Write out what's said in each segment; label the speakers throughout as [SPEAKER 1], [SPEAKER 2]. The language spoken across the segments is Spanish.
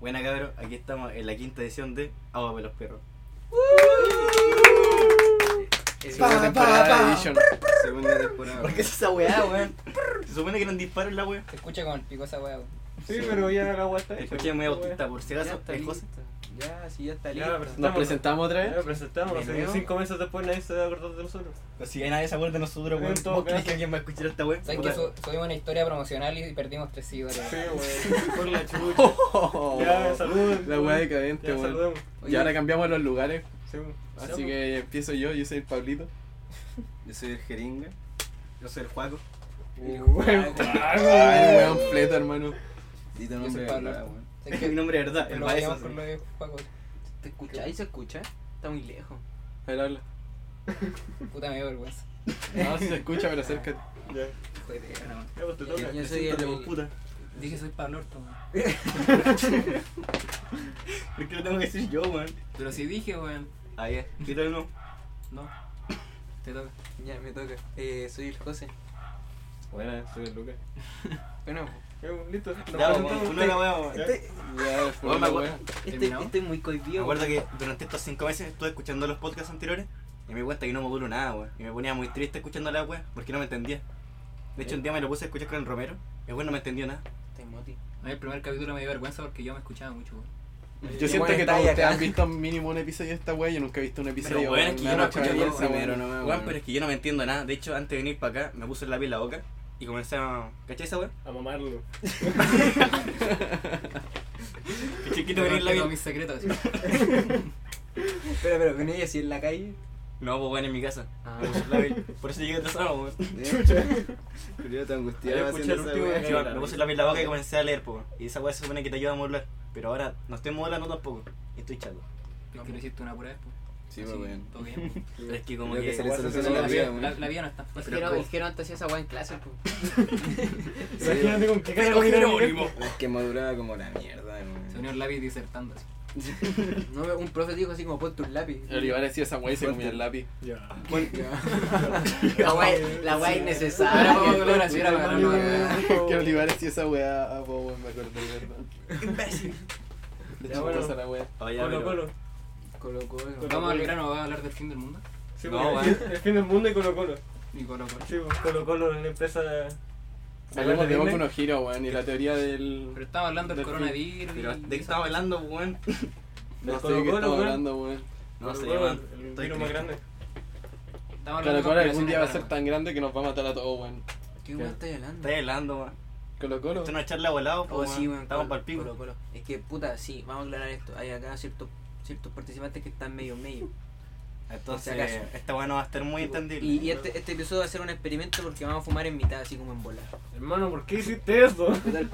[SPEAKER 1] Buena cabrón, aquí estamos en la quinta edición de Agua para los perros.
[SPEAKER 2] Pa,
[SPEAKER 1] Segunda
[SPEAKER 2] pa,
[SPEAKER 1] temporada
[SPEAKER 2] pa.
[SPEAKER 1] edition. Segunda temporada.
[SPEAKER 2] ¿Por qué es esa weá, weón?
[SPEAKER 1] Se supone que eran disparos la wea.
[SPEAKER 3] Se escucha como el pico esa weá.
[SPEAKER 4] Sí, pero ya la agua está
[SPEAKER 1] Escuché muy autista, por si acaso, el José.
[SPEAKER 3] Ya, sí, ya está
[SPEAKER 4] Ya la
[SPEAKER 3] listo.
[SPEAKER 4] presentamos.
[SPEAKER 2] ¿Nos presentamos otra
[SPEAKER 4] Ya lo
[SPEAKER 2] vez?
[SPEAKER 4] presentamos,
[SPEAKER 1] ¿De
[SPEAKER 4] así que
[SPEAKER 1] nuevo?
[SPEAKER 4] cinco meses después nadie se va a acordar de nosotros.
[SPEAKER 1] Pero si nadie se acuerda de nosotros, weón.
[SPEAKER 4] En todo
[SPEAKER 1] ¿Vos crees
[SPEAKER 4] caso.
[SPEAKER 1] que alguien va a escuchar esta wea?
[SPEAKER 3] ¿Sabes que su- subimos una historia promocional y perdimos tres seguidores?
[SPEAKER 4] güey. Por la chucha. Ya, saluden.
[SPEAKER 2] La weá decadente,
[SPEAKER 4] Ya, Ah,
[SPEAKER 2] weón.
[SPEAKER 4] saludemos.
[SPEAKER 2] Y ahora cambiamos los lugares,
[SPEAKER 4] Sí, güey.
[SPEAKER 2] así que empiezo yo, yo soy el Pablito.
[SPEAKER 1] Yo soy el Jeringa. Yo soy el Juaco.
[SPEAKER 4] Güey,
[SPEAKER 2] Ay, weón, fleto, hermano.
[SPEAKER 1] Dito
[SPEAKER 3] Yo soy
[SPEAKER 1] nombre de
[SPEAKER 3] Pablo.
[SPEAKER 1] verdad, weón.
[SPEAKER 3] ¿Sabes
[SPEAKER 1] Mi
[SPEAKER 3] que
[SPEAKER 1] nombre de verdad, el
[SPEAKER 3] Lo vayamos por
[SPEAKER 1] Baezo.
[SPEAKER 3] lo de Paco.
[SPEAKER 5] ¿Te escucha? ¿Ahí se escucha? Está muy lejos.
[SPEAKER 2] A ver, habla.
[SPEAKER 3] Puta me dio vergüenza.
[SPEAKER 2] No, si se escucha, pero acércate.
[SPEAKER 4] Ya,
[SPEAKER 1] Joder, no.
[SPEAKER 4] ya, pues te
[SPEAKER 5] Yo-
[SPEAKER 4] toca.
[SPEAKER 5] yo soy el-
[SPEAKER 1] Siéntate, puta.
[SPEAKER 3] Dije soy Pablo Orto, weón.
[SPEAKER 1] ¿Por qué lo tengo que decir yo, weón?
[SPEAKER 5] Pero si dije, weón.
[SPEAKER 1] Ah, ya. Quítalo no.
[SPEAKER 5] No. Te toca. Ya, me toca. Eh, soy el José.
[SPEAKER 2] Buena, soy el Lucas.
[SPEAKER 5] Bueno,
[SPEAKER 4] Ya, güey, listo. Nos
[SPEAKER 1] Ya, pues, weón,
[SPEAKER 4] presentamos.
[SPEAKER 1] uno de la wea, weón.
[SPEAKER 5] este,
[SPEAKER 2] Ya, después la weá.
[SPEAKER 5] este,
[SPEAKER 1] ¿Terminamos?
[SPEAKER 5] este es muy
[SPEAKER 1] Me
[SPEAKER 5] cohibido.
[SPEAKER 1] acuerdo
[SPEAKER 5] weón.
[SPEAKER 1] que durante estos cinco meses estuve escuchando los podcasts anteriores y me di cuenta que no modulo nada, weón. Y me ponía muy triste escuchando la weá porque no me entendía. De hecho, un día me lo puse a escuchar con el Romero y el weón no me entendió nada.
[SPEAKER 5] Te moti.
[SPEAKER 3] A mí el primer capítulo me dio vergüenza porque yo me escuchaba mucho, weón.
[SPEAKER 2] Yo
[SPEAKER 5] Y
[SPEAKER 2] siento
[SPEAKER 5] bueno,
[SPEAKER 2] que
[SPEAKER 5] está
[SPEAKER 2] todos
[SPEAKER 5] ahí
[SPEAKER 2] ustedes
[SPEAKER 5] acá.
[SPEAKER 2] han visto mínimo un episodio de esta weá, yo nunca he visto un episodio.
[SPEAKER 1] Pero weón, es que
[SPEAKER 2] me
[SPEAKER 1] yo
[SPEAKER 2] da
[SPEAKER 1] no
[SPEAKER 2] mucha
[SPEAKER 1] escuché bien el
[SPEAKER 2] vergüenza,
[SPEAKER 1] primero,
[SPEAKER 2] weón.
[SPEAKER 1] no
[SPEAKER 2] Weón,
[SPEAKER 1] Weón, pero es que yo no me entiendo nada. De hecho, antes de venir para acá, me puse el lápiz en la boca y comencé a. ¿Cachai esa weá?
[SPEAKER 4] A mamarlo.
[SPEAKER 1] Que chiquito venía el
[SPEAKER 3] Tengo
[SPEAKER 1] lápiz.
[SPEAKER 3] mis secretos.
[SPEAKER 5] Pero, pero, con ella si en la calle.
[SPEAKER 1] No, pues weón, en mi casa.
[SPEAKER 5] Ah,
[SPEAKER 1] Me puse el lápiz. Por eso llegué atrasado, weón.
[SPEAKER 6] Yo te
[SPEAKER 4] Ahí
[SPEAKER 6] angustiaba
[SPEAKER 4] escuché
[SPEAKER 6] haciendo
[SPEAKER 4] el
[SPEAKER 6] esa
[SPEAKER 4] último
[SPEAKER 6] wea.
[SPEAKER 4] de
[SPEAKER 1] Sí, bueno, me puse el lápiz en la boca y comencé a leer, po. weón. Y esa weá se supone que te ayuda a modular. Pero ahora no estoy modulando tampoco. Y estoy chato.
[SPEAKER 3] Es que lo hiciste una pura vez, po.
[SPEAKER 2] Sí,
[SPEAKER 3] Así que,
[SPEAKER 2] weón.
[SPEAKER 3] Todo bien. po.
[SPEAKER 1] Pero es que como
[SPEAKER 6] Creo
[SPEAKER 1] que.
[SPEAKER 6] que se le
[SPEAKER 4] igual se
[SPEAKER 6] soluciona
[SPEAKER 4] soluciona
[SPEAKER 6] la
[SPEAKER 3] La
[SPEAKER 6] vida,
[SPEAKER 3] vida- La
[SPEAKER 6] weón.
[SPEAKER 3] la vida no está
[SPEAKER 5] Es
[SPEAKER 3] fácil.
[SPEAKER 5] que no- es que no antes hacía esa weá en clase, pues.
[SPEAKER 4] Imagínate con qué cara
[SPEAKER 1] Pero
[SPEAKER 4] era
[SPEAKER 1] Jerónimo.
[SPEAKER 6] Es que maduraba como la mierda, weón.
[SPEAKER 3] Se unió el lápiz disertando así.
[SPEAKER 5] No, un profe dijo así como pon tus lápiz.
[SPEAKER 2] El Olivar hacía esa weá y se comía el lápiz.
[SPEAKER 6] Ah,
[SPEAKER 4] Ya.
[SPEAKER 5] La weá la weá
[SPEAKER 3] Ahora vamos a
[SPEAKER 5] innecesaria.
[SPEAKER 3] hablar así, ahora vamos a hablar una weá.
[SPEAKER 2] Que Olivar hacía esa weá, ah, po, weón, me acuerdo, de verdad. Le
[SPEAKER 4] Ya, bueno.
[SPEAKER 2] chupó la weá.
[SPEAKER 1] Oh, ya,
[SPEAKER 4] Colo,
[SPEAKER 1] pero-
[SPEAKER 4] colo.
[SPEAKER 5] Colo, colo.
[SPEAKER 3] Vamos al grano, vamos a hablar del fin del mundo.
[SPEAKER 4] Sí,
[SPEAKER 1] No,
[SPEAKER 4] güey,
[SPEAKER 1] güey.
[SPEAKER 4] El fin del mundo y Colo Colo.
[SPEAKER 3] Y Colo Colo.
[SPEAKER 4] Sí, güey, Colo Colo es la empresa. de-
[SPEAKER 2] Hablamos de
[SPEAKER 4] Disney.
[SPEAKER 2] Boku no Hero, weón, y la teoría del...
[SPEAKER 3] Pero estamos hablando del
[SPEAKER 2] Del
[SPEAKER 3] coronavirus.
[SPEAKER 1] Pero,
[SPEAKER 3] y-
[SPEAKER 1] ¿de qué estamos hablando, weón?
[SPEAKER 2] No sé
[SPEAKER 4] Colo
[SPEAKER 2] de qué
[SPEAKER 4] Colo,
[SPEAKER 2] estamos
[SPEAKER 4] weón.
[SPEAKER 2] hablando, weón.
[SPEAKER 1] No
[SPEAKER 4] Colo
[SPEAKER 1] sé,
[SPEAKER 4] Colo,
[SPEAKER 1] weón.
[SPEAKER 4] El
[SPEAKER 1] Estoy
[SPEAKER 4] vino más
[SPEAKER 1] triste.
[SPEAKER 4] grande.
[SPEAKER 3] Estamos hablando
[SPEAKER 2] Colo
[SPEAKER 3] de
[SPEAKER 2] Colo algún
[SPEAKER 3] conspiraciones
[SPEAKER 2] día va a ser
[SPEAKER 3] raras,
[SPEAKER 2] tan grande que nos va a matar a todos, weón.
[SPEAKER 5] ¿Qué weá estás hablando?
[SPEAKER 1] Estás hablando, weón.
[SPEAKER 2] Colo Colo.
[SPEAKER 1] Esto no es charla volado, po,
[SPEAKER 5] Oh, sí,
[SPEAKER 1] weón.
[SPEAKER 5] weón.
[SPEAKER 1] Estamos
[SPEAKER 5] Colo-
[SPEAKER 1] para el
[SPEAKER 5] Colo-
[SPEAKER 1] pico.
[SPEAKER 5] Colo. Es que, puta, sí, vamos a aclarar esto. Hay acá ciertos, ciertos participantes que están medio medio.
[SPEAKER 1] Entonces,
[SPEAKER 5] Por si acaso.
[SPEAKER 1] esta weón no va a estar muy entendible.
[SPEAKER 5] Y, y este, este episodio va a ser un experimento porque vamos a fumar en mitad, así como en bola.
[SPEAKER 4] Hermano, ¿por qué hiciste eso?
[SPEAKER 5] Pero,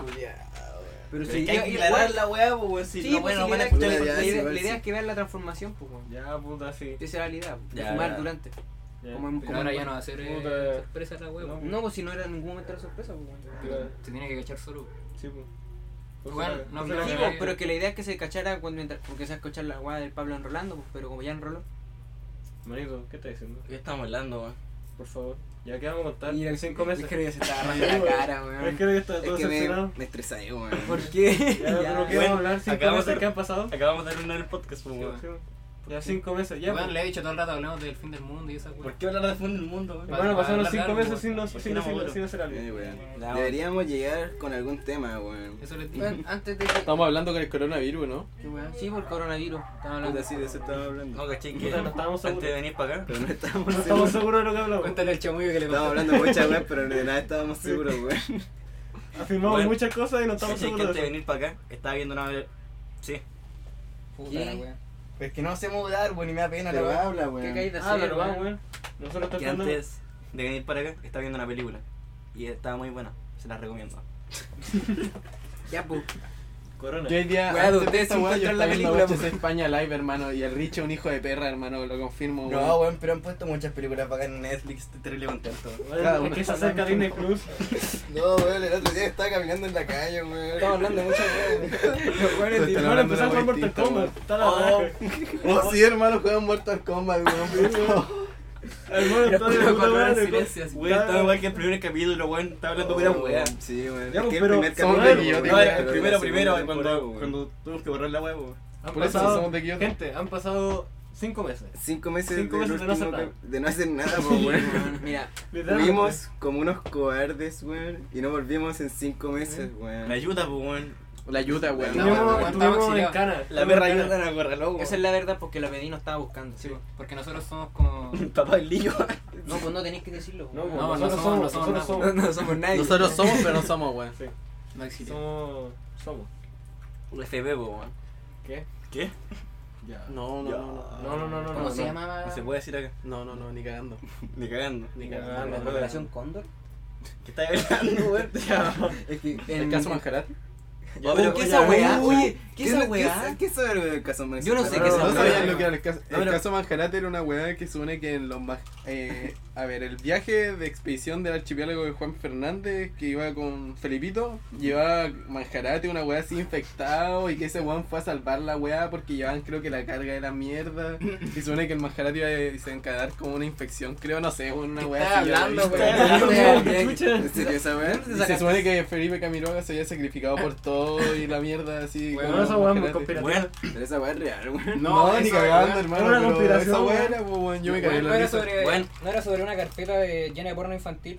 [SPEAKER 1] Pero
[SPEAKER 5] si
[SPEAKER 1] es que hay que
[SPEAKER 5] llega-
[SPEAKER 1] aclarar
[SPEAKER 5] igual-
[SPEAKER 1] la weá, po, weón. Si
[SPEAKER 5] Sí,
[SPEAKER 1] no, weón,
[SPEAKER 5] pues, si
[SPEAKER 1] no van a
[SPEAKER 5] llega-
[SPEAKER 1] escuchar
[SPEAKER 5] la,
[SPEAKER 1] el
[SPEAKER 6] ya,
[SPEAKER 5] idea-
[SPEAKER 6] sí,
[SPEAKER 5] la
[SPEAKER 6] igual
[SPEAKER 5] idea
[SPEAKER 6] sí.
[SPEAKER 5] es que vean la transformación, pues, weón.
[SPEAKER 4] Ya, puta, sí.
[SPEAKER 5] Esa era la idea, pues, de
[SPEAKER 1] Ya,
[SPEAKER 5] fumar
[SPEAKER 1] ya.
[SPEAKER 5] durante.
[SPEAKER 4] Ya.
[SPEAKER 5] Como en,
[SPEAKER 3] Pero
[SPEAKER 5] como
[SPEAKER 3] ahora
[SPEAKER 5] en
[SPEAKER 3] ya no
[SPEAKER 5] bola.
[SPEAKER 3] va a ser eh,
[SPEAKER 4] Puta.
[SPEAKER 3] sorpresa la wea.
[SPEAKER 4] No.
[SPEAKER 3] po.
[SPEAKER 5] No, pues si no era en ningún momento la sorpresa, pues, weón.
[SPEAKER 4] Ya.
[SPEAKER 3] Se tiene que cachar solo.
[SPEAKER 4] Sí, pues. Pues,
[SPEAKER 3] Bueno,
[SPEAKER 4] eh,
[SPEAKER 3] no
[SPEAKER 4] pues,
[SPEAKER 3] hablamos.
[SPEAKER 5] Sí,
[SPEAKER 4] eh,
[SPEAKER 5] pues, pero que la idea es que se cachara cuando entra- porque se va a escuchar la guada del Pablo enrolando, pues, pero como ya enroló.
[SPEAKER 4] Manito, ¿qué estás diciendo?
[SPEAKER 1] ¿De qué estamos hablando, weón?
[SPEAKER 4] Por favor. Ya que vamos a contar.
[SPEAKER 5] Mira,
[SPEAKER 4] cinco meses.
[SPEAKER 5] Es que ya se está
[SPEAKER 4] Sí,
[SPEAKER 5] agarrando la
[SPEAKER 4] weón.
[SPEAKER 5] cara,
[SPEAKER 4] Es
[SPEAKER 5] weón.
[SPEAKER 4] que está todo
[SPEAKER 6] Es que me,
[SPEAKER 4] decepcionado.
[SPEAKER 6] me estresé, weón.
[SPEAKER 5] ¿Por qué?
[SPEAKER 4] Ya, pero ¿qué
[SPEAKER 1] Bueno,
[SPEAKER 4] vamos a hablar? ¿Cinco
[SPEAKER 1] acabamos
[SPEAKER 4] meses
[SPEAKER 1] de-
[SPEAKER 4] que han pasado?
[SPEAKER 1] Acabamos de arruinar el podcast, po, weón.
[SPEAKER 4] Sí, Ya cinco meses, ya.
[SPEAKER 3] Weón,
[SPEAKER 4] pues.
[SPEAKER 3] le he dicho todo el rato hablamos del fin del mundo y esa
[SPEAKER 1] ¿Por
[SPEAKER 3] wea.
[SPEAKER 1] qué hablar de fondo del mundo, weón?
[SPEAKER 4] Hermano,
[SPEAKER 3] Para-
[SPEAKER 4] pasaron
[SPEAKER 3] para
[SPEAKER 4] cinco
[SPEAKER 3] hablar,
[SPEAKER 4] meses
[SPEAKER 3] pues,
[SPEAKER 4] sin, no-
[SPEAKER 1] ¿por qué
[SPEAKER 4] sin,
[SPEAKER 1] no
[SPEAKER 4] decir-
[SPEAKER 1] me
[SPEAKER 4] sin hacer algo.
[SPEAKER 6] Sí, weón.
[SPEAKER 1] No.
[SPEAKER 6] Deberíamos llegar con algún tema, weón.
[SPEAKER 3] Eso les digo.
[SPEAKER 5] Weón, Antes de que.
[SPEAKER 2] Estamos hablando con el coronavirus, ¿no?
[SPEAKER 5] ¿Qué weón? Sí, por coronavirus. Estaba hablando.
[SPEAKER 6] Puta, sí, de eso estaba hablando.
[SPEAKER 1] No, caché que
[SPEAKER 4] Puta, no estábamos
[SPEAKER 1] antes
[SPEAKER 4] seguros.
[SPEAKER 1] de venir para acá,
[SPEAKER 6] Pero no estábamos
[SPEAKER 4] No estamos
[SPEAKER 6] seguros.
[SPEAKER 4] seguros de lo que hablamos.
[SPEAKER 3] Cuéntale al chamuyo que le
[SPEAKER 6] Estábamos
[SPEAKER 3] pasó.
[SPEAKER 6] hablando muchas weas, pero de nada estábamos seguros, weón.
[SPEAKER 4] Afirmamos
[SPEAKER 1] Bueno.
[SPEAKER 4] muchas cosas y no estamos
[SPEAKER 1] caché que
[SPEAKER 4] seguros
[SPEAKER 1] antes
[SPEAKER 4] de
[SPEAKER 1] de
[SPEAKER 4] eso.
[SPEAKER 1] venir para acá, estaba viendo una... Sí.
[SPEAKER 3] Puta la wea.
[SPEAKER 1] Pero es que no sé mudar, weón, y me da pena
[SPEAKER 6] Pero
[SPEAKER 1] weá.
[SPEAKER 6] habla,
[SPEAKER 5] ¿Qué
[SPEAKER 6] weón.
[SPEAKER 5] caída
[SPEAKER 4] Ah,
[SPEAKER 5] seria,
[SPEAKER 4] pero vamos,
[SPEAKER 5] weón?
[SPEAKER 4] weón. Nosotros
[SPEAKER 1] Que
[SPEAKER 4] tratando.
[SPEAKER 1] antes de venir para acá, estaba viendo una película. Y estaba muy buena, se la recomiendo.
[SPEAKER 5] Ya, pues.
[SPEAKER 4] Corona.
[SPEAKER 2] Yo hoy día,
[SPEAKER 5] Weón,
[SPEAKER 2] antes de
[SPEAKER 5] ustedes
[SPEAKER 2] esta
[SPEAKER 5] se
[SPEAKER 2] weá, yo
[SPEAKER 5] encuentran
[SPEAKER 2] estaba
[SPEAKER 5] la
[SPEAKER 2] viendo
[SPEAKER 5] película,
[SPEAKER 2] VHS España live, hermano, y el Richo es un hijo de perra, hermano, lo confirmo, weón.
[SPEAKER 1] weón, pero han puesto muchas películas para acá en Netflix, estoy terrible contento.
[SPEAKER 2] Cada
[SPEAKER 4] Bueno,
[SPEAKER 2] uno
[SPEAKER 4] es que se
[SPEAKER 2] está
[SPEAKER 4] acerca Disney Plus.
[SPEAKER 6] No, weón, el otro día estaba caminando en la calle, weón.
[SPEAKER 5] Estamos hablando mucho, weón. Los weones
[SPEAKER 2] Están
[SPEAKER 4] Bueno,
[SPEAKER 2] hablando de
[SPEAKER 4] empezar con
[SPEAKER 2] algo
[SPEAKER 4] Mortal
[SPEAKER 2] distinto,
[SPEAKER 4] Kombat. Está la
[SPEAKER 2] Oh.
[SPEAKER 4] raja.
[SPEAKER 2] Oh, sí, hermano, juegan Mortal Kombat, weón.
[SPEAKER 4] Hermano,
[SPEAKER 5] Los
[SPEAKER 4] está de
[SPEAKER 5] culos
[SPEAKER 4] puta
[SPEAKER 5] con
[SPEAKER 4] madre,
[SPEAKER 5] silencio, así.
[SPEAKER 1] Weón, estaba igual que el primer capítulo, weón. Estaba hablando pura weá.
[SPEAKER 6] Oh, Sí,
[SPEAKER 1] pues,
[SPEAKER 4] Ya,
[SPEAKER 6] weón. Es que el
[SPEAKER 4] pero
[SPEAKER 6] primer
[SPEAKER 2] somos
[SPEAKER 6] capítulo,
[SPEAKER 2] de guillotina,
[SPEAKER 6] weón,
[SPEAKER 1] No, era el
[SPEAKER 6] pero
[SPEAKER 1] primero,
[SPEAKER 6] la segunda
[SPEAKER 1] primero,
[SPEAKER 6] temporada,
[SPEAKER 1] cuando,
[SPEAKER 6] weón.
[SPEAKER 1] cuando tuvimos que borrar la weá, weón.
[SPEAKER 4] Han
[SPEAKER 2] Por eso
[SPEAKER 4] pasado-
[SPEAKER 2] somos de Kioto.
[SPEAKER 4] Gente, han pasado cinco meses.
[SPEAKER 6] Cinco meses,
[SPEAKER 4] Cinco
[SPEAKER 6] del
[SPEAKER 4] meses de no hacer
[SPEAKER 6] último
[SPEAKER 4] nada.
[SPEAKER 6] cap- de no hacer nada, po,
[SPEAKER 5] Sí,
[SPEAKER 6] weón.
[SPEAKER 5] weón, Mira,
[SPEAKER 4] Literalmente.
[SPEAKER 6] Fuimos como unos cobardes, weón, y no volvimos en cinco meses, weón.
[SPEAKER 1] La ayuda, pues, weón.
[SPEAKER 2] La ayuda, weón.
[SPEAKER 6] No,
[SPEAKER 4] Tuvimos-
[SPEAKER 6] no,
[SPEAKER 3] no,
[SPEAKER 4] tuvimos
[SPEAKER 3] no,
[SPEAKER 4] en
[SPEAKER 3] no.
[SPEAKER 4] cana.
[SPEAKER 1] La perra ayuda la acorraló,
[SPEAKER 5] esa es
[SPEAKER 1] weón.
[SPEAKER 5] la verdad porque la pedí no estaba buscando.
[SPEAKER 3] Sí, porque nosotros somos como.
[SPEAKER 1] Papá del lío.
[SPEAKER 5] No, pues no tenéis que decirlo.
[SPEAKER 4] No,
[SPEAKER 5] weón.
[SPEAKER 4] pues,
[SPEAKER 3] no,
[SPEAKER 4] nosotros
[SPEAKER 3] no
[SPEAKER 4] somos,
[SPEAKER 3] somos,
[SPEAKER 4] nosotros
[SPEAKER 3] no somos
[SPEAKER 5] no,
[SPEAKER 4] somos.
[SPEAKER 5] no somos nadie.
[SPEAKER 2] Nosotros somos, pero no somos, weón.
[SPEAKER 3] No existe.
[SPEAKER 4] Somos. Somos.
[SPEAKER 5] FB, po, weón.
[SPEAKER 4] ¿Qué?
[SPEAKER 1] ¿Qué?
[SPEAKER 4] Ya.
[SPEAKER 2] No, no, no.
[SPEAKER 4] No, no, no, no.
[SPEAKER 5] ¿Cómo
[SPEAKER 4] no,
[SPEAKER 5] se
[SPEAKER 4] no.
[SPEAKER 5] llamaba?
[SPEAKER 1] No se puede decir acá.
[SPEAKER 2] No, no, no, ni cagando.
[SPEAKER 1] Ah. Ni cagando.
[SPEAKER 2] Ni
[SPEAKER 4] No,
[SPEAKER 6] Ah,
[SPEAKER 2] cagando.
[SPEAKER 4] no,
[SPEAKER 5] ¿La
[SPEAKER 4] no, no.
[SPEAKER 5] Operación Cóndor?
[SPEAKER 1] ¿Qué estás hablando, weón?
[SPEAKER 5] Es que.
[SPEAKER 2] ¿El caso Manjarat?
[SPEAKER 1] Ya,
[SPEAKER 5] Oh,
[SPEAKER 1] pero-
[SPEAKER 5] ¿Qué
[SPEAKER 1] ya,
[SPEAKER 5] esa weá?
[SPEAKER 1] uy,
[SPEAKER 5] Oye, ¿qué esa
[SPEAKER 6] ¿Qué,
[SPEAKER 5] weá?
[SPEAKER 6] qué sabe lo del caso Manjarate?
[SPEAKER 5] Yo no sé qué
[SPEAKER 6] No,
[SPEAKER 5] sabe.
[SPEAKER 6] no sabía lo
[SPEAKER 2] que
[SPEAKER 6] que-
[SPEAKER 2] era el caso.
[SPEAKER 1] No,
[SPEAKER 2] el
[SPEAKER 1] pero-
[SPEAKER 2] caso Manjarate era una weá que supone que en los más. Eh, a ver, el viaje de expedición del archipiélago de Juan Fernández que iba con Felipito, llevaba Manjarate, una weá así infectado y que ese weón fue a salvar la weá porque llevaban, creo que la carga era mierda. Y supone que el Manjarate iba a desencadenar como una infección, creo, no sé, una weá
[SPEAKER 3] estás
[SPEAKER 2] así. yo la he
[SPEAKER 3] hablando,
[SPEAKER 2] visto.
[SPEAKER 1] weón?
[SPEAKER 6] ¿En serio esa weá?
[SPEAKER 2] Y se supone que Felipe Camiroaga se había sacrificado por todo y la mierda así.
[SPEAKER 4] Bueno,
[SPEAKER 2] como
[SPEAKER 4] esa weá es muy
[SPEAKER 2] Manjarate.
[SPEAKER 4] conspirativa.
[SPEAKER 1] Weón,
[SPEAKER 6] Pero esa weá es real, weón.
[SPEAKER 2] No, ni
[SPEAKER 4] esa weá
[SPEAKER 2] cagando,
[SPEAKER 4] era
[SPEAKER 2] hermano.
[SPEAKER 4] una
[SPEAKER 2] pero
[SPEAKER 4] conspiración,
[SPEAKER 2] Esa weá
[SPEAKER 4] weón.
[SPEAKER 2] era, pues, weón, yo me caí en
[SPEAKER 3] no,
[SPEAKER 2] la
[SPEAKER 3] era
[SPEAKER 2] risa.
[SPEAKER 3] sobre,
[SPEAKER 1] Bueno.
[SPEAKER 5] Bueno.
[SPEAKER 3] Eh, no era sobre una carpeta de- llena de porno infantil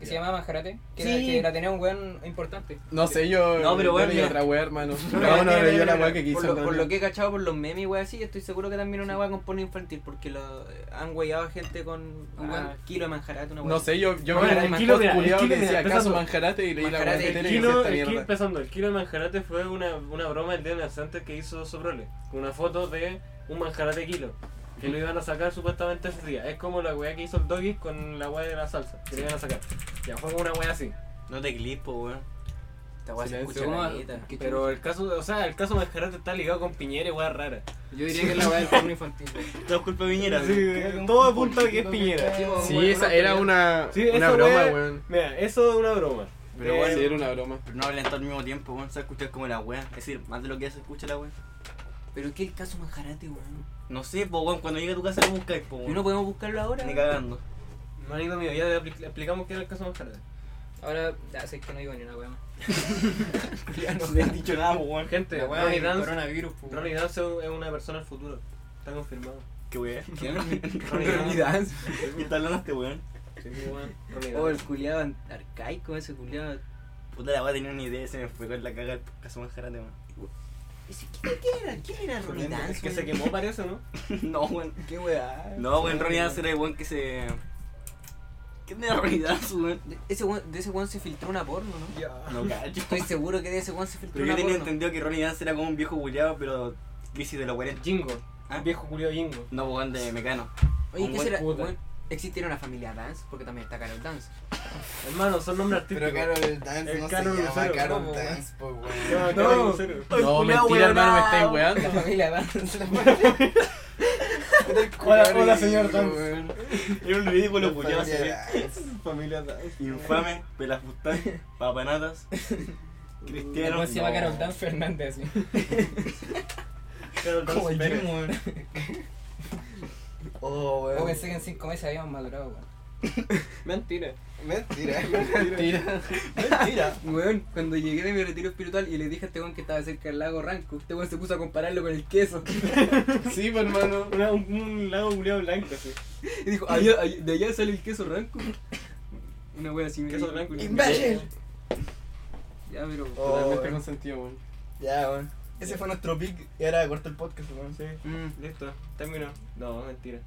[SPEAKER 3] que se llamaba Manjarate, que, era-
[SPEAKER 1] Sí.
[SPEAKER 3] que la tenía un weón importante.
[SPEAKER 2] No sé, yo.
[SPEAKER 1] No, pero
[SPEAKER 2] yo
[SPEAKER 1] weón,
[SPEAKER 2] leí
[SPEAKER 1] mira.
[SPEAKER 2] otra weá, hermano.
[SPEAKER 1] No,
[SPEAKER 2] Cada uno
[SPEAKER 1] mira, mira,
[SPEAKER 2] leyó la
[SPEAKER 1] mira,
[SPEAKER 2] weá que quiso.
[SPEAKER 5] Por lo, por
[SPEAKER 2] hermano.
[SPEAKER 5] lo que he cachado por los memes, weón, sí, estoy seguro que también una weá con porno infantil porque lo, eh, han weyado a gente con
[SPEAKER 3] Un
[SPEAKER 5] un
[SPEAKER 3] weón.
[SPEAKER 5] kilo de manjarate, una weá.
[SPEAKER 2] No sé, yo, yo
[SPEAKER 4] Bueno,
[SPEAKER 2] vi
[SPEAKER 4] el
[SPEAKER 2] un
[SPEAKER 4] kilo,
[SPEAKER 2] post
[SPEAKER 4] mira, el
[SPEAKER 2] culiao
[SPEAKER 4] kilo,
[SPEAKER 2] que decía
[SPEAKER 4] mira,
[SPEAKER 2] acaso
[SPEAKER 4] empezando.
[SPEAKER 2] manjarate y leí la weá
[SPEAKER 5] Manjarate,
[SPEAKER 2] que
[SPEAKER 5] el
[SPEAKER 2] tiene
[SPEAKER 4] El
[SPEAKER 2] que
[SPEAKER 4] kilo,
[SPEAKER 2] esta
[SPEAKER 4] el kilo,
[SPEAKER 2] mierda.
[SPEAKER 4] empezando, el kilo de manjarate fue una, una broma el día de antes que hizo Soprole, con una foto de un manjarate kilo, que lo iban a sacar supuestamente ese día. Es como la weá que hizo el doggy con la weá de la salsa, que lo iban a sacar. Ya fue como una weá así.
[SPEAKER 1] no te clipo, weón.
[SPEAKER 5] Esta weá se
[SPEAKER 2] Silencio,
[SPEAKER 5] escucha
[SPEAKER 3] ¿cómo?
[SPEAKER 5] caleta.
[SPEAKER 3] ¿Qué
[SPEAKER 4] Pero el caso, o sea, el caso manjarate está ligado con Piñera y weá rara.
[SPEAKER 3] Yo diría que es la weá del porno infantil.
[SPEAKER 1] Todo es culpa de Piñera.
[SPEAKER 4] Sí,
[SPEAKER 1] weón.
[SPEAKER 4] todo apunta a que es Piñera.
[SPEAKER 2] Sí, esa era una,
[SPEAKER 4] Sí,
[SPEAKER 2] una
[SPEAKER 4] esa
[SPEAKER 2] broma,
[SPEAKER 4] weá-
[SPEAKER 2] weón.
[SPEAKER 4] Mira, eso es una broma.
[SPEAKER 1] Pero
[SPEAKER 4] Eh,
[SPEAKER 1] bueno,
[SPEAKER 2] Sí, era una broma.
[SPEAKER 1] Pero no hablan todo al mismo tiempo, weón. Se va a escuchar como la weá. Es decir, más de lo que ya se escucha la weá.
[SPEAKER 5] Pero qué el caso manjarate, weón.
[SPEAKER 1] No sé, po, weón. Cuando llegue a tu casa lo buscáis, po,
[SPEAKER 5] ¿Y
[SPEAKER 1] weón.
[SPEAKER 5] no podemos buscarlo ahora?
[SPEAKER 1] Ni cagando.
[SPEAKER 4] Manito mío, ya le apli- explicamos qué era el caso manjarate.
[SPEAKER 3] Ahora, ya sé que no digo ni una weá. más.
[SPEAKER 1] No te han dicho nada, po, weón.
[SPEAKER 4] Gente,
[SPEAKER 3] La weá
[SPEAKER 4] Ronnie
[SPEAKER 3] del
[SPEAKER 4] Dance,
[SPEAKER 3] coronavirus, pues,
[SPEAKER 4] Ronnie Dance es una persona del futuro. Está confirmado.
[SPEAKER 1] Qué weón.
[SPEAKER 4] Ronnie
[SPEAKER 1] ¿Qué está hablando este weón?
[SPEAKER 4] Sí, weón, Ronnie
[SPEAKER 5] Oh,
[SPEAKER 4] Dance.
[SPEAKER 5] el culiado an- arcaico, ese culiado.
[SPEAKER 1] Puta la weá tenía una idea y se me fue con la caga el caso manjarate, weón.
[SPEAKER 5] Ese- ¿Quién quién era? ¿Quién era Ronnie Dance?
[SPEAKER 4] Es que se
[SPEAKER 5] weón?
[SPEAKER 4] quemó parece, ¿no?
[SPEAKER 1] No, weón.
[SPEAKER 5] ¿Qué weá?
[SPEAKER 1] No, weón. Ronnie Dance era el weón que se. ¿Qué es de Ronnie Dance, weón?
[SPEAKER 5] De ese weón- de ese weón se filtró una porno, ¿no?
[SPEAKER 1] No cacho.
[SPEAKER 5] Estoy seguro que de ese weón se filtró
[SPEAKER 1] Pero yo
[SPEAKER 5] una
[SPEAKER 1] tenía
[SPEAKER 5] porno.
[SPEAKER 1] entendido que Ronnie Dance era como un viejo buleado, pero crisis de los 40.
[SPEAKER 4] Jingo.
[SPEAKER 1] Ah.
[SPEAKER 4] Viejo culiado Jingo.
[SPEAKER 1] No, po, weón, de mecano.
[SPEAKER 5] Oye,
[SPEAKER 4] Un
[SPEAKER 5] ¿qué
[SPEAKER 4] buen
[SPEAKER 5] será?
[SPEAKER 4] puta.
[SPEAKER 5] Weón, ¿Existiera una familia Dance? Porque también está Carol Dance.
[SPEAKER 4] Hermano, son nombres artísticos.
[SPEAKER 6] Pero Carol Dance
[SPEAKER 4] El
[SPEAKER 6] no
[SPEAKER 4] Carol
[SPEAKER 6] se llama
[SPEAKER 4] Lucero,
[SPEAKER 6] Carol
[SPEAKER 4] ¿cómo, weón?
[SPEAKER 6] Dance, po,
[SPEAKER 4] No,
[SPEAKER 6] weón.
[SPEAKER 4] Carol
[SPEAKER 1] No.
[SPEAKER 4] Lucero.
[SPEAKER 2] No, mentira, hermano, me estáis weando.
[SPEAKER 5] La familia Dance.
[SPEAKER 4] Hola, hola, señor Dance.
[SPEAKER 6] Dance.
[SPEAKER 1] Era un ridículo buleado, se ve.
[SPEAKER 6] Dance.
[SPEAKER 4] Familia Dance.
[SPEAKER 1] Infame, Pelafustán, Papanatas,
[SPEAKER 3] El
[SPEAKER 1] Cristiano.
[SPEAKER 3] weón se llama
[SPEAKER 1] no.
[SPEAKER 3] Carol Dan Fernández, así.
[SPEAKER 4] Carol Dance. Pérez.
[SPEAKER 6] Oh,
[SPEAKER 3] O
[SPEAKER 6] weón.
[SPEAKER 3] pensé que en 5 meses habíamos madurado, weón.
[SPEAKER 4] Mentira.
[SPEAKER 6] Mentira.
[SPEAKER 2] Mentira.
[SPEAKER 6] Mentira.
[SPEAKER 5] Weón, cuando llegué de mi retiro espiritual y le dije a este weón que estaba cerca del lago Ranco, este weón se puso a compararlo con el queso.
[SPEAKER 2] Sí, pues, hermano.
[SPEAKER 4] Una- un, un lago culiado blanco, sí.
[SPEAKER 5] Y dijo, allá, allá- de allá sale el queso Ranco. Una wea así me
[SPEAKER 4] Queso
[SPEAKER 5] dijo,
[SPEAKER 4] Ranco.
[SPEAKER 5] culiao.
[SPEAKER 6] ¡Imbécil!
[SPEAKER 5] Ya, pero.
[SPEAKER 6] Oh,
[SPEAKER 2] Totalmente
[SPEAKER 6] weón.
[SPEAKER 2] consentido, weón.
[SPEAKER 6] Ya, weón. Ese fue nuestro pick y ahora corta el podcast, weón.
[SPEAKER 4] Sí.
[SPEAKER 5] Mm.
[SPEAKER 4] Listo. Terminó. No, mentira.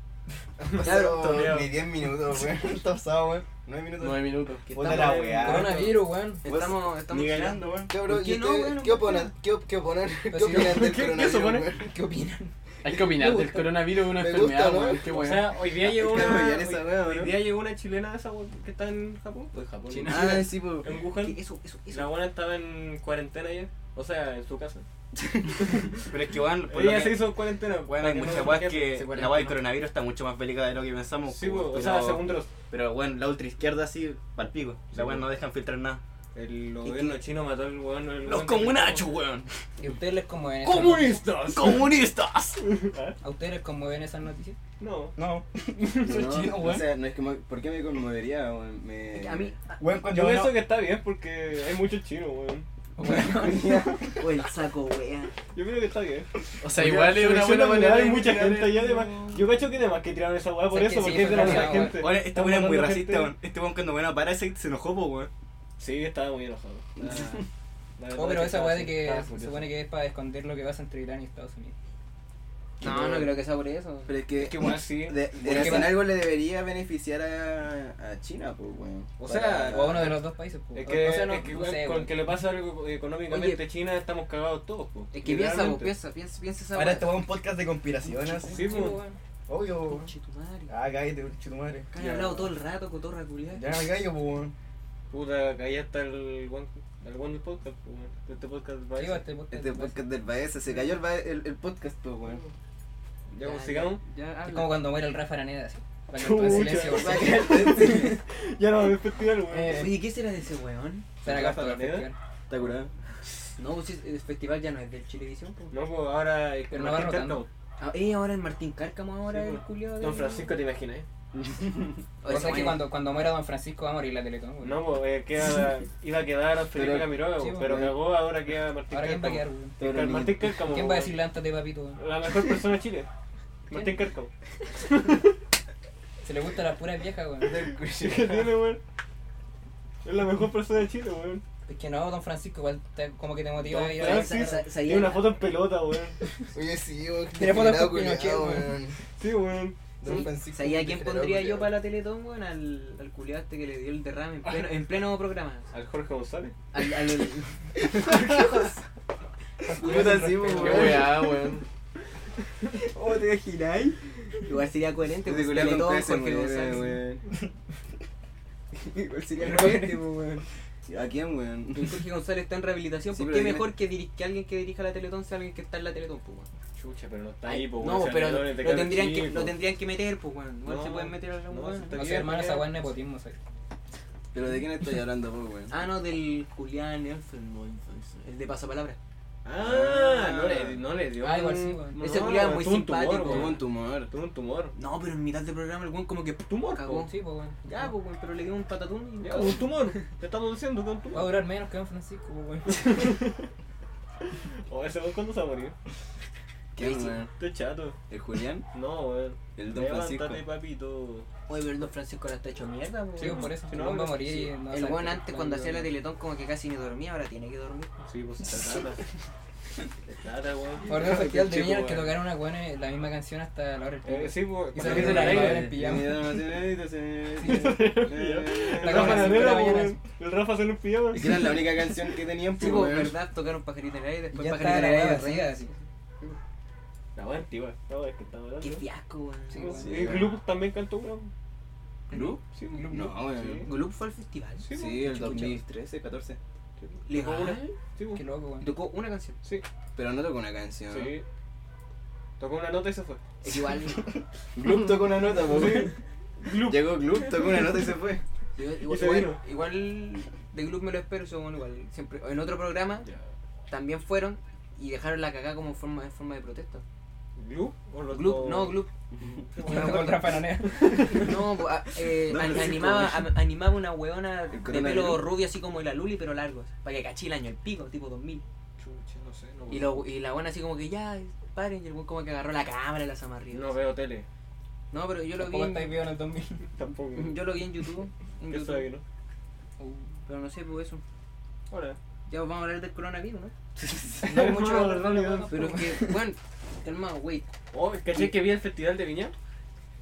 [SPEAKER 6] Han
[SPEAKER 5] pero-
[SPEAKER 6] pasado ni 10 minutos, weón. Han pasado, weón. 9 minutos.
[SPEAKER 2] Nueve minutos.
[SPEAKER 5] Que
[SPEAKER 6] Puta
[SPEAKER 5] estamos-
[SPEAKER 6] la weá.
[SPEAKER 3] Coronavirus, weón.
[SPEAKER 5] Estamos, estamos.
[SPEAKER 1] Ni ganando, weón.
[SPEAKER 6] Cabrón,
[SPEAKER 5] ¿Por
[SPEAKER 6] ¿y
[SPEAKER 5] qué no,
[SPEAKER 6] ustedes
[SPEAKER 5] weón?
[SPEAKER 6] ¿qué oponen? ¿Qué, qué oponen?
[SPEAKER 3] Pero
[SPEAKER 6] ¿Qué
[SPEAKER 3] si no-
[SPEAKER 6] opinan del
[SPEAKER 4] ¿qué- qué
[SPEAKER 6] coronavirus,
[SPEAKER 4] supone?
[SPEAKER 6] weón?
[SPEAKER 5] ¿Qué opinan?
[SPEAKER 2] Hay que opinar del coronavirus, una
[SPEAKER 6] Me
[SPEAKER 2] enfermedad,
[SPEAKER 6] gusta, ¿no?
[SPEAKER 2] weón. Qué
[SPEAKER 4] O
[SPEAKER 2] weón.
[SPEAKER 4] sea, hoy día llegó
[SPEAKER 6] Hay
[SPEAKER 4] una.
[SPEAKER 6] que apoyar
[SPEAKER 4] hoy-
[SPEAKER 6] esa weá, ¿o
[SPEAKER 4] hoy
[SPEAKER 6] no?
[SPEAKER 4] día llegó una chilena esa weá que está en Japón. Pues Japón.
[SPEAKER 5] China.
[SPEAKER 6] Ah, sí, po.
[SPEAKER 4] En Wuhan.
[SPEAKER 5] ¿Qué? Eso, eso,
[SPEAKER 4] La
[SPEAKER 5] eso.
[SPEAKER 4] buena estaba en cuarentena ya. O sea, en su casa.
[SPEAKER 1] Pero es que, weón, por lo
[SPEAKER 4] Ella se
[SPEAKER 1] que-
[SPEAKER 4] hizo en cuarentena.
[SPEAKER 1] weón, hay
[SPEAKER 4] para
[SPEAKER 1] muchas
[SPEAKER 4] no-
[SPEAKER 1] weas que
[SPEAKER 4] se
[SPEAKER 1] la wea del
[SPEAKER 4] cuarentena.
[SPEAKER 1] coronavirus está mucho más bélica de lo que pensamos. pues,
[SPEAKER 4] Sí, weón,
[SPEAKER 1] pero,
[SPEAKER 4] o sea, según los.
[SPEAKER 1] pero, weón, la ultra izquierda así, palpico.
[SPEAKER 4] Sí,
[SPEAKER 1] La weón
[SPEAKER 4] weón.
[SPEAKER 1] no dejan filtrar nada.
[SPEAKER 4] El gobierno chino mató al weón. el
[SPEAKER 1] Los
[SPEAKER 4] weón que-
[SPEAKER 1] comunachos, weón.
[SPEAKER 3] ¿Y a ustedes les conmueven esas
[SPEAKER 4] ¡Comunistas!
[SPEAKER 1] Comunistas.
[SPEAKER 3] noticias? ¿A ustedes les conmueven esas noticias?
[SPEAKER 4] No.
[SPEAKER 1] No.
[SPEAKER 3] Soy chino,
[SPEAKER 6] o
[SPEAKER 3] weón.
[SPEAKER 6] sea, no es que me- ¿por qué me conmovería, weón? Me...
[SPEAKER 5] A mí,
[SPEAKER 1] Weón,
[SPEAKER 4] Yo
[SPEAKER 1] cuando
[SPEAKER 4] pienso
[SPEAKER 1] uno-
[SPEAKER 4] que está bien porque hay muchos chinos, weón.
[SPEAKER 5] o el saco, wea.
[SPEAKER 4] Yo creo que está bien.
[SPEAKER 2] O sea, igual es una buena manera
[SPEAKER 4] Hay
[SPEAKER 2] de
[SPEAKER 4] mucha
[SPEAKER 2] mitigar
[SPEAKER 4] gente
[SPEAKER 2] el-
[SPEAKER 4] allá además. Yo cacho que además que tiraron esa weá por
[SPEAKER 3] Sí, que
[SPEAKER 4] eso,
[SPEAKER 3] sí,
[SPEAKER 4] porque es
[SPEAKER 3] fue
[SPEAKER 4] de la misma
[SPEAKER 3] planeado,
[SPEAKER 4] gente.
[SPEAKER 1] Ahora, este
[SPEAKER 4] Están
[SPEAKER 1] weón es muy
[SPEAKER 4] matando gente.
[SPEAKER 1] racista, weón. Este weón cuando bueno aparece se enojó, po, weón.
[SPEAKER 4] Sí, estaba muy enojado.
[SPEAKER 6] Ah.
[SPEAKER 4] La verdad
[SPEAKER 3] Oh, pero
[SPEAKER 4] es
[SPEAKER 3] esa
[SPEAKER 4] estaba
[SPEAKER 3] weá de
[SPEAKER 4] así,
[SPEAKER 3] que
[SPEAKER 4] estaba
[SPEAKER 3] se
[SPEAKER 4] furioso.
[SPEAKER 3] supone que es para esconder lo que pasa entre Irán y Estados Unidos.
[SPEAKER 5] No, no creo que sea por eso.
[SPEAKER 6] Pero es que,
[SPEAKER 4] Es que igual sí.
[SPEAKER 6] de, de
[SPEAKER 3] Porque
[SPEAKER 6] hacer
[SPEAKER 3] va-
[SPEAKER 6] algo le debería beneficiar a, a China, pues, weón.
[SPEAKER 4] O
[SPEAKER 6] Para-
[SPEAKER 4] sea,
[SPEAKER 3] O a uno de los dos países, po.
[SPEAKER 4] Es que,
[SPEAKER 3] o sea, no,
[SPEAKER 4] es que,
[SPEAKER 3] no
[SPEAKER 4] weón,
[SPEAKER 3] sé,
[SPEAKER 4] con
[SPEAKER 3] weón.
[SPEAKER 4] que le pasa algo económicamente
[SPEAKER 5] Oye.
[SPEAKER 4] a China estamos cagados todos, po.
[SPEAKER 5] Es que piensa, po,
[SPEAKER 4] Literalmente.
[SPEAKER 5] piensa, piensa, piensa esa
[SPEAKER 1] Ahora este
[SPEAKER 5] wea.
[SPEAKER 1] weón un podcast de conspiraciones.
[SPEAKER 4] Sí,
[SPEAKER 3] Sí,
[SPEAKER 4] po.
[SPEAKER 3] po, weón.
[SPEAKER 1] Obvio, weón.
[SPEAKER 5] Conche tu madre.
[SPEAKER 1] Ah, cállate, conche tu madre.
[SPEAKER 5] Que han hablado todo el rato, cotorra culiada.
[SPEAKER 1] Ya me callo, po, weón.
[SPEAKER 4] Puta, que ahí está el guan, el guan del podcast, po, weón. Este podcast va a
[SPEAKER 3] Sí, po, este podcast.
[SPEAKER 6] Este podcast del Baeza, se cayó el, ba- el, el podcast, pues, weón.
[SPEAKER 4] Ya, pues, sigamos.
[SPEAKER 5] Ya,
[SPEAKER 3] Es
[SPEAKER 5] habla.
[SPEAKER 3] como cuando muere el Rafa Araneda, así. Va a quedar todo en
[SPEAKER 4] Chucha.
[SPEAKER 3] silencio,
[SPEAKER 6] Va a
[SPEAKER 3] weón.
[SPEAKER 6] quedar todo en silencio.
[SPEAKER 4] Ya no, el festival, weón.
[SPEAKER 3] Eh,
[SPEAKER 5] Oye, ¿qué será de ese weón?
[SPEAKER 3] Se van a acabar todo el
[SPEAKER 4] ¿Rafa Araneda?
[SPEAKER 3] festival.
[SPEAKER 6] Está curado.
[SPEAKER 5] No, pues es- el festival ya no es del Chilevisión, po.
[SPEAKER 4] No, pues ahora es
[SPEAKER 3] Pero no va
[SPEAKER 4] Martín
[SPEAKER 3] rotando.
[SPEAKER 4] Cárcamo.
[SPEAKER 5] Ah, eh, ahora el Martín Cárcamo, ahora
[SPEAKER 4] Sí,
[SPEAKER 5] el
[SPEAKER 4] po.
[SPEAKER 5] culiado.
[SPEAKER 4] Don Francisco, ¿te imaginas? eh?
[SPEAKER 3] O sea, que cuando, cuando muera Don Francisco va a morir la Teletón, weón.
[SPEAKER 4] No, pues eh, queda, iba a quedar Felipe
[SPEAKER 6] Pero-
[SPEAKER 4] Camiroga,
[SPEAKER 3] sí,
[SPEAKER 4] weón,
[SPEAKER 3] pues,
[SPEAKER 4] pero
[SPEAKER 6] weón.
[SPEAKER 4] cagó, ahora queda Martín
[SPEAKER 3] Ahora quién va a
[SPEAKER 4] Cárcamo.
[SPEAKER 3] quedar, weón.
[SPEAKER 6] Todo
[SPEAKER 4] Cal-
[SPEAKER 6] bonito.
[SPEAKER 4] Martín Cárcamo.
[SPEAKER 3] ¿Quién va a
[SPEAKER 4] weón.
[SPEAKER 3] decir lánzate, papito? weón?
[SPEAKER 4] La mejor persona de Chile. Martín Cárcamo.
[SPEAKER 3] Se le gustan las puras viejas, weón.
[SPEAKER 4] Sí, que tiene, weón. Es la mejor persona de Chile, weón.
[SPEAKER 3] Es que no, Don Francisco, igual te- como que te motiva a ir
[SPEAKER 4] Ah,
[SPEAKER 3] a
[SPEAKER 4] sí.
[SPEAKER 5] Sa- sa-
[SPEAKER 4] Tiene una foto en pelota, weón.
[SPEAKER 6] Oye, sí, weón.
[SPEAKER 3] Tiene fotos
[SPEAKER 6] degenerado
[SPEAKER 3] con Pinochet,
[SPEAKER 6] culiao,
[SPEAKER 3] weón.
[SPEAKER 4] Sí, weón.
[SPEAKER 6] Don
[SPEAKER 5] Sí,
[SPEAKER 6] Francisco,
[SPEAKER 5] ¿Sabía
[SPEAKER 6] un
[SPEAKER 5] quién
[SPEAKER 6] degenerado
[SPEAKER 5] pondría yo
[SPEAKER 6] culiao.
[SPEAKER 5] para la Teletón, weón? Al, al culiado este que le dio el derrame en pleno, en pleno programa.
[SPEAKER 4] Al Jorge González.
[SPEAKER 5] Al, al, al-
[SPEAKER 6] Puta, sí,
[SPEAKER 2] Qué
[SPEAKER 6] weón.
[SPEAKER 2] weá, weón.
[SPEAKER 5] ¿Cómo te imagináis? Igual sería coherente,
[SPEAKER 6] Ese
[SPEAKER 5] pues
[SPEAKER 6] culiao con
[SPEAKER 5] Teletón,
[SPEAKER 6] pésimo,
[SPEAKER 5] Jorge González.
[SPEAKER 6] weón. Igual sería coherente, pues, weón. ¿A quién, weón?
[SPEAKER 5] Y Jorge González está en rehabilitación,
[SPEAKER 6] Sí,
[SPEAKER 5] ¿por
[SPEAKER 6] pero
[SPEAKER 5] qué
[SPEAKER 6] dime-
[SPEAKER 5] mejor que, diri- que alguien que dirija la Teletón sea alguien que está en la Teletón, pues, weón?
[SPEAKER 4] Chucha, pero no está ahí, pues,
[SPEAKER 5] No, pero lo,
[SPEAKER 4] lo
[SPEAKER 5] tendrían que, lo tendrían que meter, pues, weón. Igual
[SPEAKER 4] No,
[SPEAKER 5] se pueden meter a algún
[SPEAKER 4] no,
[SPEAKER 5] weón.
[SPEAKER 4] sí está
[SPEAKER 3] No sé, hermano, esa weón es nepotismo, ¿sabes?
[SPEAKER 6] ¿Pero de quién estoy hablando, pues, weón?
[SPEAKER 5] Ah, no, del Julián Elfen, no, el de pasapalabra.
[SPEAKER 4] Ah, no le, no le dio.
[SPEAKER 3] Ah, igual sí,
[SPEAKER 4] un-
[SPEAKER 3] weón.
[SPEAKER 5] Ese culiao es muy
[SPEAKER 4] tuvo un tumor,
[SPEAKER 5] simpático,
[SPEAKER 4] weón.
[SPEAKER 6] Tuvo un tumor.
[SPEAKER 4] Tuvo un tumor.
[SPEAKER 5] No, pero en mitad del programa el weón como que
[SPEAKER 4] ¿Tumor?
[SPEAKER 5] cagó.
[SPEAKER 3] Sí, pues, weón.
[SPEAKER 5] Ya, pues, weón, pero le dio un patatún y
[SPEAKER 4] Ya, pues, Un tumor. Te estamos diciendo que un
[SPEAKER 3] Va a
[SPEAKER 4] tumor.
[SPEAKER 3] durar menos que Don Francisco, pues, weón.
[SPEAKER 4] O ese weón, ¿cuándo se va a morir?
[SPEAKER 6] ¿Quién,
[SPEAKER 5] Sí, sí.
[SPEAKER 6] weón?
[SPEAKER 4] Estoy chato.
[SPEAKER 6] ¿El Julián?
[SPEAKER 4] No, weón.
[SPEAKER 6] ¿El Don Francisco?
[SPEAKER 4] Levántate, papito.
[SPEAKER 5] Oye, pero el Don Francisco ahora está hecho mierda, pues,
[SPEAKER 3] Sí,
[SPEAKER 5] weón.
[SPEAKER 3] por eso.
[SPEAKER 4] Si
[SPEAKER 3] El
[SPEAKER 4] no,
[SPEAKER 3] weón va a
[SPEAKER 4] no,
[SPEAKER 3] morir
[SPEAKER 5] Sí.
[SPEAKER 3] y no va a
[SPEAKER 5] el
[SPEAKER 3] saber
[SPEAKER 5] weón
[SPEAKER 3] qué
[SPEAKER 5] antes
[SPEAKER 3] plan,
[SPEAKER 5] cuando
[SPEAKER 3] weón.
[SPEAKER 5] hacía la Teletón como que casi ni dormía, ahora tiene que dormir.
[SPEAKER 4] Sí, pues se trata. Se trata, weón.
[SPEAKER 3] Por el festival de
[SPEAKER 4] Chico,
[SPEAKER 3] Viña, que
[SPEAKER 4] weón.
[SPEAKER 3] tocaron una weón eh, la misma canción hasta la hora del pico.
[SPEAKER 4] Eh, sí, pues.
[SPEAKER 3] Y
[SPEAKER 4] para
[SPEAKER 3] salieron
[SPEAKER 4] que
[SPEAKER 3] a la
[SPEAKER 4] alegre.
[SPEAKER 3] calle en pijama.
[SPEAKER 4] Eh, El
[SPEAKER 3] Sacaron
[SPEAKER 4] Rafa
[SPEAKER 3] a las cinco de la
[SPEAKER 4] Nanera,
[SPEAKER 3] mañana.
[SPEAKER 4] weón. El Rafa sale un pijama.
[SPEAKER 6] Es que era la única canción que tenían,
[SPEAKER 5] Sí,
[SPEAKER 6] pues,
[SPEAKER 5] pues,
[SPEAKER 6] weón.
[SPEAKER 5] verdad, tocaron pajarito en el aire,
[SPEAKER 3] Y
[SPEAKER 5] después
[SPEAKER 3] ya
[SPEAKER 5] pajarito
[SPEAKER 3] estaba
[SPEAKER 5] en
[SPEAKER 3] la
[SPEAKER 5] el
[SPEAKER 3] weá
[SPEAKER 5] aire.
[SPEAKER 3] vacía,
[SPEAKER 5] arriba.
[SPEAKER 3] así.
[SPEAKER 4] La weón antigua. No, es que está hablando.
[SPEAKER 5] Qué fiasco, weón.
[SPEAKER 3] Sí,
[SPEAKER 4] Sí, pues,
[SPEAKER 3] weón.
[SPEAKER 4] El Gloop también cantó, weón.
[SPEAKER 6] ¿Gloop?
[SPEAKER 4] Sí, un Gloop.
[SPEAKER 6] No, weón.
[SPEAKER 4] Sí.
[SPEAKER 5] Golup fue al festival.
[SPEAKER 4] Sí,
[SPEAKER 6] Sí, el
[SPEAKER 3] Chucha.
[SPEAKER 6] 2013, 14.
[SPEAKER 4] Sí, tocó una-
[SPEAKER 5] Legal.
[SPEAKER 4] Sí,
[SPEAKER 3] Qué
[SPEAKER 4] weón.
[SPEAKER 3] loco,
[SPEAKER 5] Y
[SPEAKER 3] weón.
[SPEAKER 5] Tocó una canción.
[SPEAKER 4] Sí,
[SPEAKER 6] Pero no tocó una canción.
[SPEAKER 4] sí. Tocó una nota y se fue.
[SPEAKER 5] Es igual.
[SPEAKER 6] Gloop tocó una nota, pues.
[SPEAKER 4] Gloop.
[SPEAKER 6] Llegó Gloop, tocó una nota y se fue.
[SPEAKER 5] Igual,
[SPEAKER 4] se
[SPEAKER 5] igual-
[SPEAKER 4] vino.
[SPEAKER 5] igual de Gloop me lo espero, eso, bueno, igual siempre. En otro programa
[SPEAKER 4] Ya.
[SPEAKER 5] también fueron y dejaron la cagada como forma, en forma de protesta.
[SPEAKER 4] ¿Gloop? ¿O los
[SPEAKER 5] Gloop, no, Gloop.
[SPEAKER 3] Una con Rafa Nanea.
[SPEAKER 5] No, po, a- eh,
[SPEAKER 6] No,
[SPEAKER 5] an-
[SPEAKER 6] pero sí,
[SPEAKER 5] animaba,
[SPEAKER 6] como-
[SPEAKER 5] am- animaba una weona de
[SPEAKER 6] El coronavirus.
[SPEAKER 5] pelo rubio así como la Luli, pero largo. así, Para que caché el año el pico, tipo 2000.
[SPEAKER 4] Chucha, no sé. No,
[SPEAKER 5] Y, lo- y la buena así como que ya, eh, paren. Y el weón como que agarró la cámara y la amarrió.
[SPEAKER 4] no veo tele.
[SPEAKER 5] No, pero yo lo vi.
[SPEAKER 3] Tampoco estáis
[SPEAKER 5] En,
[SPEAKER 3] vivos en el 2000.
[SPEAKER 4] Tampoco.
[SPEAKER 5] yo lo vi en YouTube. En
[SPEAKER 4] ¿Qué
[SPEAKER 5] YouTube.
[SPEAKER 4] sabe, no?
[SPEAKER 5] Uh, pero no sé, pues eso.
[SPEAKER 4] Hola.
[SPEAKER 5] Ya vamos a hablar del coronavirus, ¿no?
[SPEAKER 4] No hay mucho
[SPEAKER 3] hablar de la weá,
[SPEAKER 5] Pero es que, bueno, calmado, wait.
[SPEAKER 4] Oh, ¿Caché que vi el festival de Viña?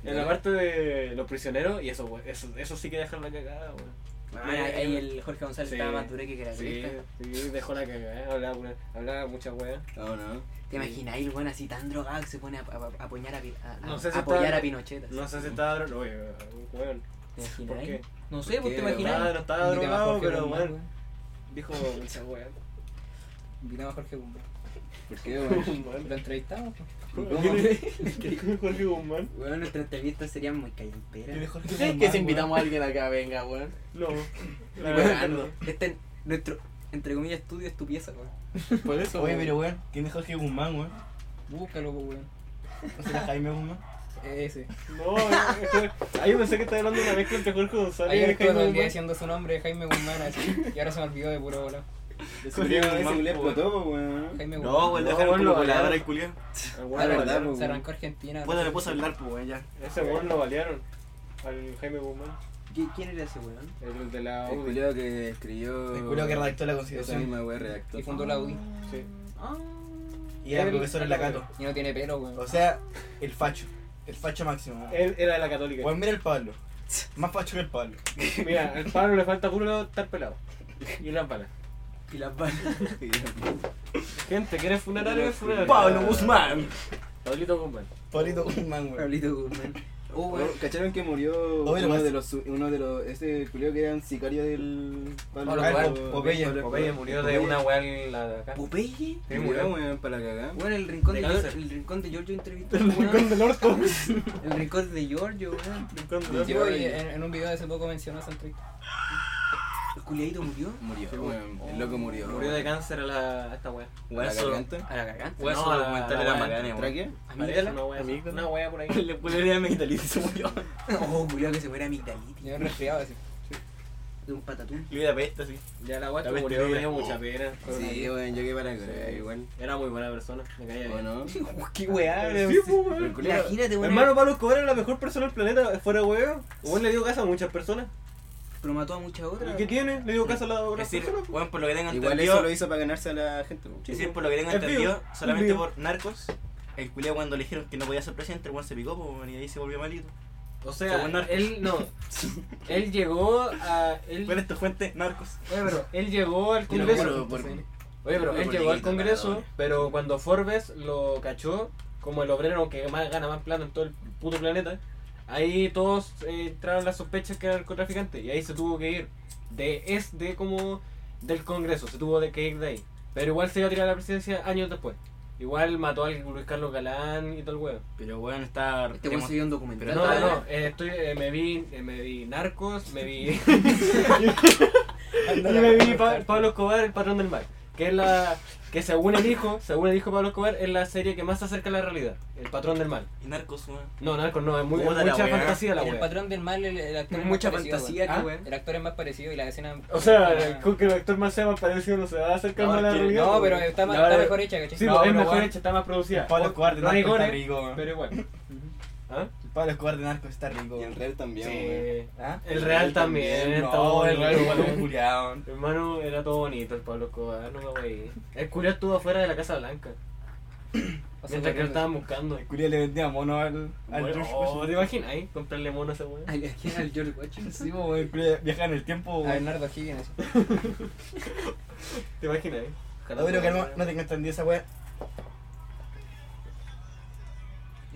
[SPEAKER 4] En la
[SPEAKER 6] Ya.
[SPEAKER 4] parte de los prisioneros, y eso, weón, eso, eso sí que dejaron la cagada, weón.
[SPEAKER 5] Ah, ahí el Jorge González
[SPEAKER 4] Sí.
[SPEAKER 5] estaba más duro que era
[SPEAKER 4] Sí,
[SPEAKER 5] cresta.
[SPEAKER 4] sí, dejó la cagada, ¿eh? hablaba, una- hablaba mucha weá.
[SPEAKER 6] No, no.
[SPEAKER 5] ¿Te imagináis el weón así tan drogado que se pone a, a- a apoyar a, Pi- a- a-
[SPEAKER 4] No sé si
[SPEAKER 5] a apoyar
[SPEAKER 4] estaba-
[SPEAKER 5] a Pinochet? así?
[SPEAKER 4] No sé si estaba drogado, oye, weón,
[SPEAKER 5] ¿Te
[SPEAKER 4] ¿por qué?
[SPEAKER 5] imagináis? No sé, vos te
[SPEAKER 6] Porque
[SPEAKER 5] imagináis.
[SPEAKER 4] Estaba- no
[SPEAKER 3] Invitamos a
[SPEAKER 4] estaba drogado,
[SPEAKER 3] Jorge
[SPEAKER 4] pero
[SPEAKER 3] Guzmán,
[SPEAKER 4] weón, dijo mucha weá.
[SPEAKER 3] Invitamos a Jorge Guzmán.
[SPEAKER 6] ¿Por qué, weón?
[SPEAKER 3] Lo entrevistamos. pues.
[SPEAKER 4] ¿Quién es Jorge Guzmán?
[SPEAKER 5] Bueno, nuestra entrevista sería muy callamperas.
[SPEAKER 2] ¿Tú crees que si invitamos a alguien acá, venga, weón?
[SPEAKER 4] No. La verdad que no.
[SPEAKER 5] Bueno, Este es nuestro, entre comillas, estudio es tu pieza, weón.
[SPEAKER 2] Por eso,
[SPEAKER 1] Oye,
[SPEAKER 2] weón.
[SPEAKER 1] pero weón, ¿quién es Jorge Guzmán, weón?
[SPEAKER 3] Búscalo, pues, weón. Eh,
[SPEAKER 1] ¿No será Jaime Guzmán?
[SPEAKER 3] Ese.
[SPEAKER 4] No, ahí pensé que estaba hablando una vez entre Jorge González
[SPEAKER 3] Ayer
[SPEAKER 4] y
[SPEAKER 3] estuve todo el día
[SPEAKER 4] Jaime
[SPEAKER 3] diciendo su nombre, Jaime Guzmán, así. Y ahora se me olvidó de puro bola.
[SPEAKER 1] Julio Guzmán,
[SPEAKER 6] le
[SPEAKER 1] po,
[SPEAKER 6] explotó, weón.
[SPEAKER 3] Jaime Guzmán.
[SPEAKER 1] No, weón, le
[SPEAKER 4] No,
[SPEAKER 1] dejaron
[SPEAKER 4] weón, lo
[SPEAKER 1] como colador
[SPEAKER 4] balearon.
[SPEAKER 1] al culiao.
[SPEAKER 3] Ah,
[SPEAKER 6] la
[SPEAKER 4] weón.
[SPEAKER 6] verdad,
[SPEAKER 3] se
[SPEAKER 6] pues,
[SPEAKER 3] arrancó Argentina.
[SPEAKER 1] Puta, me puse a hablar, pues, weón, ya.
[SPEAKER 4] Ese weón lo balearon. Al Jaime Guzmán.
[SPEAKER 5] ¿Qui- ¿Quién era ese weón?
[SPEAKER 4] El de la
[SPEAKER 6] El
[SPEAKER 4] UDI.
[SPEAKER 6] Ah, culiao que escribió.
[SPEAKER 7] El culo que redactó la
[SPEAKER 6] Esa
[SPEAKER 7] constitución.
[SPEAKER 6] misma weón redactó.
[SPEAKER 3] Y fundó la UDI.
[SPEAKER 4] Sí.
[SPEAKER 5] Ah,
[SPEAKER 7] Y era profesor en la Cato.
[SPEAKER 3] Y no tiene pelo, weón.
[SPEAKER 7] O sea, el facho. El facho máximo. ¿eh?
[SPEAKER 4] Él era de la católica.
[SPEAKER 7] Bueno, mira el Pablo. Más facho que el Pablo.
[SPEAKER 4] Mira, al Pablo le falta puro estar pelado. Y unas balas.
[SPEAKER 5] y las balas.
[SPEAKER 4] Gente, ¿quieres funar a alguien? Funar a alguien.
[SPEAKER 1] Pablo Guzmán.
[SPEAKER 4] Pablito Guzmán.
[SPEAKER 7] Pablito Guzmán, güey.
[SPEAKER 5] Pablito Guzmán. Oh,
[SPEAKER 6] Oh,
[SPEAKER 5] weón.
[SPEAKER 6] ¿Cacharon que murió
[SPEAKER 7] Oye,
[SPEAKER 6] uno
[SPEAKER 7] nomás.
[SPEAKER 6] de los su- uno de los ese culiao que era un sicario del
[SPEAKER 3] Pablo Escobar.
[SPEAKER 7] Popeye.
[SPEAKER 6] Pablo Escobar.
[SPEAKER 7] Popeye
[SPEAKER 4] Murió de una weá en la acá.
[SPEAKER 5] ¿Popeye?
[SPEAKER 4] Sí,
[SPEAKER 6] Murió,
[SPEAKER 4] murió.
[SPEAKER 6] weón, para la cagada.
[SPEAKER 5] Bueno, el rincón de,
[SPEAKER 4] De
[SPEAKER 5] Giorgio-
[SPEAKER 4] cáncer.
[SPEAKER 5] el rincón de Giorgio entrevistó
[SPEAKER 4] El
[SPEAKER 5] al
[SPEAKER 4] rincón
[SPEAKER 5] weón.
[SPEAKER 4] del orto.
[SPEAKER 5] El rincón de Giorgio, weón.
[SPEAKER 4] El
[SPEAKER 3] Sí,
[SPEAKER 4] rincón
[SPEAKER 3] oye,
[SPEAKER 4] del orto.
[SPEAKER 3] en, en un video de hace poco mencionó a Santric.
[SPEAKER 5] El culiadito murió.
[SPEAKER 6] Murió, weón. El loco murió.
[SPEAKER 4] Murió de cáncer a, la, a esta weá.
[SPEAKER 6] ¿Para
[SPEAKER 1] Weón,
[SPEAKER 6] la
[SPEAKER 1] eso.
[SPEAKER 6] garganta?
[SPEAKER 5] A la garganta.
[SPEAKER 1] Weón, eso
[SPEAKER 4] No, a la-
[SPEAKER 1] documental
[SPEAKER 4] a la
[SPEAKER 1] era
[SPEAKER 4] weá.
[SPEAKER 1] Magallanes, weón.
[SPEAKER 6] ¿Tráquea?
[SPEAKER 4] Amígdala. Una weá, así. una weá por ahí.
[SPEAKER 1] Le puse la amigdalitis y se murió.
[SPEAKER 5] Oh, culiado que se muere amigdalitis.
[SPEAKER 3] Yo resfriado así.
[SPEAKER 5] De un patatún.
[SPEAKER 1] Le dio peste, sí.
[SPEAKER 4] Ya la weá
[SPEAKER 1] La
[SPEAKER 4] que
[SPEAKER 1] peste
[SPEAKER 4] murió me
[SPEAKER 1] negra.
[SPEAKER 4] dio mucha pena.
[SPEAKER 6] Sí, weón, yo que para la cagada igual.
[SPEAKER 4] Era muy buena persona. Me caía
[SPEAKER 6] ¿O
[SPEAKER 4] bien.
[SPEAKER 6] no?
[SPEAKER 5] Qué weá,
[SPEAKER 4] Sí,
[SPEAKER 5] weón.
[SPEAKER 4] pues, weón.
[SPEAKER 6] El culiao-
[SPEAKER 5] Imagínate, weón.
[SPEAKER 4] Hermano Pablo Escobar era la mejor persona del planeta, fuera huevo. Weón le dio casa a muchas personas.
[SPEAKER 5] Pero mató a muchas
[SPEAKER 4] ¿Y
[SPEAKER 5] otras.
[SPEAKER 4] qué tiene? Le dio casa a las
[SPEAKER 1] Es
[SPEAKER 4] otras
[SPEAKER 1] decir,
[SPEAKER 4] personas. po.
[SPEAKER 1] weón, por lo que tengo
[SPEAKER 6] Igual eso
[SPEAKER 1] entendido.
[SPEAKER 6] lo hizo para ganarse a la gente. weón.
[SPEAKER 1] Es decir, por lo que tengo
[SPEAKER 4] Es vivo,
[SPEAKER 1] entendido,
[SPEAKER 4] es
[SPEAKER 1] solamente
[SPEAKER 4] vivo.
[SPEAKER 1] por narcos. El culiao cuando le dijeron que no podía ser presidente, el weón se picó, pues, weón, y ahí se volvió malito.
[SPEAKER 4] O
[SPEAKER 1] Según
[SPEAKER 4] sea,
[SPEAKER 1] Narcos.
[SPEAKER 4] él no. él llegó a. Él,
[SPEAKER 1] ¿Cuál es tu fuente? Narcos.
[SPEAKER 4] Oye, pero él llegó al
[SPEAKER 6] Te lo
[SPEAKER 4] Congreso.
[SPEAKER 6] juro, por-
[SPEAKER 4] Oye, pero él
[SPEAKER 6] Por
[SPEAKER 4] llegó al
[SPEAKER 6] Lilito
[SPEAKER 4] Congreso,
[SPEAKER 6] Maradona.
[SPEAKER 4] pero cuando Forbes lo cachó como el obrero que más gana más plata en todo el puto planeta, ahí todos eh, entraron las sospechas que era narcotraficante y ahí se tuvo que ir. De es de como del Congreso, se tuvo de que ir de ahí. Pero igual se iba a tirar a la presidencia años después. Igual mató al Luis Carlos Galán y todo el huevo.
[SPEAKER 1] Pero weón, está.
[SPEAKER 5] Este weón se dio un documental.
[SPEAKER 1] Pero
[SPEAKER 4] No, no,
[SPEAKER 5] weón.
[SPEAKER 4] no, eh, estoy, eh, me, vi, eh, me vi Narcos, me vi. y me vi Pa- Pablo Escobar, el patrón del mar. Que es la. Que según el hijo, según el hijo Pablo Escobar, es la serie que más se acerca a la realidad. El patrón del mal.
[SPEAKER 1] Y narcos, weón.
[SPEAKER 4] No, Narcos no, es, muy, es
[SPEAKER 1] Puta la
[SPEAKER 4] mucha
[SPEAKER 1] weá.
[SPEAKER 4] fantasía la
[SPEAKER 3] Y el
[SPEAKER 4] wea.
[SPEAKER 3] patrón del mal, el, el actor es más
[SPEAKER 5] Mucha
[SPEAKER 3] parecido,
[SPEAKER 5] fantasía,
[SPEAKER 4] weón.
[SPEAKER 5] que
[SPEAKER 4] Ah.
[SPEAKER 3] weón.
[SPEAKER 5] weón.
[SPEAKER 3] El actor es más parecido y la escena.
[SPEAKER 4] O sea,
[SPEAKER 3] Ah.
[SPEAKER 4] con que el actor más sea más parecido no se va a acercar
[SPEAKER 1] No,
[SPEAKER 4] más a la
[SPEAKER 1] que-
[SPEAKER 4] realidad.
[SPEAKER 3] No, pero
[SPEAKER 4] weón.
[SPEAKER 3] está, más-
[SPEAKER 4] La
[SPEAKER 3] está
[SPEAKER 4] verdad-
[SPEAKER 3] mejor hecha, ¿cachai?
[SPEAKER 4] Sí,
[SPEAKER 7] No,
[SPEAKER 4] pues, es
[SPEAKER 7] pero
[SPEAKER 4] mejor
[SPEAKER 7] weón.
[SPEAKER 4] hecha, está más producida.
[SPEAKER 7] Pablo Escobar de
[SPEAKER 4] No
[SPEAKER 7] narcos está
[SPEAKER 4] rigores,
[SPEAKER 7] rico, weón.
[SPEAKER 4] Pero igual. ¿Ah?
[SPEAKER 7] El Pablo Escobar de narcos está rico.
[SPEAKER 6] Y el
[SPEAKER 7] weón.
[SPEAKER 6] real también, weón.
[SPEAKER 4] Sí.
[SPEAKER 7] ¿Ah?
[SPEAKER 4] El Real también, está
[SPEAKER 7] No, el
[SPEAKER 4] bueno.
[SPEAKER 7] real igual es un culiao.
[SPEAKER 4] Hermano, era todo bonito el Pablo Escobar, no me voy. El curia estuvo afuera de la Casa Blanca.
[SPEAKER 3] O sea,
[SPEAKER 4] pues, Mientras que lo
[SPEAKER 3] cuando-
[SPEAKER 4] estaban buscando.
[SPEAKER 7] El culiao le vendía mono al, al
[SPEAKER 4] Bueno,
[SPEAKER 7] George
[SPEAKER 1] oh,
[SPEAKER 7] Washington.
[SPEAKER 4] ¿Te imaginas ahí? Comprarle mono a ese weón.
[SPEAKER 5] Ay, ¿Quién era el George Washington?
[SPEAKER 7] Sí, weón, el culiao viaja en el tiempo,
[SPEAKER 3] A
[SPEAKER 7] weón.
[SPEAKER 3] Bernardo Higgins.
[SPEAKER 4] ¿Te imaginas ahí? Ojalá
[SPEAKER 7] No, pero que no,
[SPEAKER 4] fuera.
[SPEAKER 7] no tengo entendido esa weá.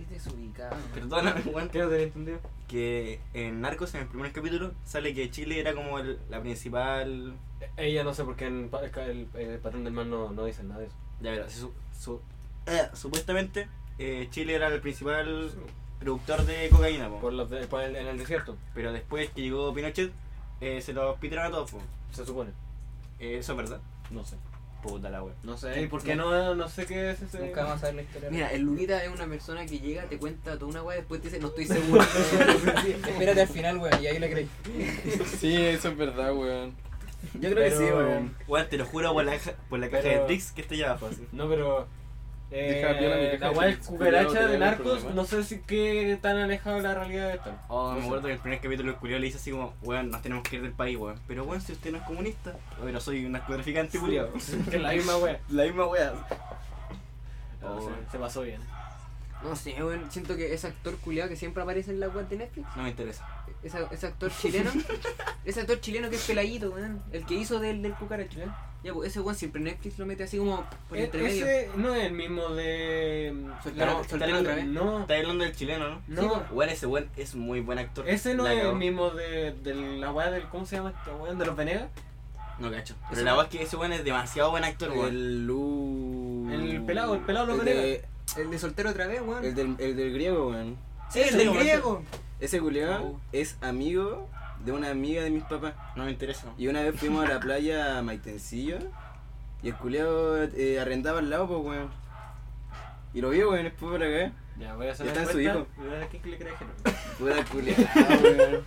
[SPEAKER 5] Es desubicado.
[SPEAKER 1] Perdóname, weón.
[SPEAKER 4] ¿Qué no tenía entendido?
[SPEAKER 1] Que en Narcos, en el primer capítulo, sale que Chile era como el- la principal.
[SPEAKER 4] Eh, Ella no sé por qué en pa- el, el, el patrón del mal no, no dice nada de eso.
[SPEAKER 1] Ya verás, su- su- eh, supuestamente eh, Chile era el principal productor de cocaína, po.
[SPEAKER 4] Por los de- por el- en el desierto,
[SPEAKER 1] pero después que llegó Pinochet, eh, se los pitaron a todos. po.
[SPEAKER 4] se supone.
[SPEAKER 1] Eh, eso es verdad.
[SPEAKER 4] No sé.
[SPEAKER 1] Puta la wea.
[SPEAKER 4] No sé. ¿Y por qué no, no sé qué es ese?
[SPEAKER 3] Nunca vamos a saber la historia.
[SPEAKER 5] Mira, el Luquita es una persona que llega, te cuenta toda una weá, después te dice, no estoy seguro.
[SPEAKER 3] Espérate al final, weón, y ahí le creí.
[SPEAKER 2] Sí, eso es verdad, weón.
[SPEAKER 6] Yo creo que
[SPEAKER 4] Pero-
[SPEAKER 6] sí, weón.
[SPEAKER 1] Weón, te lo juro por la, ja- por la caja
[SPEAKER 4] Pero-
[SPEAKER 1] de Dix que está allá abajo. Así.
[SPEAKER 4] No, pero. Eh,
[SPEAKER 2] Deja piola mi caja
[SPEAKER 4] la
[SPEAKER 2] de
[SPEAKER 4] guay
[SPEAKER 2] Twix,
[SPEAKER 4] cucaracha
[SPEAKER 2] cuidado,
[SPEAKER 4] de
[SPEAKER 2] te va a haber
[SPEAKER 4] narcos,
[SPEAKER 2] problemas.
[SPEAKER 4] no sé si qué tan alejado de la realidad de esto.
[SPEAKER 1] Oh, me acuerdo que el primer capítulo el culiao le dice así como, weón, nos tenemos que ir del país, weón. Pero weón, si usted no es comunista, pero soy un narcotraficante, Este culiao.
[SPEAKER 4] Que es la misma wea.
[SPEAKER 1] La misma wea.
[SPEAKER 4] No,
[SPEAKER 1] Oh.
[SPEAKER 4] se- Se pasó bien.
[SPEAKER 5] No sé, weón, siento que ese actor culiado que siempre aparece en la web de Netflix,
[SPEAKER 1] No me interesa.
[SPEAKER 5] esa- ese actor chileno, ese actor chileno que es peladito, weón, el que hizo del, del cucaracho. Ya, pues ese weón siempre Netflix lo mete así como por
[SPEAKER 4] E-
[SPEAKER 5] entre medio.
[SPEAKER 4] ese no es el mismo de.
[SPEAKER 5] Soltaron-
[SPEAKER 4] no,
[SPEAKER 5] soltaron otra vez.
[SPEAKER 4] No,
[SPEAKER 1] Está hablando del chileno, ¿no?
[SPEAKER 5] Sí,
[SPEAKER 4] no.
[SPEAKER 1] Weón, ese weón es muy buen actor.
[SPEAKER 4] Ese no
[SPEAKER 1] La
[SPEAKER 4] es el
[SPEAKER 1] cagó.
[SPEAKER 4] mismo de, de la weá del. ¿Cómo se llama este weón? ¿De los Venegas?
[SPEAKER 1] No cacho. Pero
[SPEAKER 5] Ese
[SPEAKER 1] la
[SPEAKER 5] no.
[SPEAKER 1] weá es que ese weón es demasiado buen actor, weón.
[SPEAKER 6] El Lu.
[SPEAKER 4] El pelado, el pelado lo
[SPEAKER 6] el
[SPEAKER 4] maneja.
[SPEAKER 6] de-
[SPEAKER 5] El de soltero otra vez, weón.
[SPEAKER 6] El del, el del griego, weón.
[SPEAKER 1] Sí, el del griego.
[SPEAKER 6] Ese culiao
[SPEAKER 1] Oh.
[SPEAKER 6] es amigo de una amiga de mis papás.
[SPEAKER 1] No me interesa.
[SPEAKER 6] Y una vez fuimos a la playa a Maitencillo y el culiao eh, arrendaba al lado, pues, weón. Y lo vi, weón, después para acá.
[SPEAKER 4] Ya, voy a hacer
[SPEAKER 6] Ya
[SPEAKER 4] la
[SPEAKER 6] está su
[SPEAKER 4] encuesta. Y voy a ver qué le crees que no.
[SPEAKER 6] Puta culiada, weón.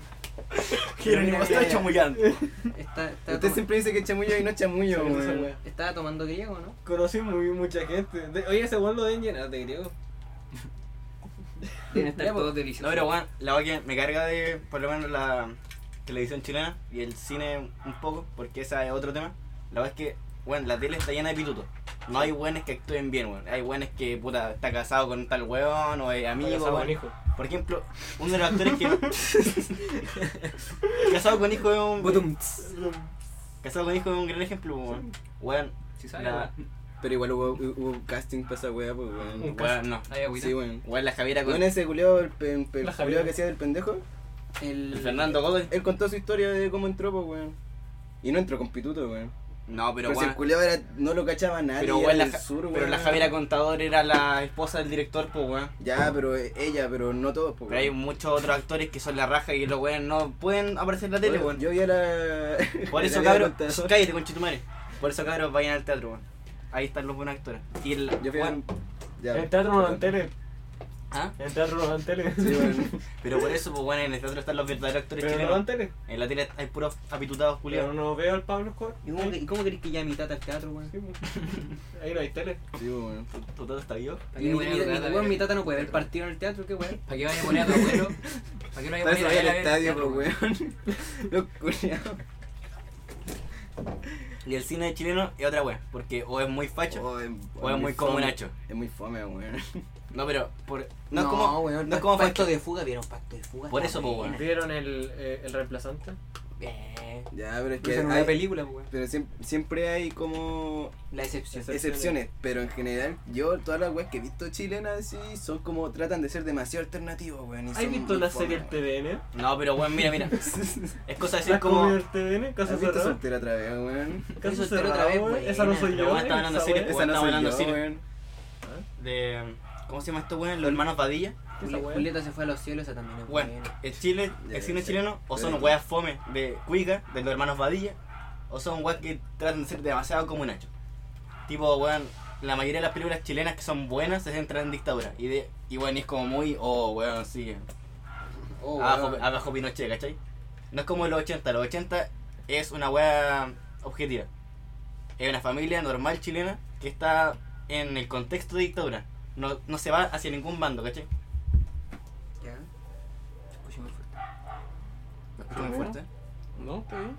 [SPEAKER 1] Jerónimo está chamullando.
[SPEAKER 5] Está, está
[SPEAKER 6] eh, Usted
[SPEAKER 5] toma-
[SPEAKER 6] siempre dice que chamullo y no es chamullo, weón.
[SPEAKER 5] Estaba tomando griego, ¿no?
[SPEAKER 4] Conocí muy, mucha gente. De- oye, ese weón lo deben llenar de griego.
[SPEAKER 5] Deben estar
[SPEAKER 4] Ya, pues.
[SPEAKER 5] todos deliciosos.
[SPEAKER 1] No, pero weón, la weá que me carga de por lo menos la televisión chilena y el cine un poco, porque esa es otro tema. La verdad es que, weón, la tele está llena de pitutos. No hay weones que actúen bien, weón. Hay weones que, puta, está casado con tal weón o es amigo,
[SPEAKER 4] Casado con
[SPEAKER 1] weón.
[SPEAKER 4] hijo.
[SPEAKER 1] Por ejemplo, uno de los actores que. casado con hijo es un.
[SPEAKER 5] Botum.
[SPEAKER 1] Casado con hijo es un gran ejemplo, weón. Weón,
[SPEAKER 5] Si sabes,
[SPEAKER 1] la.
[SPEAKER 6] Pero igual hubo, hubo un casting para esa weá, pues,
[SPEAKER 4] Un
[SPEAKER 6] weón.
[SPEAKER 1] Weón, no.
[SPEAKER 5] Ay, agüita.
[SPEAKER 6] Sí, weón.
[SPEAKER 1] Weón, la Javiera con.
[SPEAKER 6] Con ese culiado, el, pen- pe-
[SPEAKER 4] La
[SPEAKER 6] culiao
[SPEAKER 4] Javiera.
[SPEAKER 6] que hacía del pendejo,
[SPEAKER 1] el
[SPEAKER 5] El...
[SPEAKER 1] Fernando Godoy.
[SPEAKER 6] él contó su historia de cómo entró, pues, weón. Y no entró con pituto, weón.
[SPEAKER 1] No, pero,
[SPEAKER 6] Pero, si
[SPEAKER 1] weón.
[SPEAKER 6] Pues el culiado era, no lo cachaba nadie,
[SPEAKER 1] Pero,
[SPEAKER 6] era
[SPEAKER 1] weón, la,
[SPEAKER 6] del
[SPEAKER 1] Ja-
[SPEAKER 6] sur,
[SPEAKER 1] pero
[SPEAKER 6] weón.
[SPEAKER 1] la Javiera Contador era la esposa del director, pues, weón.
[SPEAKER 6] Ya, pero eh, ella, pero no todos, pues,
[SPEAKER 1] Pero hay
[SPEAKER 6] weón.
[SPEAKER 1] muchos otros actores que son la raja y los weones no pueden aparecer en la tele,
[SPEAKER 6] Bueno,
[SPEAKER 1] weón.
[SPEAKER 6] Yo vi a la...
[SPEAKER 1] Por
[SPEAKER 6] la
[SPEAKER 1] eso,
[SPEAKER 6] vida
[SPEAKER 1] cabros,
[SPEAKER 6] contador.
[SPEAKER 1] shh, cállate, conchetumare. Por eso, cabros, vayan al teatro, weón. Ahí están los buenos actores. Y el,
[SPEAKER 6] Yo fui a...
[SPEAKER 1] weón,
[SPEAKER 6] Ya,
[SPEAKER 4] En el teatro no dan
[SPEAKER 6] perdón.
[SPEAKER 4] tele.
[SPEAKER 1] ¿ah?
[SPEAKER 4] En el teatro no dan tele.
[SPEAKER 6] Sí, weón.
[SPEAKER 1] Pero por eso, pues, bueno, en el teatro están los verdaderos actores
[SPEAKER 4] Pero no
[SPEAKER 1] chilenos.
[SPEAKER 4] dan tele.
[SPEAKER 1] En la tele hay puros apitutados
[SPEAKER 4] Pero
[SPEAKER 1] culiados.
[SPEAKER 4] no veo al Pablo Escobar.
[SPEAKER 5] ¿Y cómo, que- y cómo querés que ya mitad al teatro, weón?
[SPEAKER 4] Sí, pues. Ahí no hay tele.
[SPEAKER 6] Sí, weón.
[SPEAKER 1] ¿Tu tato está vivo?
[SPEAKER 5] Y mi,
[SPEAKER 3] ¿Para
[SPEAKER 5] mi-
[SPEAKER 3] qué voy a
[SPEAKER 5] mi-
[SPEAKER 3] ver-
[SPEAKER 5] weón, mi tata no puede ver partido en el teatro, qué weón.
[SPEAKER 3] ¿Para qué vaya a poner a tu abuelo? ¿Para qué lo vaya a poner
[SPEAKER 6] Para eso
[SPEAKER 3] a
[SPEAKER 6] voy al
[SPEAKER 3] él a ver
[SPEAKER 6] estadio,
[SPEAKER 3] teatro,
[SPEAKER 6] pues, weón. Los culiados.
[SPEAKER 1] Y el cine chileno es otra wea, porque o es muy facho
[SPEAKER 6] Oh, es,
[SPEAKER 1] o es muy
[SPEAKER 6] fome.
[SPEAKER 1] comunacho.
[SPEAKER 6] Es muy fome, weón.
[SPEAKER 1] No, pero por, no, es como,
[SPEAKER 5] weón,
[SPEAKER 1] no es como
[SPEAKER 5] pacto
[SPEAKER 1] facho.
[SPEAKER 5] de fuga, vieron pacto de fuga.
[SPEAKER 1] Por
[SPEAKER 5] Está
[SPEAKER 1] eso, pues,
[SPEAKER 5] buena.
[SPEAKER 4] ¿Vieron el, eh, el reemplazante?
[SPEAKER 5] Bien.
[SPEAKER 6] Ya, pero es que
[SPEAKER 5] Pues en una
[SPEAKER 6] hay-
[SPEAKER 5] película, pues, weón.
[SPEAKER 6] Pero siem- siempre, hay como
[SPEAKER 5] La excepción.
[SPEAKER 4] Ese-
[SPEAKER 6] excepciones, pero en general yo todas las weas que he visto chilenas sí son como tratan de ser demasiado alternativos, weón. y
[SPEAKER 4] ¿Has
[SPEAKER 6] son
[SPEAKER 4] visto
[SPEAKER 6] muy
[SPEAKER 4] la
[SPEAKER 6] fome,
[SPEAKER 4] serie El
[SPEAKER 6] weón.
[SPEAKER 4] TVN?
[SPEAKER 1] No, pero weón, mira, mira. Es cosa de
[SPEAKER 4] ¿Has
[SPEAKER 1] decir
[SPEAKER 4] comido
[SPEAKER 1] como.
[SPEAKER 4] el TVN? ¿Casa
[SPEAKER 6] ¿Has visto
[SPEAKER 4] cerrada?
[SPEAKER 6] soltera otra vez, weón?
[SPEAKER 4] ¿Casa
[SPEAKER 5] Soltero otra
[SPEAKER 4] cerrada?
[SPEAKER 5] vez,
[SPEAKER 4] weón.
[SPEAKER 5] buena.
[SPEAKER 4] Esa no soy
[SPEAKER 1] Pero
[SPEAKER 4] yo.
[SPEAKER 1] weón, está hablando
[SPEAKER 4] esa
[SPEAKER 1] serie.
[SPEAKER 4] weón-
[SPEAKER 1] Weón,
[SPEAKER 6] Esa no
[SPEAKER 1] estaba
[SPEAKER 6] soy
[SPEAKER 1] hablando
[SPEAKER 6] yo,
[SPEAKER 1] cine.
[SPEAKER 6] weón.
[SPEAKER 1] de ¿Cómo se llama esto, weón? Los hermanos Padilla.
[SPEAKER 4] esa
[SPEAKER 5] Juli-
[SPEAKER 4] weón.
[SPEAKER 5] Julieta se fue a los cielos, esa también es
[SPEAKER 1] Bueno,
[SPEAKER 5] buena.
[SPEAKER 1] el Chile,
[SPEAKER 6] Ya,
[SPEAKER 1] el cine
[SPEAKER 6] sí.
[SPEAKER 1] chileno, o son
[SPEAKER 6] Pero-
[SPEAKER 1] weas fome de Cuica, de los hermanos Badilla, o son weas que tratan de ser demasiado comunachos. Tipo, weón, la mayoría de las películas chilenas que son buenas se centran en dictadura. Y, de, y weón, y es como muy, oh, weón, sí,
[SPEAKER 5] Oh,
[SPEAKER 1] abajo,
[SPEAKER 5] weón.
[SPEAKER 1] abajo Pinochet, ¿cachai? No es como los 80, los 80 es una wea objetiva. Es una familia normal chilena que está en el contexto de dictadura. No, no se va hacia ningún bando, ¿cachai?
[SPEAKER 5] Ya. Escuché muy fuerte.
[SPEAKER 1] Me escucho muy fuerte. pues,
[SPEAKER 2] No, está bien.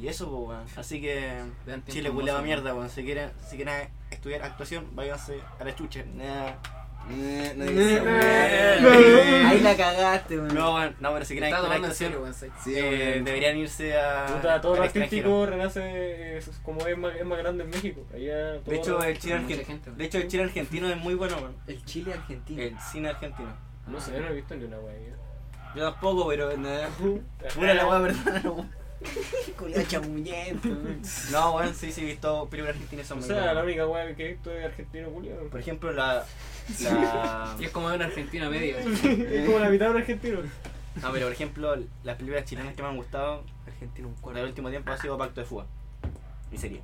[SPEAKER 1] Y eso, pues, weón. Así que.
[SPEAKER 7] Vean Mm. Tiempo
[SPEAKER 1] Chile,
[SPEAKER 7] Hermoso,
[SPEAKER 1] culeado
[SPEAKER 7] weón.
[SPEAKER 1] mierda, weón. Si quieren, si quieren estudiar actuación, váyanse a la chucha. Nah.
[SPEAKER 6] Eh, no digas eso, weón.
[SPEAKER 5] Ahí la cagaste, weón.
[SPEAKER 1] No, weón. No, pero si quieren
[SPEAKER 7] Está
[SPEAKER 1] estudiar
[SPEAKER 7] tomando en
[SPEAKER 1] actuación,
[SPEAKER 7] serio, weón. sí.
[SPEAKER 6] Sí,
[SPEAKER 1] eh,
[SPEAKER 6] weón.
[SPEAKER 1] deberían irse a.
[SPEAKER 4] Puta, todo
[SPEAKER 1] Ah, al
[SPEAKER 4] lo
[SPEAKER 1] extranjero.
[SPEAKER 4] artístico renace eh, es como es más, es más grande en México. Allá todo
[SPEAKER 1] De hecho,
[SPEAKER 4] lo-
[SPEAKER 1] el chile,
[SPEAKER 7] Hay mucha
[SPEAKER 1] argen-
[SPEAKER 7] gente, weón.
[SPEAKER 1] de hecho, el chile argentino es muy bueno, weón.
[SPEAKER 5] El Chile argentino.
[SPEAKER 1] El cine argentino.
[SPEAKER 4] no sé, no he visto ni una wea.
[SPEAKER 1] Yo tampoco,
[SPEAKER 4] eh,
[SPEAKER 1] pero. nah.
[SPEAKER 4] Mira
[SPEAKER 1] Pura la weá, perdón. no.
[SPEAKER 5] Culiao chamullento, weón.
[SPEAKER 1] No, weón, sí, sí, he visto películas argentinas son
[SPEAKER 4] O
[SPEAKER 1] muy
[SPEAKER 4] sea, la
[SPEAKER 1] buenas.
[SPEAKER 4] única wea que he visto es argentino culiado.
[SPEAKER 1] Por ejemplo, la. la...
[SPEAKER 7] Y es como de una Argentina media. weón.
[SPEAKER 1] Pues,
[SPEAKER 4] es como la mitad de un argentino.
[SPEAKER 1] No, pero por ejemplo, las películas chilenas que me han gustado
[SPEAKER 5] Argentino un
[SPEAKER 1] Por el
[SPEAKER 5] cuarto.
[SPEAKER 1] último tiempo ha sido Pacto de Fuga. Y sería.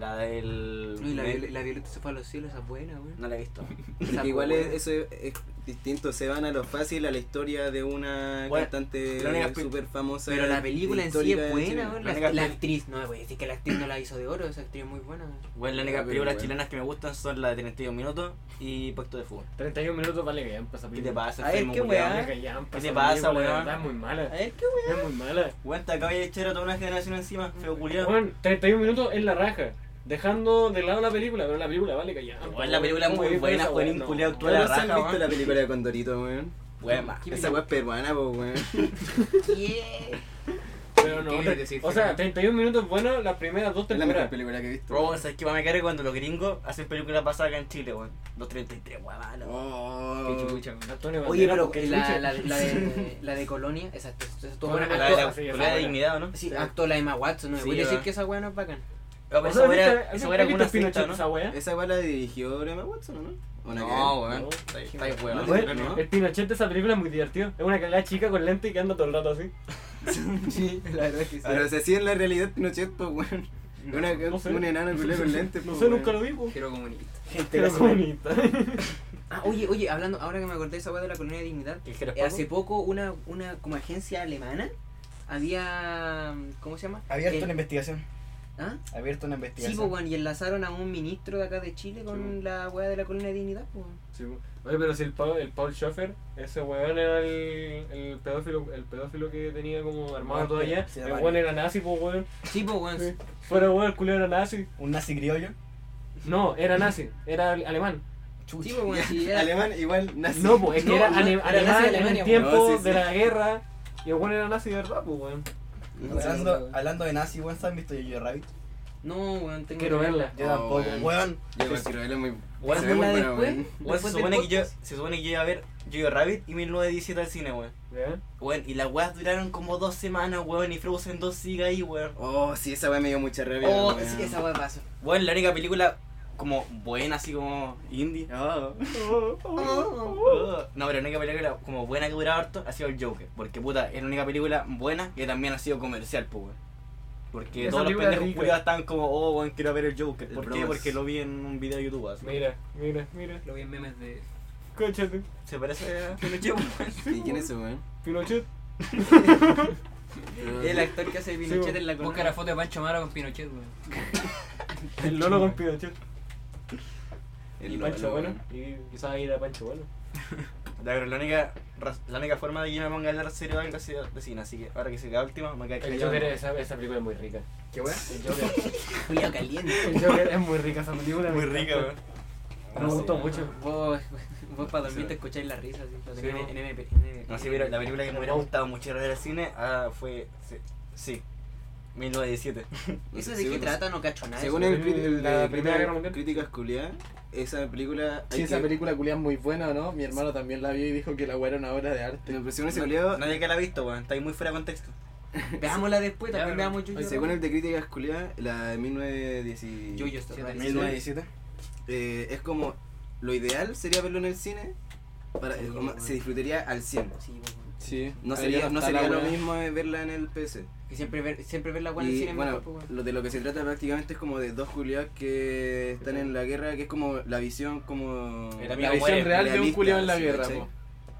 [SPEAKER 1] La del.
[SPEAKER 5] No, y la,
[SPEAKER 1] de-
[SPEAKER 5] Viol- la Violeta se fue a los cielos, esa es buena, weón.
[SPEAKER 1] Eh. No la he visto.
[SPEAKER 5] Esa
[SPEAKER 6] Porque igual
[SPEAKER 5] buena.
[SPEAKER 6] es- eso es, es distinto, se van a lo fácil, a la historia de una
[SPEAKER 1] Bueno,
[SPEAKER 6] cantante
[SPEAKER 1] la única pe-
[SPEAKER 6] súper famosa.
[SPEAKER 5] Pero la película en sí es buena,
[SPEAKER 6] weón.
[SPEAKER 5] weón. La,
[SPEAKER 1] Venga,
[SPEAKER 5] la
[SPEAKER 1] pe-
[SPEAKER 5] actriz, no, voy a decir que la actriz no la hizo de oro, esa actriz es muy buena. weón.
[SPEAKER 1] Bueno, las
[SPEAKER 6] Ya,
[SPEAKER 1] únicas
[SPEAKER 6] pero
[SPEAKER 1] películas
[SPEAKER 6] bueno.
[SPEAKER 1] chilenas que me gustan son la de 32 minutos y Pacto de Fuga.
[SPEAKER 4] 31 minutos vale que ya pasa
[SPEAKER 1] ¿Qué te pasa,
[SPEAKER 5] A ver,
[SPEAKER 1] enfermo
[SPEAKER 5] qué
[SPEAKER 1] culiao?
[SPEAKER 5] weá.
[SPEAKER 1] ¿Qué te pasa, weón?
[SPEAKER 4] Es muy mala.
[SPEAKER 5] A ver, qué weón.
[SPEAKER 4] Es muy mala.
[SPEAKER 1] Weón, te acabas de echar a toda una generación encima, feo culiado.
[SPEAKER 4] Weón, 31 minutos es la raja. Dejando de lado la película, pero la película vale que ya.
[SPEAKER 1] Weón, la película es muy buena, weón, un culiao
[SPEAKER 6] ¿Tú
[SPEAKER 1] actúa
[SPEAKER 6] la
[SPEAKER 1] la
[SPEAKER 6] has
[SPEAKER 1] raja,
[SPEAKER 6] visto
[SPEAKER 1] weón.
[SPEAKER 6] la película de Condorito, weón?
[SPEAKER 1] Weón, más.
[SPEAKER 6] Esa weá es peruana, po, weón.
[SPEAKER 5] Yeah.
[SPEAKER 4] Pero no,
[SPEAKER 7] ¿Qué quieres decir,
[SPEAKER 4] o sea,
[SPEAKER 7] Fernando?
[SPEAKER 4] 31 minutos buenas las primeras dos
[SPEAKER 6] Es la mejor
[SPEAKER 4] temporadas.
[SPEAKER 6] película que he visto.
[SPEAKER 1] Weón, ¿sabes qué va me carga cuando los gringos hacen películas pasadas acá en Chile, weón? 233, weón, malo.
[SPEAKER 7] Qué
[SPEAKER 6] Oh.
[SPEAKER 7] chucha, weón.
[SPEAKER 4] Antonio
[SPEAKER 5] Oye,
[SPEAKER 4] Banderas,
[SPEAKER 5] pero
[SPEAKER 4] porque
[SPEAKER 5] la,
[SPEAKER 4] chucha.
[SPEAKER 5] la, la, de, la de Colonia, esa esa estuvo
[SPEAKER 4] Bueno,
[SPEAKER 5] buena.
[SPEAKER 1] La de la
[SPEAKER 4] Sí,
[SPEAKER 1] la
[SPEAKER 4] esa
[SPEAKER 1] de
[SPEAKER 4] weá.
[SPEAKER 1] Dignidad, ¿o ¿no?
[SPEAKER 5] Sí,
[SPEAKER 6] Sí.
[SPEAKER 5] actuó la Emma Watson, no me
[SPEAKER 1] Sí,
[SPEAKER 5] voy a decir
[SPEAKER 1] weón.
[SPEAKER 5] que esa weá no es bacán.
[SPEAKER 1] No, Ah, pero
[SPEAKER 4] O
[SPEAKER 1] esa
[SPEAKER 4] sea,
[SPEAKER 1] weá
[SPEAKER 4] ¿viste-
[SPEAKER 1] era- esa weá era como
[SPEAKER 4] ¿viste
[SPEAKER 1] una
[SPEAKER 4] Pinochet,
[SPEAKER 1] secta,
[SPEAKER 4] esa
[SPEAKER 1] ¿no?
[SPEAKER 4] weá?
[SPEAKER 6] Esa weá la dirigió Emma Watson, ¿o ¿no? ¿O nada que
[SPEAKER 1] No,
[SPEAKER 6] ver?
[SPEAKER 1] weón. Está está ahí, weón.
[SPEAKER 6] Bueno, ¿no?
[SPEAKER 4] El Pinochet de esa película es muy divertido. Es una cagada chica con lente y que anda todo el rato así.
[SPEAKER 5] Sí, la verdad es que
[SPEAKER 6] Pero si así en la realidad Pinochet, pues, weón. Una,
[SPEAKER 4] No sé.
[SPEAKER 6] Un enano culé con lentes.
[SPEAKER 4] No
[SPEAKER 6] po,
[SPEAKER 4] sé,
[SPEAKER 6] weón.
[SPEAKER 4] nunca lo vi, po.
[SPEAKER 7] Quiero comunista.
[SPEAKER 1] Gente
[SPEAKER 4] Pero
[SPEAKER 1] que se-
[SPEAKER 4] comunista.
[SPEAKER 5] Ah, oye, oye, hablando, ahora que me acordé de esa weá de la colonia de dignidad,
[SPEAKER 1] ¿El que era
[SPEAKER 5] eh, hace
[SPEAKER 1] Paco?
[SPEAKER 5] poco una, una como agencia alemana había. ¿Cómo se llama?
[SPEAKER 1] Abierto
[SPEAKER 5] El-
[SPEAKER 6] Em-
[SPEAKER 1] una investigación.
[SPEAKER 5] ¿Ah?
[SPEAKER 1] Abierto Em- una
[SPEAKER 5] Sí,
[SPEAKER 1] investigación.
[SPEAKER 5] pues, weón, y enlazaron a un ministro de acá de Chile
[SPEAKER 4] Sí,
[SPEAKER 5] con
[SPEAKER 4] weón.
[SPEAKER 5] la weá de la colonia de dignidad, pues. weón.
[SPEAKER 4] Sí, po. Oye, pero si el Paul, el Paul Schaffer, ese weón era el, el pedófilo, el pedófilo que tenía como armado
[SPEAKER 1] Bueno,
[SPEAKER 4] todo allá,
[SPEAKER 1] sí,
[SPEAKER 4] el
[SPEAKER 1] vale.
[SPEAKER 4] weón era nazi, pues weón.
[SPEAKER 5] Sí, pues, weón.
[SPEAKER 4] Sí. Fuera weón, el culero era nazi.
[SPEAKER 1] Un nazi criollo.
[SPEAKER 4] No, era nazi, era ale- alemán.
[SPEAKER 5] Sí, pues, weón, sí, era-
[SPEAKER 6] Alemán igual nazi.
[SPEAKER 4] No, pues es que
[SPEAKER 3] No,
[SPEAKER 4] era,
[SPEAKER 3] no,
[SPEAKER 4] ale-
[SPEAKER 3] era
[SPEAKER 4] alemán
[SPEAKER 3] nazi de
[SPEAKER 4] en el
[SPEAKER 3] Alemania,
[SPEAKER 4] tiempo
[SPEAKER 6] weón. No, sí,
[SPEAKER 4] de
[SPEAKER 6] sí.
[SPEAKER 4] la guerra. Y el weón era nazi de verdad, pues weón.
[SPEAKER 1] Hablando, hablando de nazi, weón, ¿saben visto Yo-Yo Rabbit?
[SPEAKER 5] No, weón, tengo
[SPEAKER 4] Quiero
[SPEAKER 5] que-
[SPEAKER 4] verla.
[SPEAKER 1] Yo
[SPEAKER 6] Oh,
[SPEAKER 1] tampoco,
[SPEAKER 6] weón.
[SPEAKER 1] weón.
[SPEAKER 6] Yo igual quiero verlo muy.
[SPEAKER 1] pues, Weón,
[SPEAKER 6] se ve muy
[SPEAKER 5] verla
[SPEAKER 6] bueno,
[SPEAKER 5] después.
[SPEAKER 6] weón.
[SPEAKER 1] Weón, se
[SPEAKER 5] Después del
[SPEAKER 1] supone que yo,
[SPEAKER 5] podcast.
[SPEAKER 1] se supone que yo iba a ver Yo-Yo Rabbit y 1917 al cine, weón.
[SPEAKER 4] ¿Ya?
[SPEAKER 1] Weón, y las weas duraron como dos semanas, weón, y Frozen 2 sigue ahí, weón.
[SPEAKER 6] Oh, sí, esa weá me dio mucha rabia.
[SPEAKER 5] Oh,
[SPEAKER 6] weón.
[SPEAKER 5] sí, esa weá pasó.
[SPEAKER 1] Weón, la única película como buena, así como indie.
[SPEAKER 6] Oh.
[SPEAKER 1] No, pero la única película como buena que duraba harto ha sido el Joker. Porque puta, es la única película buena que también ha sido comercial, pues, weón. Porque
[SPEAKER 4] Esa
[SPEAKER 1] todos los
[SPEAKER 4] película
[SPEAKER 1] pendejos
[SPEAKER 4] rica.
[SPEAKER 1] culiados estaban como, oh, weón, quiero ver el Joker.
[SPEAKER 6] El
[SPEAKER 1] ¿Por qué?
[SPEAKER 6] bromas.
[SPEAKER 1] Porque lo vi en un video de YouTube. así.
[SPEAKER 4] Mira, mira, mira.
[SPEAKER 7] Lo vi en memes de.
[SPEAKER 4] Cáchate.
[SPEAKER 1] Se parece a Pinochet, weón.
[SPEAKER 6] ¿Y quién es ese weón?
[SPEAKER 4] Pinochet.
[SPEAKER 6] Pero-
[SPEAKER 5] El actor que hace de Pinochet
[SPEAKER 4] weón.
[SPEAKER 5] en la
[SPEAKER 7] Busca
[SPEAKER 5] colonia.
[SPEAKER 7] la foto de Pancho Mara con Pinochet, weón.
[SPEAKER 4] El Lolo con Pinochet.
[SPEAKER 6] el
[SPEAKER 4] y
[SPEAKER 6] Lolo,
[SPEAKER 4] Pancho Bueno.
[SPEAKER 6] weón.
[SPEAKER 4] Y quizás ir a Pancho Bueno.
[SPEAKER 1] Ya, pero la única, raz- la única forma de que yo me ponga a hablar serio de algo ha sido de cine. Así que ahora que se queda última, me cae
[SPEAKER 4] El Joker, esa, esa película es muy rica.
[SPEAKER 7] ¿Qué weón?
[SPEAKER 4] El Joker,
[SPEAKER 5] Julio Caliente.
[SPEAKER 4] el Joker es muy rica esa película. me
[SPEAKER 1] Muy rica,
[SPEAKER 4] encanta.
[SPEAKER 1] weón.
[SPEAKER 4] Me gustó mucho.
[SPEAKER 5] Vos, vos para dormir
[SPEAKER 6] Sí.
[SPEAKER 5] te escucháis la risa, así, lo
[SPEAKER 4] Sí,
[SPEAKER 5] tenía
[SPEAKER 4] vos.
[SPEAKER 5] en MP.
[SPEAKER 1] No, sí, pero la película que me hubiera gustado mucho ver al cine ah, fue. Sí, sí, 1917.
[SPEAKER 6] No
[SPEAKER 5] ¿Eso
[SPEAKER 6] sé,
[SPEAKER 5] de qué
[SPEAKER 6] según-
[SPEAKER 5] trata? No cacho nada.
[SPEAKER 6] Según
[SPEAKER 5] eso.
[SPEAKER 6] el, crit- el-
[SPEAKER 4] La
[SPEAKER 6] el-
[SPEAKER 4] Primera Guerra Mundial.
[SPEAKER 6] Críticas culiadas, esa película. hay
[SPEAKER 2] Sí, esa
[SPEAKER 6] que-
[SPEAKER 2] película culia es muy buena, ¿no? Mi hermano también la vio y dijo que la weá era una obra de arte.
[SPEAKER 6] No, pero según ese culiado,
[SPEAKER 1] Nadie que la ha visto, weón. Está ahí muy fuera de contexto.
[SPEAKER 5] Veámosla después,
[SPEAKER 4] Ya,
[SPEAKER 5] también
[SPEAKER 4] pero-
[SPEAKER 5] veamos Yuyo.
[SPEAKER 6] según el
[SPEAKER 5] Rabbit.
[SPEAKER 6] de críticas culiadas, la de 1917.
[SPEAKER 5] Yuyo está raro.
[SPEAKER 1] 1917.
[SPEAKER 6] eh, es como lo ideal sería verlo en el cine para eh, como- se disfrutaría al 100
[SPEAKER 5] Sí, vos, weón.
[SPEAKER 2] Sí.
[SPEAKER 6] no
[SPEAKER 2] Ahí
[SPEAKER 6] sería
[SPEAKER 2] ya
[SPEAKER 6] no
[SPEAKER 2] está la
[SPEAKER 6] sería lo
[SPEAKER 2] weá.
[SPEAKER 6] mismo eh, verla en el PC
[SPEAKER 5] Que siempre ver, siempre ver la guay en el
[SPEAKER 6] y
[SPEAKER 5] cine es
[SPEAKER 6] bueno
[SPEAKER 5] mejor, pues, weón.
[SPEAKER 6] lo de lo que se trata prácticamente es como de dos culiados que están en la guerra que es como la visión como
[SPEAKER 1] Era
[SPEAKER 2] La
[SPEAKER 1] Amigo,
[SPEAKER 2] visión
[SPEAKER 1] muere,
[SPEAKER 2] real de un
[SPEAKER 6] realista,
[SPEAKER 2] culiao en la
[SPEAKER 6] sí,
[SPEAKER 2] guerra,
[SPEAKER 6] ¿cachai?
[SPEAKER 2] po.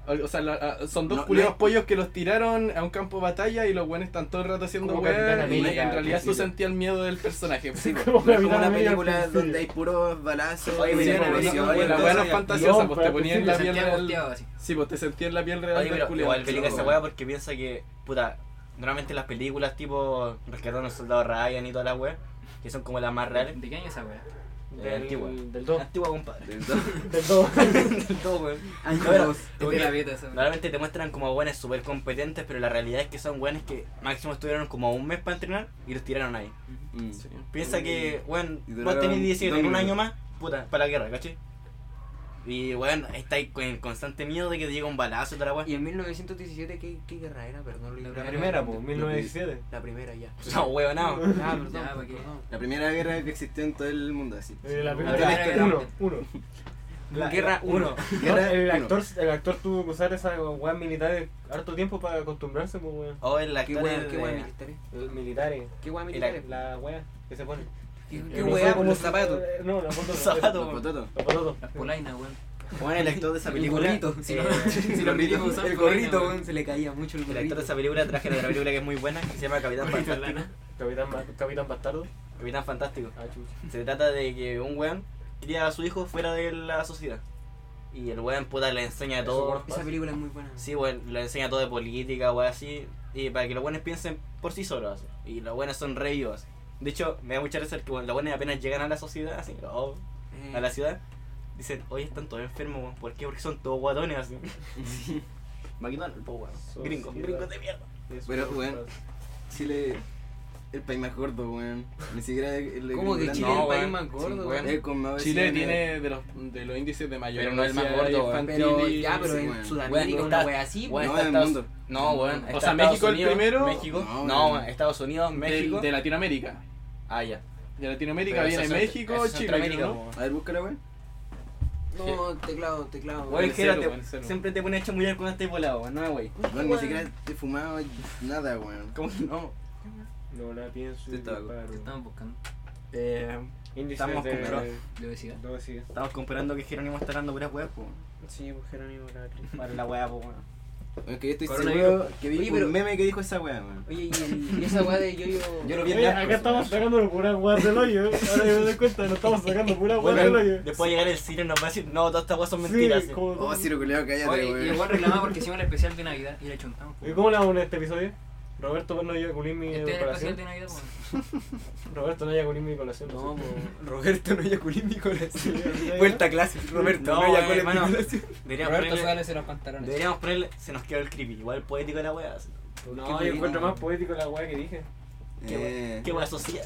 [SPEAKER 2] O o sea, la- ah, son dos
[SPEAKER 6] No,
[SPEAKER 2] culiados
[SPEAKER 6] no.
[SPEAKER 2] pollos que los tiraron a un campo de batalla y los buenos están todo el rato haciendo
[SPEAKER 4] Como
[SPEAKER 2] weá.
[SPEAKER 4] Capitán
[SPEAKER 2] Y
[SPEAKER 4] América,
[SPEAKER 2] en realidad tú
[SPEAKER 4] sí.
[SPEAKER 2] sentías el miedo del personaje. po.
[SPEAKER 6] Sí,
[SPEAKER 2] No,
[SPEAKER 6] como,
[SPEAKER 4] Como la
[SPEAKER 6] como
[SPEAKER 4] vida
[SPEAKER 6] una
[SPEAKER 4] media
[SPEAKER 6] película
[SPEAKER 4] sencilla.
[SPEAKER 6] donde hay puros balazos
[SPEAKER 1] Oye,
[SPEAKER 6] y
[SPEAKER 1] pero-
[SPEAKER 6] escenas de
[SPEAKER 1] pero-
[SPEAKER 6] acción,
[SPEAKER 1] pero-
[SPEAKER 2] La weá no es
[SPEAKER 1] Dios,
[SPEAKER 2] fantasiosa, pues te
[SPEAKER 4] pero
[SPEAKER 2] ponían
[SPEAKER 4] sí,
[SPEAKER 2] la
[SPEAKER 4] me
[SPEAKER 2] piel
[SPEAKER 7] Santiago
[SPEAKER 2] real.
[SPEAKER 7] hosteado así.
[SPEAKER 2] Sí, pues te sentías la piel real
[SPEAKER 1] Oye,
[SPEAKER 2] del
[SPEAKER 1] pero
[SPEAKER 2] culiao.
[SPEAKER 1] igual peligra
[SPEAKER 6] Sí,
[SPEAKER 1] esa
[SPEAKER 6] weón.
[SPEAKER 1] weá porque piensa que, puta, normalmente las películas tipo Rescataron al soldado Ryan y todas las weas, que son como las más reales.
[SPEAKER 7] ¿De qué año esa weón?
[SPEAKER 1] Eh,
[SPEAKER 4] Del,
[SPEAKER 1] antigua.
[SPEAKER 4] Del 2.
[SPEAKER 1] Antigua, compadre.
[SPEAKER 4] Del 2.
[SPEAKER 1] Del todo, weón. No, pero-
[SPEAKER 7] Es
[SPEAKER 1] como
[SPEAKER 7] de la
[SPEAKER 1] que
[SPEAKER 7] beta esa weón.
[SPEAKER 1] Normalmente te muestran como weones súper competentes, pero la realidad es que son weones que máximo estuvieron como un mes para entrenar y los tiraron ahí.
[SPEAKER 6] Mm.
[SPEAKER 1] Piensa que, weón,
[SPEAKER 6] Y
[SPEAKER 1] vos
[SPEAKER 6] duraron
[SPEAKER 1] tenés 17 en
[SPEAKER 6] dos
[SPEAKER 1] un año
[SPEAKER 6] minutos.
[SPEAKER 1] más, puta, para la guerra, ¿cachai? Y, weón, estáis con el constante miedo de que te llegue un balazo y toda la weá.
[SPEAKER 5] Y en 1917, ¿qué, qué guerra era? Perdón, lo
[SPEAKER 7] La
[SPEAKER 5] ignoraba.
[SPEAKER 4] Primera, pues, 1917.
[SPEAKER 5] La primera, ya.
[SPEAKER 1] No, weón, no.
[SPEAKER 5] Ah, perdón.
[SPEAKER 7] Ya, ¿pa' qué?
[SPEAKER 5] perdón.
[SPEAKER 6] la primera guerra que existió en todo el mundo así
[SPEAKER 4] Eh, La
[SPEAKER 7] Primera
[SPEAKER 4] primera.
[SPEAKER 7] Guerra
[SPEAKER 4] Uno,
[SPEAKER 7] Mundial.
[SPEAKER 4] uno. La-
[SPEAKER 5] Guerra uno.
[SPEAKER 4] No,
[SPEAKER 6] Guerra
[SPEAKER 4] el,
[SPEAKER 6] uno.
[SPEAKER 4] actor, el actor tuvo que usar esa weá militar harto tiempo para acostumbrarse, pues weón.
[SPEAKER 1] O Oh, el
[SPEAKER 5] Qué
[SPEAKER 1] actor
[SPEAKER 5] guay,
[SPEAKER 1] es
[SPEAKER 5] qué
[SPEAKER 1] de-
[SPEAKER 5] guay militares.
[SPEAKER 4] Los Militares.
[SPEAKER 5] Qué guay
[SPEAKER 1] Era-
[SPEAKER 5] militares.
[SPEAKER 4] La weá que se pone.
[SPEAKER 5] Qué
[SPEAKER 4] Eh,
[SPEAKER 5] qué
[SPEAKER 4] no sé
[SPEAKER 5] guay con
[SPEAKER 4] cómo
[SPEAKER 5] los
[SPEAKER 4] se-
[SPEAKER 5] zapatos.
[SPEAKER 4] eh, No, los zapatos. no,
[SPEAKER 1] Zapato.
[SPEAKER 6] Los pototos.
[SPEAKER 4] Los zapatos.
[SPEAKER 7] Las polainas, weón.
[SPEAKER 1] Bueno, el actor de esa
[SPEAKER 7] El
[SPEAKER 1] película.
[SPEAKER 7] gorrito, si
[SPEAKER 1] eh,
[SPEAKER 7] no-
[SPEAKER 1] el
[SPEAKER 7] si
[SPEAKER 6] lo
[SPEAKER 7] lo
[SPEAKER 6] olvidé,
[SPEAKER 7] pedimos,
[SPEAKER 5] El gorrito, weón, se le caía mucho el
[SPEAKER 1] actor de
[SPEAKER 5] gorrito.
[SPEAKER 1] esa película traje de otra película que es muy buena, que se llama Capitán Fantástico.
[SPEAKER 4] Capitán, ba- Capitán Bastardo.
[SPEAKER 1] Capitán Fantástico.
[SPEAKER 4] Ah, chucha.
[SPEAKER 1] Se trata de que un weón cría a su hijo fuera de la sociedad. Y el weón, puta, le enseña
[SPEAKER 4] Eso
[SPEAKER 1] todo.
[SPEAKER 4] por-
[SPEAKER 5] Esa película es muy buena.
[SPEAKER 1] Sí, bueno, le enseña todo de política, weón, así. Y para que los buenos piensen por sí solos, así. Y los buenos son re vivos, así. De hecho, me da mucha risa que bueno, los buenos apenas llegan a la sociedad, así, oh,
[SPEAKER 5] Eh,
[SPEAKER 1] a la ciudad, dicen, oye, están todos enfermos, weón. ¿Por qué? Porque son todos guatones, así. McDonald's, po, weón. Gringos,
[SPEAKER 4] Sociedad.
[SPEAKER 1] gringos de mierda.
[SPEAKER 4] Es
[SPEAKER 6] Pero,
[SPEAKER 4] una-
[SPEAKER 6] weón. Chile el país más gordo weón ni siquiera el, el-
[SPEAKER 5] ¿Cómo que
[SPEAKER 6] el-
[SPEAKER 5] Chile es
[SPEAKER 1] No,
[SPEAKER 5] el país
[SPEAKER 1] weón.
[SPEAKER 5] más gordo,
[SPEAKER 1] Sí,
[SPEAKER 5] weón?
[SPEAKER 1] weón.
[SPEAKER 6] Eh, con más
[SPEAKER 2] Chile
[SPEAKER 6] obesidad,
[SPEAKER 2] tiene de los, de los índices de mayor
[SPEAKER 1] Pero no es el más
[SPEAKER 2] obesidad
[SPEAKER 1] gordo, weón.
[SPEAKER 2] infantil
[SPEAKER 5] Pero
[SPEAKER 2] y-
[SPEAKER 5] ya, pero
[SPEAKER 6] sí,
[SPEAKER 5] en
[SPEAKER 6] weón.
[SPEAKER 5] Sudamérica
[SPEAKER 1] Weón,
[SPEAKER 5] una
[SPEAKER 1] está-
[SPEAKER 5] wea así,
[SPEAKER 1] Weón,
[SPEAKER 5] weón.
[SPEAKER 6] No,
[SPEAKER 1] está
[SPEAKER 6] del
[SPEAKER 1] Estados-
[SPEAKER 6] mundo.
[SPEAKER 1] No, weón.
[SPEAKER 2] O
[SPEAKER 1] está
[SPEAKER 2] sea,
[SPEAKER 1] Estados
[SPEAKER 2] México el
[SPEAKER 1] Unidos,
[SPEAKER 2] primero.
[SPEAKER 1] México.
[SPEAKER 6] No,
[SPEAKER 1] No,
[SPEAKER 6] weón.
[SPEAKER 1] weón, Estados Unidos, México.
[SPEAKER 2] de, de Latinoamérica.
[SPEAKER 1] Ah, ya.
[SPEAKER 2] De Latinoamérica
[SPEAKER 1] Pero
[SPEAKER 2] viene
[SPEAKER 1] eso es- eso
[SPEAKER 2] México,
[SPEAKER 1] es
[SPEAKER 2] Chile.
[SPEAKER 1] Centroamérica,
[SPEAKER 2] ¿no?
[SPEAKER 1] po,
[SPEAKER 6] A ver, búscala, weón.
[SPEAKER 5] No, teclado, teclado.
[SPEAKER 1] Weón,
[SPEAKER 2] Bueno,
[SPEAKER 5] weón.
[SPEAKER 1] el Jera
[SPEAKER 2] cero,
[SPEAKER 1] te-
[SPEAKER 2] weón, cero.
[SPEAKER 1] siempre te pone hecho mullar cuando estés volado, weón. No, wey.
[SPEAKER 6] Weón, ni siquiera te he fumado nada, weón.
[SPEAKER 1] ¿Cómo que no?
[SPEAKER 4] No la pienso.
[SPEAKER 6] Te
[SPEAKER 4] y
[SPEAKER 6] estaba-
[SPEAKER 4] disparo.
[SPEAKER 7] Te estamos buscando.
[SPEAKER 2] Eh,
[SPEAKER 4] Índice
[SPEAKER 1] Estamos
[SPEAKER 4] de...
[SPEAKER 1] con Pero-
[SPEAKER 7] de obesidad.
[SPEAKER 4] de obesidad.
[SPEAKER 1] Estamos comparando que Jerónimo está dando puras weas, pues.
[SPEAKER 5] Sí, pues Jerónimo era triste.
[SPEAKER 1] Para la wea, pues, weón.
[SPEAKER 6] Es que yo estoy
[SPEAKER 4] Coronavirus.
[SPEAKER 6] seguro que vi
[SPEAKER 5] Oye, pero-
[SPEAKER 6] un meme que dijo esa weá, weón.
[SPEAKER 5] Oye, y, el- y esa weá de yo-yo.
[SPEAKER 6] Yo lo vi en
[SPEAKER 4] Oye,
[SPEAKER 6] Narcos,
[SPEAKER 1] pues,
[SPEAKER 4] acá estamos
[SPEAKER 6] weón.
[SPEAKER 4] sacando puras weas del hoyo. eh. Ahora yo me doy cuenta, nos estamos sacando puras weas del
[SPEAKER 1] Bueno,
[SPEAKER 4] hoyo.
[SPEAKER 1] después de llegar el cine nos va a decir, no, todas estas weas son mentiras.
[SPEAKER 4] Sí,
[SPEAKER 1] eh.
[SPEAKER 4] como...
[SPEAKER 6] Oh, Ciro Culeado, cállate,
[SPEAKER 7] Oye, y el
[SPEAKER 6] weón.
[SPEAKER 7] weón reclamaba porque hicimos el especial de Navidad y le chuntamos.
[SPEAKER 4] ¿Y cómo le vamos a poner este episodio? Roberto no llega a cumplir mi
[SPEAKER 7] Este es el especial
[SPEAKER 4] colación.
[SPEAKER 7] de Navidad, weón.
[SPEAKER 4] Roberto no llega a cumplir mi colación.
[SPEAKER 5] No,
[SPEAKER 4] No,
[SPEAKER 5] pues.
[SPEAKER 6] Roberto no eyaculé mi corazón.
[SPEAKER 4] sé.
[SPEAKER 6] Vuelta a clase, Roberto
[SPEAKER 1] No,
[SPEAKER 6] no eyaculé mi
[SPEAKER 1] hermano.
[SPEAKER 6] corazón.
[SPEAKER 1] Deberíamos
[SPEAKER 3] Roberto
[SPEAKER 1] ponerle,
[SPEAKER 3] Suárez en los pantalones.
[SPEAKER 1] deberíamos ponerle, se nos quedó el creepy, igual poético de la wea. así.
[SPEAKER 4] No, yo encuentro más poético la weá que dije.
[SPEAKER 6] Eh,
[SPEAKER 1] Qué wea social.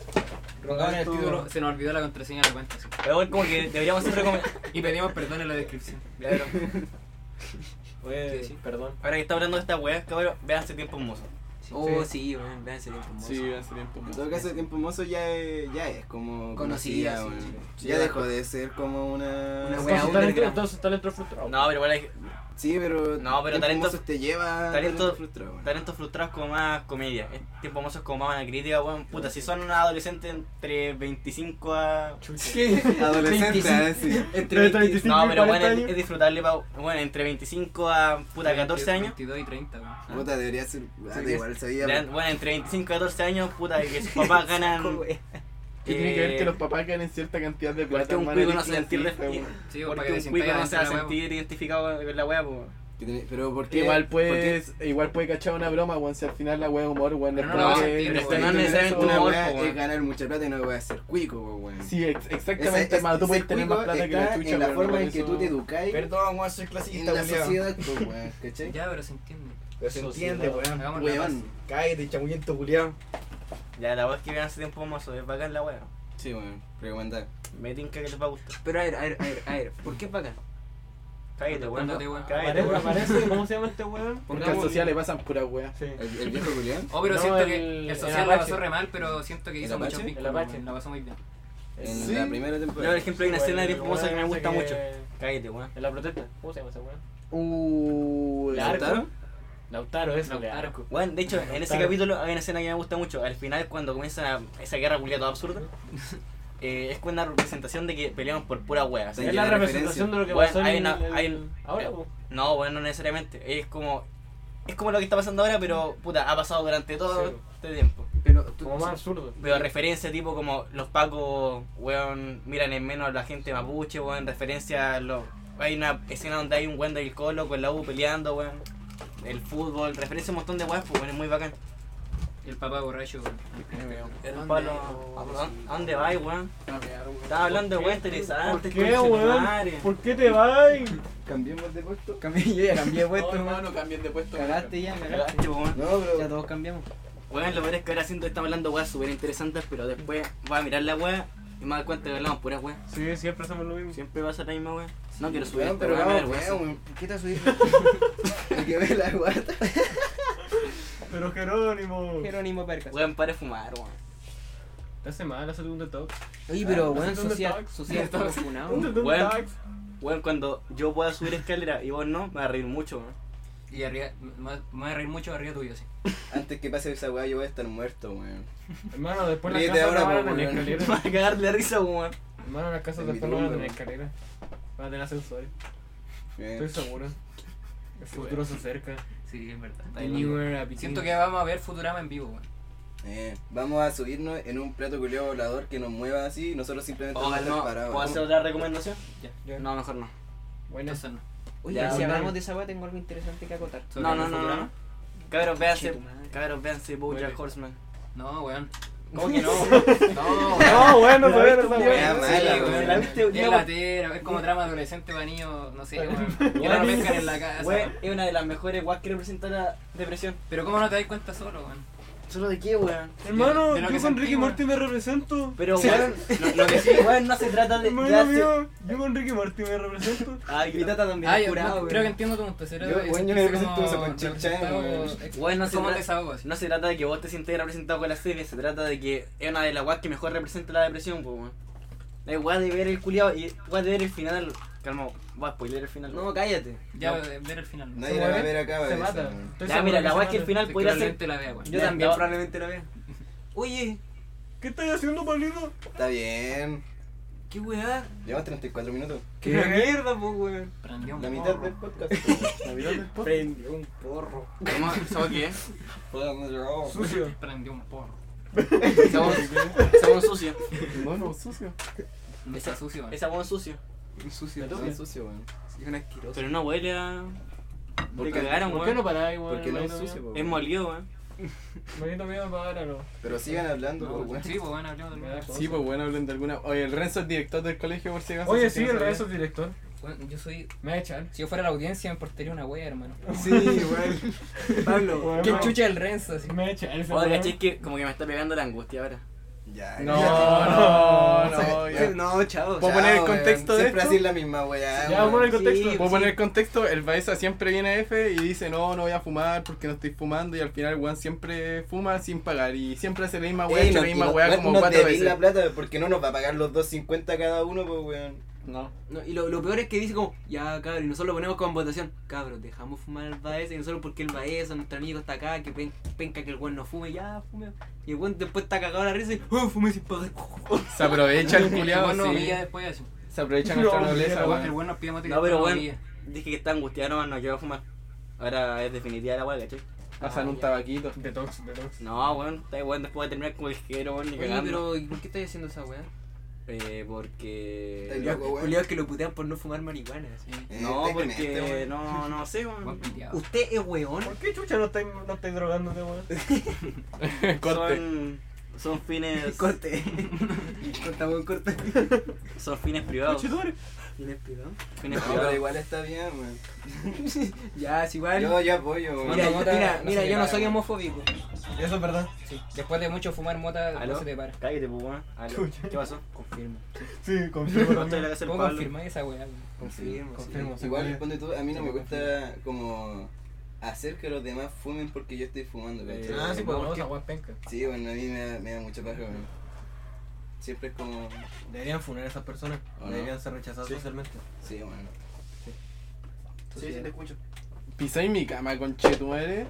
[SPEAKER 3] Rogaban en el título.
[SPEAKER 7] Se nos olvidó la contraseña de la cuenta. sí.
[SPEAKER 1] Pero bueno, como que deberíamos hacer recomendaciones.
[SPEAKER 7] Y pedimos perdón en la descripción.
[SPEAKER 4] Oye,
[SPEAKER 7] Sí, sí.
[SPEAKER 4] perdón.
[SPEAKER 1] Ahora que está hablando de estas weas, cabrón, véanse tiempo hermoso.
[SPEAKER 5] Oh, sí, weón, vean ese tiempo hermoso.
[SPEAKER 2] sí, hace tiempo.
[SPEAKER 6] En todo caso, Tiempo Mozo ya es, ya es como
[SPEAKER 5] Conocida, sí,
[SPEAKER 6] weón.
[SPEAKER 5] sí.
[SPEAKER 6] Ya dejó de ser como
[SPEAKER 5] Una wea.
[SPEAKER 6] una...
[SPEAKER 4] Entonces, talento,
[SPEAKER 5] underground.
[SPEAKER 4] entonces talento frustrado.
[SPEAKER 1] No, pero igual hay
[SPEAKER 6] Sí, pero...
[SPEAKER 1] No, pero
[SPEAKER 6] Tiempo
[SPEAKER 1] talento-
[SPEAKER 6] Mozo te lleva...
[SPEAKER 1] talento-
[SPEAKER 6] frustrado, weón.
[SPEAKER 1] talentos frustrados como más comedia. Eh, Tiempo hermoso es como más una crítica, weón. Puta, si son adolescentes entre 25 a.
[SPEAKER 6] Adolescente, ah, sí.
[SPEAKER 4] Entre 25
[SPEAKER 1] No,
[SPEAKER 4] y
[SPEAKER 1] pero
[SPEAKER 4] 40
[SPEAKER 1] bueno, es,
[SPEAKER 4] años.
[SPEAKER 1] es disfrutable pa- Bueno, entre 25 a puta 14 años.
[SPEAKER 7] 22 y 30, weón.
[SPEAKER 6] Puta, debería ser... ah, da igual, sabía...
[SPEAKER 1] Le dan- Bueno, entre 25 y 14 años, puta, que sus papás ganan.
[SPEAKER 2] ¿Qué tiene que ver que los papás ganen cierta cantidad de
[SPEAKER 1] Porque
[SPEAKER 2] plata?
[SPEAKER 1] un
[SPEAKER 2] hermano?
[SPEAKER 1] cuico no
[SPEAKER 2] Es
[SPEAKER 1] se sentir
[SPEAKER 2] clasista,
[SPEAKER 1] ref-
[SPEAKER 2] weón.
[SPEAKER 7] Sí, weón,
[SPEAKER 1] Porque
[SPEAKER 7] para que
[SPEAKER 1] un
[SPEAKER 7] te
[SPEAKER 1] cuico no se va a
[SPEAKER 7] sientas bien,
[SPEAKER 1] sentir identificado con la wea, pues.
[SPEAKER 6] Que tiene- Pero ¿por qué?
[SPEAKER 2] Igual
[SPEAKER 6] ¿Por qué?
[SPEAKER 2] puede, igual puede cachar una broma, weón, si al final la wea es humor, weón.
[SPEAKER 7] Pero
[SPEAKER 2] es
[SPEAKER 7] no la va a
[SPEAKER 2] como
[SPEAKER 7] sentir, weón.
[SPEAKER 5] este
[SPEAKER 2] que- necesitas
[SPEAKER 1] No
[SPEAKER 2] tener
[SPEAKER 1] necesariamente
[SPEAKER 2] eso,
[SPEAKER 6] Una
[SPEAKER 1] humor,
[SPEAKER 6] weá
[SPEAKER 1] po, weón.
[SPEAKER 6] es ganar mucha plata y no voy a ser cuico, po, weón.
[SPEAKER 2] Sí, ex-
[SPEAKER 6] Ese-
[SPEAKER 2] exactamente,
[SPEAKER 6] ese-
[SPEAKER 2] hermano, tú
[SPEAKER 6] ese
[SPEAKER 2] puedes tener más
[SPEAKER 6] cuico
[SPEAKER 2] plata que
[SPEAKER 6] está
[SPEAKER 2] la chucha,
[SPEAKER 6] En la
[SPEAKER 2] weón,
[SPEAKER 6] forma
[SPEAKER 2] por
[SPEAKER 6] en que
[SPEAKER 2] eso-
[SPEAKER 6] tú te educáis
[SPEAKER 1] Perdón, weón, soy
[SPEAKER 6] en la sociedad, po, weón,
[SPEAKER 7] weón.
[SPEAKER 6] ¿cachai?
[SPEAKER 7] Ya, pero se entiende.
[SPEAKER 6] Pero
[SPEAKER 4] se entiende,
[SPEAKER 6] weón.
[SPEAKER 7] Hagamos la
[SPEAKER 6] Weón, cállate, chamuyento culiao.
[SPEAKER 1] Ya, la wea es que vean ese tiempo hermoso, es bacán la wea.
[SPEAKER 6] Sí, weón, recomendar.
[SPEAKER 1] Me tinca que les va a gustar.
[SPEAKER 5] Pero a ver, a ver, a ver, a ver, ¿por qué es bacán?
[SPEAKER 1] Cállate, weón.
[SPEAKER 7] Ándate, weón.
[SPEAKER 1] Cállate,
[SPEAKER 4] Aparece,
[SPEAKER 1] weón.
[SPEAKER 4] aparece, ¿cómo se llama este weón?
[SPEAKER 2] Porque al social le pasan pura wea.
[SPEAKER 4] Sí.
[SPEAKER 6] ¿El, el viejo culiao?
[SPEAKER 7] Oh, pero
[SPEAKER 4] No,
[SPEAKER 7] siento
[SPEAKER 4] el-
[SPEAKER 7] que el
[SPEAKER 4] el
[SPEAKER 7] social la
[SPEAKER 4] Apache.
[SPEAKER 7] pasó re mal, pero siento que
[SPEAKER 6] ¿El
[SPEAKER 7] hizo
[SPEAKER 6] Apache?
[SPEAKER 7] muchos picos.
[SPEAKER 4] El Apache.
[SPEAKER 7] weón, La pasó muy bien.
[SPEAKER 6] En
[SPEAKER 2] Sí.
[SPEAKER 6] la primera
[SPEAKER 4] Pues,
[SPEAKER 1] Yo,
[SPEAKER 6] temporada.
[SPEAKER 1] por ejemplo, hay una escena de tiempo hermoso que me gusta mucho.
[SPEAKER 4] En
[SPEAKER 1] Cállate, weón.
[SPEAKER 4] la protesta. ¿Cómo se llama ese weón?
[SPEAKER 2] Uh,
[SPEAKER 4] Claro.
[SPEAKER 6] ¿Saltaron?
[SPEAKER 4] Lautaro, es
[SPEAKER 7] Lautaro.
[SPEAKER 4] Lautaro.
[SPEAKER 1] Bueno, de hecho, en ese
[SPEAKER 4] Claro.
[SPEAKER 1] capítulo hay una escena que me gusta mucho. Al final, cuando comienza la- esa guerra culiada toda absurda, eh, es con una representación de que peleamos por pura wea. así
[SPEAKER 6] Sí.
[SPEAKER 4] Es
[SPEAKER 1] que-
[SPEAKER 4] la
[SPEAKER 6] la
[SPEAKER 4] representación de lo que
[SPEAKER 1] Bueno,
[SPEAKER 4] pasó
[SPEAKER 1] hay
[SPEAKER 4] en
[SPEAKER 1] una-
[SPEAKER 4] el-
[SPEAKER 1] hay un-
[SPEAKER 4] ahora,
[SPEAKER 1] eh,
[SPEAKER 4] po.
[SPEAKER 1] No, bueno, no necesariamente. Es como. Es como lo que está pasando ahora, pero puta, ha pasado durante todo
[SPEAKER 4] Sí.
[SPEAKER 1] este tiempo.
[SPEAKER 5] Pero tú,
[SPEAKER 4] como más absurdo.
[SPEAKER 1] Pero referencia tipo como los pacos, weón, miran en menos a la gente mapuche, weón, referencia a los... Hay una escena donde hay un weón del colo con la U peleando, weón. El fútbol, referencia a un montón de weas, pues, weón, es muy bacán.
[SPEAKER 7] El papá borracho, weón.
[SPEAKER 1] ¿A dónde- ¿A dónde vais, weón? Estaba hablando de weón interesante.
[SPEAKER 4] ¿Qué, weón? ¿Por qué te vas?
[SPEAKER 6] Cambiemos de puesto.
[SPEAKER 5] Cambié, yo ya cambié de
[SPEAKER 2] No, hermano, cambien de puesto.
[SPEAKER 5] Cagaste ya, cagaste.
[SPEAKER 1] Weón,
[SPEAKER 6] No, pero.
[SPEAKER 5] Ya todos cambiamos.
[SPEAKER 1] Weón, lo peor es que ahora siento que estamos hablando weas súper interesantes, pero después voy a mirar la wea y me doy cuenta que hablamos puras weas.
[SPEAKER 4] Sí, siempre hacemos lo mismo.
[SPEAKER 1] Siempre pasa la misma wea. No quiero subir
[SPEAKER 6] Weón,
[SPEAKER 1] esta
[SPEAKER 6] pero
[SPEAKER 1] wea, me da
[SPEAKER 6] vamos,
[SPEAKER 1] vergüenza.
[SPEAKER 6] weón, ¿por qué te has subido? Hay que ver la guata.
[SPEAKER 4] Pero Jerónimo.
[SPEAKER 5] Jerónimo Percas.
[SPEAKER 1] Weón, para de fumar, weón.
[SPEAKER 4] Te hace mal hacer un detox.
[SPEAKER 5] Oye,
[SPEAKER 4] Ah,
[SPEAKER 5] pero weón,
[SPEAKER 4] ¿dónde
[SPEAKER 5] social,
[SPEAKER 4] estabas?
[SPEAKER 5] social estamos
[SPEAKER 4] Un
[SPEAKER 5] funados.
[SPEAKER 4] detox.
[SPEAKER 1] Bueno, cuando yo pueda subir escalera y vos no, me va a reír mucho, weón.
[SPEAKER 7] Y arriba, me me voy a reír mucho arriba tuyo, sí.
[SPEAKER 6] Antes que pase esa weá, yo voy a estar muerto, weón.
[SPEAKER 4] Hermano, después las
[SPEAKER 6] Ríete
[SPEAKER 4] casas
[SPEAKER 6] ahora,
[SPEAKER 4] no van a
[SPEAKER 6] po,
[SPEAKER 4] tener
[SPEAKER 6] weón.
[SPEAKER 1] Me va a
[SPEAKER 4] escalera.
[SPEAKER 1] cagar de risa, weón.
[SPEAKER 4] Hermano, las casas
[SPEAKER 6] En mi
[SPEAKER 4] después no van a
[SPEAKER 6] tumba,
[SPEAKER 4] tener
[SPEAKER 6] weón.
[SPEAKER 4] escalera. Van a tener ascensores.
[SPEAKER 6] Bien.
[SPEAKER 4] Estoy seguro. El futuro se acerca.
[SPEAKER 7] Sí, es verdad.
[SPEAKER 1] Está bien, weón.
[SPEAKER 7] Siento que vamos a ver Futurama en vivo, weón.
[SPEAKER 6] Eh, vamos a subirnos en un plato culeo volador que nos mueva así, nosotros simplemente vamos a
[SPEAKER 1] Ojalá
[SPEAKER 6] estar
[SPEAKER 1] no.
[SPEAKER 6] parados.
[SPEAKER 1] ¿Puedo hacer otra recomendación?
[SPEAKER 4] Ya.
[SPEAKER 1] No, mejor no.
[SPEAKER 4] Bueno,
[SPEAKER 7] Entonces no.
[SPEAKER 5] Oye,
[SPEAKER 1] Ya,
[SPEAKER 5] si
[SPEAKER 1] bueno.
[SPEAKER 5] hablamos de esa weá, tengo algo interesante que acotar.
[SPEAKER 7] Sobre
[SPEAKER 1] No,
[SPEAKER 7] el
[SPEAKER 1] no, no, no.
[SPEAKER 7] Futurama.
[SPEAKER 1] no. Cabros, véanse.
[SPEAKER 5] Che, tu madre.
[SPEAKER 1] Cabros, véanse Bojack Horseman.
[SPEAKER 7] No, weón.
[SPEAKER 1] ¿Cómo que no?
[SPEAKER 7] No,
[SPEAKER 4] No, Ah, bueno,
[SPEAKER 1] ¿La
[SPEAKER 4] pero
[SPEAKER 1] viste,
[SPEAKER 4] esa
[SPEAKER 1] tío?
[SPEAKER 4] weá.
[SPEAKER 6] weá
[SPEAKER 1] Sí,
[SPEAKER 6] mala,
[SPEAKER 1] weón.
[SPEAKER 6] weón.
[SPEAKER 1] ¿La viste?
[SPEAKER 7] Es
[SPEAKER 1] Ya,
[SPEAKER 7] latero, es como trama adolescente para niños, no sé, weón. Que no lo pescan en la casa.
[SPEAKER 1] Weón, es una de las mejores weas que representa la depresión.
[SPEAKER 7] Pero cómo no te das cuenta solo, weón.
[SPEAKER 1] ¿Solo de qué, weón?
[SPEAKER 4] Hermano,
[SPEAKER 7] De lo que
[SPEAKER 4] yo con
[SPEAKER 7] sentí,
[SPEAKER 4] Ricky
[SPEAKER 7] weón.
[SPEAKER 4] Martin me represento.
[SPEAKER 1] Pero, weón, lo, lo que sí, weón, no se trata de.
[SPEAKER 4] Hermano
[SPEAKER 1] de hacer-
[SPEAKER 4] mío, yo con Ricky Martin me represento.
[SPEAKER 1] Ay, mi tata también.
[SPEAKER 7] Ay,
[SPEAKER 1] es curado,
[SPEAKER 7] Ah, yo
[SPEAKER 1] weón.
[SPEAKER 7] creo que entiendo tu punto. Será
[SPEAKER 6] Yo,
[SPEAKER 7] de
[SPEAKER 6] weón, yo
[SPEAKER 7] sentirse
[SPEAKER 6] me represento
[SPEAKER 7] como
[SPEAKER 6] esa concha,
[SPEAKER 7] representado,
[SPEAKER 6] weón.
[SPEAKER 7] ex-
[SPEAKER 1] Weón, no se
[SPEAKER 7] ¿Cómo
[SPEAKER 1] tra-
[SPEAKER 7] te desahogo así?
[SPEAKER 1] No se trata de que vos te sientas representado con la serie, se trata de que es una de las weas que mejor representa la depresión, pues, weón. Es weá de ver el culiado y weá de ver el final. Calma, voy a spoiler el final.
[SPEAKER 5] No, cállate.
[SPEAKER 7] Ya,
[SPEAKER 1] No.
[SPEAKER 7] eh, ver el final.
[SPEAKER 6] Nadie la va a ver acá,
[SPEAKER 4] Se
[SPEAKER 6] weón.
[SPEAKER 4] mata.
[SPEAKER 6] esa,
[SPEAKER 4] Estoy
[SPEAKER 1] ya,
[SPEAKER 4] seguro
[SPEAKER 1] mira, la
[SPEAKER 4] se
[SPEAKER 1] weá es que el
[SPEAKER 4] mata.
[SPEAKER 1] final podría ser.
[SPEAKER 7] Seguramente la vea, weón.
[SPEAKER 5] Yo
[SPEAKER 1] Ya,
[SPEAKER 5] también
[SPEAKER 1] ya.
[SPEAKER 5] probablemente la vea. Oye,
[SPEAKER 4] ¿Qué estáis haciendo, Pablito?
[SPEAKER 6] Está bien.
[SPEAKER 5] ¿Qué weá?
[SPEAKER 6] Llevamos 34 minutos.
[SPEAKER 5] ¿Qué una mierda, po, weón?
[SPEAKER 8] Prendió un
[SPEAKER 6] La mitad
[SPEAKER 8] porro.
[SPEAKER 6] del podcast.
[SPEAKER 3] Prendió un porro.
[SPEAKER 5] ¿Cómo? ¿Sabes qué?
[SPEAKER 4] Sucio.
[SPEAKER 8] Prendió un porro.
[SPEAKER 5] Sabor, sabor sucio.
[SPEAKER 2] Mono sucio.
[SPEAKER 8] Está sucio.
[SPEAKER 5] Es sabor sucio.
[SPEAKER 6] Sucio,
[SPEAKER 4] tuya.
[SPEAKER 6] tan sucio, weón.
[SPEAKER 5] Es un asqueroso.
[SPEAKER 1] Pero no huele a.
[SPEAKER 6] Porque-
[SPEAKER 1] Me cagaron,
[SPEAKER 4] ¿Por qué no
[SPEAKER 1] weón.
[SPEAKER 4] paráis, weón?
[SPEAKER 6] Porque no es
[SPEAKER 4] Manito
[SPEAKER 6] sucio,
[SPEAKER 4] mío.
[SPEAKER 6] po,
[SPEAKER 1] Es
[SPEAKER 6] weón.
[SPEAKER 1] molido, weón.
[SPEAKER 4] Manito mío, páralo.
[SPEAKER 6] Pero sigan hablando, po,
[SPEAKER 8] No,
[SPEAKER 6] weón.
[SPEAKER 8] Sí, pues bueno, hablemos del
[SPEAKER 4] Me da
[SPEAKER 8] medio.
[SPEAKER 4] cosa.
[SPEAKER 2] Sí, pues bueno, hablen de alguna. Oye, el Renzo es director del colegio, por si acaso.
[SPEAKER 4] Oye,
[SPEAKER 2] si
[SPEAKER 4] sí,
[SPEAKER 2] no
[SPEAKER 4] el
[SPEAKER 2] sabía.
[SPEAKER 4] resto es director.
[SPEAKER 3] Bueno, yo soy.
[SPEAKER 4] Me echan.
[SPEAKER 3] Si yo fuera la audiencia, me portaría una wea, hermano.
[SPEAKER 5] Sí, weón. Pablo.
[SPEAKER 4] Weón,
[SPEAKER 3] ¿Qué
[SPEAKER 4] me-
[SPEAKER 3] chucha el Renzo? así?
[SPEAKER 4] Me echan. ese
[SPEAKER 1] Oye,
[SPEAKER 4] weón.
[SPEAKER 1] caché que como que me está pegando la angustia ahora.
[SPEAKER 6] Ya,
[SPEAKER 2] No,
[SPEAKER 6] ya. No,
[SPEAKER 2] no, no. ya.
[SPEAKER 5] No, chao.
[SPEAKER 2] ¿Puedo poner el
[SPEAKER 6] Chao,
[SPEAKER 2] contexto
[SPEAKER 6] weón.
[SPEAKER 2] de
[SPEAKER 6] Siempre
[SPEAKER 2] esto?
[SPEAKER 6] así la misma, weá.
[SPEAKER 4] Ya,
[SPEAKER 6] weón.
[SPEAKER 4] pon el contexto.
[SPEAKER 2] Puedo poner el contexto, el Baeza siempre viene a F y dice no, no voy a fumar porque no estoy fumando y al final el weón siempre fuma sin pagar y siempre hace la misma weá,
[SPEAKER 6] Ey,
[SPEAKER 2] echa
[SPEAKER 6] no-
[SPEAKER 2] la misma
[SPEAKER 6] no-
[SPEAKER 2] weá
[SPEAKER 6] no-
[SPEAKER 2] como
[SPEAKER 6] no
[SPEAKER 2] cuatro
[SPEAKER 6] te di la
[SPEAKER 2] veces.
[SPEAKER 6] plata pues, porque no nos va a pagar los 2.50 cada uno, pues, weón.
[SPEAKER 2] No.
[SPEAKER 5] No, y lo, lo peor es que dice como, ya cabros, y nosotros lo ponemos con votación. Cabros, dejamos fumar al Baez, y nosotros porque el Baez, nuestro amigo está acá, que pen- penca que el weón no fume, ya fume. Y el weón después está cagado la risa y, oh, fume sin pagar.
[SPEAKER 2] Se aprovecha el
[SPEAKER 8] El
[SPEAKER 2] culiado,
[SPEAKER 8] bueno no
[SPEAKER 2] sí.
[SPEAKER 8] veía después de eso.
[SPEAKER 2] Se aprovecha nuestra
[SPEAKER 4] No,
[SPEAKER 2] nobleza,
[SPEAKER 4] no,
[SPEAKER 8] El
[SPEAKER 2] weón.
[SPEAKER 8] bueno nos pide materia.
[SPEAKER 1] No, pero
[SPEAKER 8] prima,
[SPEAKER 1] bueno,
[SPEAKER 8] veía.
[SPEAKER 1] dije que está angustiado nomás, no quiero fumar. Ahora es definitiva la weá, caché.
[SPEAKER 2] Pasan
[SPEAKER 4] Ah,
[SPEAKER 5] Ah,
[SPEAKER 2] un tabaquito.
[SPEAKER 4] Detox, detox.
[SPEAKER 1] No, weón, está igual después de terminar como el quiero, weón, ni
[SPEAKER 5] Oye,
[SPEAKER 1] cagando.
[SPEAKER 5] pero ¿y por qué estás haciendo esa weá?
[SPEAKER 1] Eh,
[SPEAKER 6] Estáis
[SPEAKER 1] porque.
[SPEAKER 6] loco,
[SPEAKER 5] Los
[SPEAKER 6] weón.
[SPEAKER 5] culiados que lo putean por no fumar marihuana. así.
[SPEAKER 8] Sí,
[SPEAKER 6] Eh,
[SPEAKER 1] No,
[SPEAKER 6] estáis demente,
[SPEAKER 1] porque.
[SPEAKER 6] weón.
[SPEAKER 1] No, no sé, weón.
[SPEAKER 8] buen piteado.
[SPEAKER 5] Usted es weón.
[SPEAKER 4] ¿Por qué chucha no estáis no estáis drogándote, weón?
[SPEAKER 2] Corte.
[SPEAKER 1] Son. Son fines.
[SPEAKER 5] Corte. Corta, weón, corta.
[SPEAKER 1] Son fines privados.
[SPEAKER 5] ¿Tienes pegado?
[SPEAKER 1] Fines
[SPEAKER 6] No, pero
[SPEAKER 1] privados.
[SPEAKER 6] igual está bien, weón.
[SPEAKER 5] Ya, es igual.
[SPEAKER 6] Yo, yo apoyo, weón.
[SPEAKER 5] mira,
[SPEAKER 3] Manda
[SPEAKER 5] yo-
[SPEAKER 3] nota,
[SPEAKER 5] mira,
[SPEAKER 3] no
[SPEAKER 5] mira,
[SPEAKER 3] se le
[SPEAKER 5] yo no
[SPEAKER 3] paga,
[SPEAKER 5] soy
[SPEAKER 3] weón.
[SPEAKER 5] homofóbico.
[SPEAKER 4] Eso es verdad.
[SPEAKER 3] Después de mucho fumar mota,
[SPEAKER 1] ¿Aló?
[SPEAKER 3] no se te para.
[SPEAKER 1] Cállate, pues, weón. Aló. ¿Qué pasó?
[SPEAKER 3] Confirmo.
[SPEAKER 4] Sí,
[SPEAKER 1] No
[SPEAKER 4] confirmo.
[SPEAKER 1] estoy en la casa del
[SPEAKER 3] ¿Puedo
[SPEAKER 1] Pablo.
[SPEAKER 3] confirmar esa weá? weón?
[SPEAKER 5] Confirmo,
[SPEAKER 4] Confirmo, sí.
[SPEAKER 6] Igual, ponte tú, a mí no me gusta como hacer que los demás fumen porque yo estoy fumando, ¿cachai?
[SPEAKER 4] Ah, sí, pues
[SPEAKER 5] No,
[SPEAKER 4] no,
[SPEAKER 5] porque-
[SPEAKER 4] esa weá es penca.
[SPEAKER 6] Sí, bueno, a mí me da, me da mucha paja, weón. Siempre es como...
[SPEAKER 4] Deberían funar a esas personas.
[SPEAKER 6] ¿O no?
[SPEAKER 4] Deberían ser rechazadas socialmente.
[SPEAKER 6] Sí, bueno.
[SPEAKER 1] Sí, sí, te escucho.
[SPEAKER 2] Pisáis mi cama, conchetumare.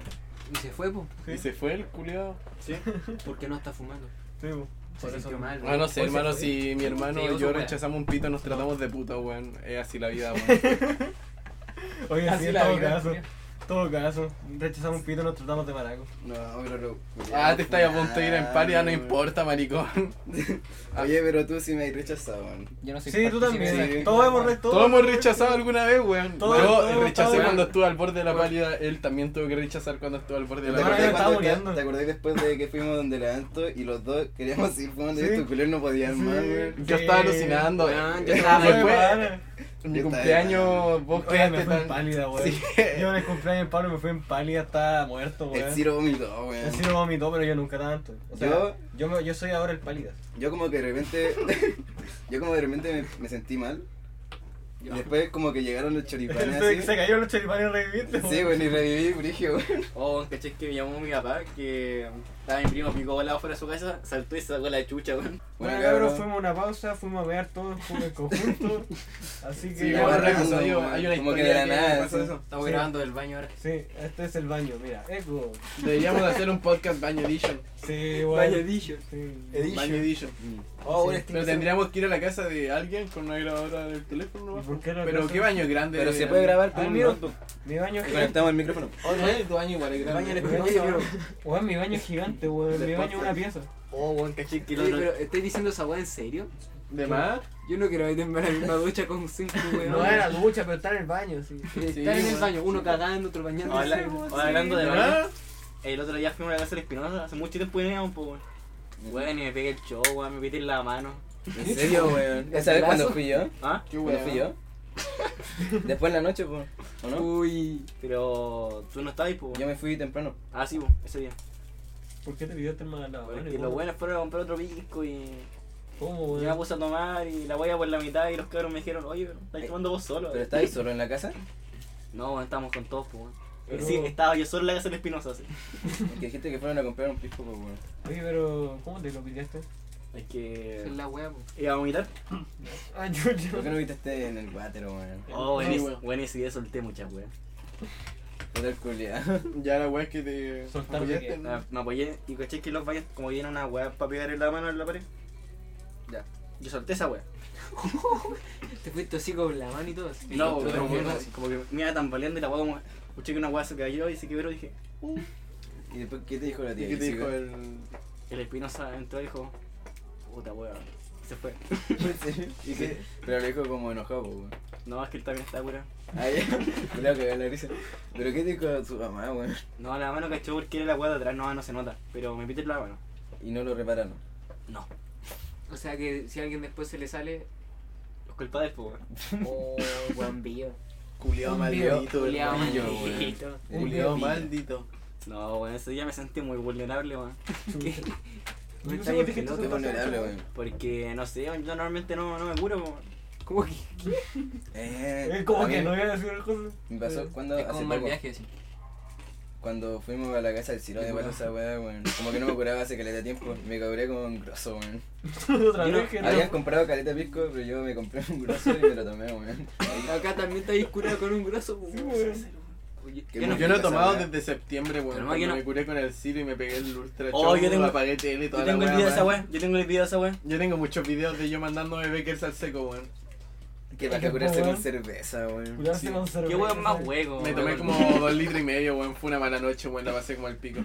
[SPEAKER 5] Y se fue, po,
[SPEAKER 2] Y se fue el culiado.
[SPEAKER 5] porque no está fumando.
[SPEAKER 4] Sí, po.
[SPEAKER 5] Se
[SPEAKER 4] por eso.
[SPEAKER 5] sintió mal.
[SPEAKER 2] Ah, no sé,
[SPEAKER 3] Hoy se
[SPEAKER 2] hermano,
[SPEAKER 3] fue.
[SPEAKER 2] si mi hermano
[SPEAKER 8] Sí,
[SPEAKER 2] y
[SPEAKER 8] vos
[SPEAKER 2] yo
[SPEAKER 8] supera.
[SPEAKER 2] rechazamos un pito, nos tratamos de puta, weón. Es así la vida, weón.
[SPEAKER 4] Oye,
[SPEAKER 3] Así
[SPEAKER 4] sí,
[SPEAKER 3] la
[SPEAKER 4] todo
[SPEAKER 3] vida,
[SPEAKER 4] caso.
[SPEAKER 3] culiao.
[SPEAKER 4] Todo caso. Rechazamos un pito, nos tratamos de maraco.
[SPEAKER 6] No, pero... lo-
[SPEAKER 2] Ah, te estás a punto de ir en par, ya no
[SPEAKER 6] weón.
[SPEAKER 2] importa, maricón.
[SPEAKER 6] Oye, pero tú sí me has rechazado, weón.
[SPEAKER 3] Yo no soy
[SPEAKER 4] Sí, tú
[SPEAKER 3] partícipe de esa
[SPEAKER 4] también.
[SPEAKER 3] actitud,
[SPEAKER 4] Todos hemos
[SPEAKER 3] weón.
[SPEAKER 4] re-
[SPEAKER 2] Todos hemos rechazado alguna vez, weón.
[SPEAKER 4] Todo-
[SPEAKER 2] Yo
[SPEAKER 4] todo-
[SPEAKER 2] rechacé
[SPEAKER 4] todo-
[SPEAKER 2] cuando estuve al borde de la pálida, él también tuvo que rechazar cuando estuvo al borde
[SPEAKER 6] ¿Te
[SPEAKER 2] de la
[SPEAKER 4] Hermano,
[SPEAKER 2] pálida.
[SPEAKER 4] yo me estaba
[SPEAKER 6] acordás, cuando te,
[SPEAKER 4] muriendo.
[SPEAKER 6] ¿Te acordás después de que fuimos donde Leanto y los dos queríamos seguir fumando
[SPEAKER 4] Sí.
[SPEAKER 6] y estos culeros no podían más, weón?
[SPEAKER 2] Yo
[SPEAKER 4] Sí.
[SPEAKER 2] estaba alucinando.
[SPEAKER 5] Weón, yo
[SPEAKER 2] eh,
[SPEAKER 5] estaba
[SPEAKER 2] fue-
[SPEAKER 4] Ay, weón.
[SPEAKER 2] en mi
[SPEAKER 6] Yo estaba-
[SPEAKER 2] cumpleaños vos
[SPEAKER 4] Oye, me
[SPEAKER 2] quedaste
[SPEAKER 4] fue en
[SPEAKER 2] tan...
[SPEAKER 4] pálida, weón.
[SPEAKER 2] Sí.
[SPEAKER 4] Yo en el cumpleaños de Pablo me fui en pálida, estaba muerto,
[SPEAKER 6] El
[SPEAKER 4] weón.
[SPEAKER 6] Ciro vomitó,
[SPEAKER 4] El
[SPEAKER 6] weón.
[SPEAKER 4] Ciro vomitó, pero yo nunca tanto. O sea,
[SPEAKER 6] Yo-
[SPEAKER 4] yo, me- yo soy ahora el pálidas.
[SPEAKER 6] Yo como que de repente... yo como de repente me, me sentí mal. Y después como que llegaron los choripanes
[SPEAKER 4] Se,
[SPEAKER 6] así.
[SPEAKER 4] se cayó los choripanes y reviviste.
[SPEAKER 6] Sí, weón, y reviví, brigio, weón.
[SPEAKER 1] Oh, caché que me llamó mi papá que estaba mi primo picó volado fuera de su casa, saltó y sacó la chucha, weón.
[SPEAKER 4] Bueno,
[SPEAKER 6] Bueno,
[SPEAKER 4] cabros,
[SPEAKER 6] cabrón.
[SPEAKER 4] fuimos a una pausa, fuimos a ver todos en el conjunto. Así que.
[SPEAKER 6] Sí,
[SPEAKER 2] la barra
[SPEAKER 6] weón,
[SPEAKER 2] pasó,
[SPEAKER 6] hay-
[SPEAKER 2] weón.
[SPEAKER 6] hay una como que de
[SPEAKER 2] historia
[SPEAKER 6] la
[SPEAKER 2] que
[SPEAKER 6] nada.
[SPEAKER 2] pasó
[SPEAKER 6] sí.
[SPEAKER 2] eso.
[SPEAKER 8] Estamos grabando del baño ahora.
[SPEAKER 4] Sí, este es el baño, mira. Eco.
[SPEAKER 2] Deberíamos hacer un podcast Baño Edition.
[SPEAKER 4] Sí, weón.
[SPEAKER 5] Vaya dicho.
[SPEAKER 4] Sí.
[SPEAKER 2] Baño Edition.
[SPEAKER 5] Oh, ahora
[SPEAKER 2] Pero tendríamos que ir a la casa de alguien con una grabadora del teléfono.
[SPEAKER 4] ¿Y por qué la
[SPEAKER 2] Pero
[SPEAKER 4] casa?
[SPEAKER 2] qué baño grande.
[SPEAKER 6] Pero se
[SPEAKER 2] de-
[SPEAKER 6] puede grabar con
[SPEAKER 4] Ah,
[SPEAKER 6] un
[SPEAKER 4] mira.
[SPEAKER 6] notebook.
[SPEAKER 4] Mi baño es
[SPEAKER 6] Y
[SPEAKER 4] gigante.
[SPEAKER 6] Conectamos el micrófono.
[SPEAKER 2] Oh, no, tu baño igual es grande.
[SPEAKER 4] Weón, mi baño es gigante, weón. Mi baño es una pieza.
[SPEAKER 1] Oh, weón, caché que el
[SPEAKER 5] Oye, pero
[SPEAKER 1] otro.
[SPEAKER 5] ¿estáis diciendo esa weá en serio?
[SPEAKER 2] ¿De más?
[SPEAKER 5] Yo no quiero meterme en la misma ducha con cinco weón.
[SPEAKER 4] ducha, pero está en el baño, sí.
[SPEAKER 5] Estar en el
[SPEAKER 2] weón.
[SPEAKER 5] baño, uno cagando, otro bañando.
[SPEAKER 1] oh, Habla-
[SPEAKER 5] Sí, weón.
[SPEAKER 1] Hablando
[SPEAKER 2] ¿De
[SPEAKER 1] de baño,
[SPEAKER 2] más?
[SPEAKER 1] el otro día fuimos a la casa de Espinosa, hace mucho tiempo que no íbamos, po, weón. Weón, y me pegué el show, weón, me pité en la mano.
[SPEAKER 6] ¿En serio, weón? ¿Ya sabes cuándo fui yo?
[SPEAKER 1] ¿Ah?
[SPEAKER 2] Qué
[SPEAKER 6] ¿Cuándo
[SPEAKER 2] weón.
[SPEAKER 6] fui yo? Después en la noche, pues. ¿O no?
[SPEAKER 5] Uy.
[SPEAKER 1] Pero tú no estabas, po,
[SPEAKER 6] Yo
[SPEAKER 1] weón.
[SPEAKER 6] me fui temprano.
[SPEAKER 1] Ah, sí, weón, ese día.
[SPEAKER 4] ¿Por qué te pidió este el más la
[SPEAKER 1] Porque los buenos fueron a comprar otro pisco y.
[SPEAKER 4] ¿Cómo,
[SPEAKER 1] Yo me
[SPEAKER 4] weón?
[SPEAKER 1] puse a tomar y la huella por la mitad y los cabros me dijeron, oye, pero estás tomando vos solo.
[SPEAKER 6] ¿Pero estabas solo en la casa?
[SPEAKER 1] No, weón, estábamos con todos, po, weón.
[SPEAKER 4] Pero-
[SPEAKER 1] Sí, estaba yo solo en la casa de Espinosa, sí.
[SPEAKER 6] Porque dijiste que fueron a comprar un pisco, pues, weón.
[SPEAKER 4] Oye, pero. ¿Cómo te lo pillaste?
[SPEAKER 1] Es
[SPEAKER 5] Esa es
[SPEAKER 1] que.
[SPEAKER 5] la pues. weá, po.
[SPEAKER 1] Iba a vomitar.
[SPEAKER 4] Ah, yo,
[SPEAKER 6] ¿Por qué no viste este en el váter, weón?
[SPEAKER 1] Oh,
[SPEAKER 4] Sí,
[SPEAKER 1] buenísimo,
[SPEAKER 4] weón.
[SPEAKER 1] buenísimo, idea solté muchas weas.
[SPEAKER 6] Era culiado.
[SPEAKER 2] Ya la weá que te
[SPEAKER 4] Soltar
[SPEAKER 2] apoyaste,
[SPEAKER 4] de
[SPEAKER 5] Mm.
[SPEAKER 2] ¿no?
[SPEAKER 1] Ah, me apoyé y caché que los vallas como viene una weá para pegar la mano en la pared. Ya. Yo solté esa weá.
[SPEAKER 5] Te fuiste así con la mano y todo. así.
[SPEAKER 1] No,
[SPEAKER 6] otro
[SPEAKER 1] pero
[SPEAKER 6] también,
[SPEAKER 1] como-
[SPEAKER 6] sí.
[SPEAKER 1] como que me iba tambaleando y la weá como. Escuché que una weá se cayó y se quebró y dije.
[SPEAKER 6] ¿Y después qué te dijo la
[SPEAKER 2] ¿Y
[SPEAKER 6] tía?
[SPEAKER 2] qué te
[SPEAKER 6] Jessica?
[SPEAKER 2] dijo el.?
[SPEAKER 1] El Espinosa entró y dijo. Puta weá. Se fue.
[SPEAKER 6] ¿Y qué? Pero lo dijo como enojado, po, weón.
[SPEAKER 1] No, es que él también está curado.
[SPEAKER 6] Ay, me la cagué la risa. ¿Pero qué te dijo su mamá, weón?
[SPEAKER 1] No, la mano cachó porque era la weá de atrás, no, no se nota. Pero me pite la mano.
[SPEAKER 6] Y no lo repararon.
[SPEAKER 1] No.
[SPEAKER 5] O sea que si a alguien después se le sale.
[SPEAKER 1] Los culpables, pues weón.
[SPEAKER 5] Oh, buen video.
[SPEAKER 2] Culeado maldito,
[SPEAKER 5] Culeado
[SPEAKER 2] hermano.
[SPEAKER 6] pillo,
[SPEAKER 5] maldito.
[SPEAKER 6] El
[SPEAKER 2] Culeado
[SPEAKER 6] pillo.
[SPEAKER 2] maldito.
[SPEAKER 1] No, weón, ese día me sentí muy vulnerable, weón.
[SPEAKER 5] ¿Qué?
[SPEAKER 4] No
[SPEAKER 5] Está
[SPEAKER 4] sé
[SPEAKER 5] bien
[SPEAKER 4] por qué
[SPEAKER 5] pelote.
[SPEAKER 6] Qué vulnerable, weón.
[SPEAKER 1] Porque no sé, yo normalmente no, no me curo, po, weón.
[SPEAKER 5] ¿Cómo que?
[SPEAKER 6] Eh,
[SPEAKER 4] ¿Cómo
[SPEAKER 6] a mí
[SPEAKER 4] que no voy a decir una cosa?
[SPEAKER 6] Me pasó
[SPEAKER 4] Pues,
[SPEAKER 6] cuando
[SPEAKER 3] Ah,
[SPEAKER 7] Es como
[SPEAKER 6] hace
[SPEAKER 7] un mal
[SPEAKER 6] poco,
[SPEAKER 7] viaje, sí.
[SPEAKER 6] cuando fuimos a la casa del Ciro, de pasó esa weá, weón. Como que no me curaba hace caleta de tiempo, me cabré con un grosso, weón.
[SPEAKER 4] Otra
[SPEAKER 1] Yo no-
[SPEAKER 4] vez que no.
[SPEAKER 6] Habían comprado caleta de pisco, pero yo me compré un grosso y me lo tomé, weón.
[SPEAKER 5] Acá también te habéis curado con un grosso. po. Oye,
[SPEAKER 6] Qué
[SPEAKER 5] yo no-
[SPEAKER 6] mal.
[SPEAKER 2] Yo no he
[SPEAKER 6] esa
[SPEAKER 2] tomado
[SPEAKER 6] weá.
[SPEAKER 2] desde septiembre, weón.
[SPEAKER 1] Pero no,
[SPEAKER 2] cuando
[SPEAKER 1] yo no-
[SPEAKER 2] me curé con el Ciro y me pegué el ultra
[SPEAKER 1] Oh,
[SPEAKER 2] chongo,
[SPEAKER 1] yo tengo-
[SPEAKER 2] apagué tele y toda
[SPEAKER 1] Yo
[SPEAKER 2] la
[SPEAKER 1] tengo el
[SPEAKER 2] weá,
[SPEAKER 1] video de esa
[SPEAKER 2] weón.
[SPEAKER 1] weá, yo tengo el video de esa weá.
[SPEAKER 2] Yo tengo muchos videos de yo mandándome Beckers al seco, weón.
[SPEAKER 6] Que para que curarse con cerveza, weón.
[SPEAKER 4] Curarse con cerveza.
[SPEAKER 1] Qué weón más hueco,
[SPEAKER 2] Me
[SPEAKER 1] Oh, weón.
[SPEAKER 2] tomé como dos litros y medio, weón. Fue una mala noche, weón. La pasé como al pico.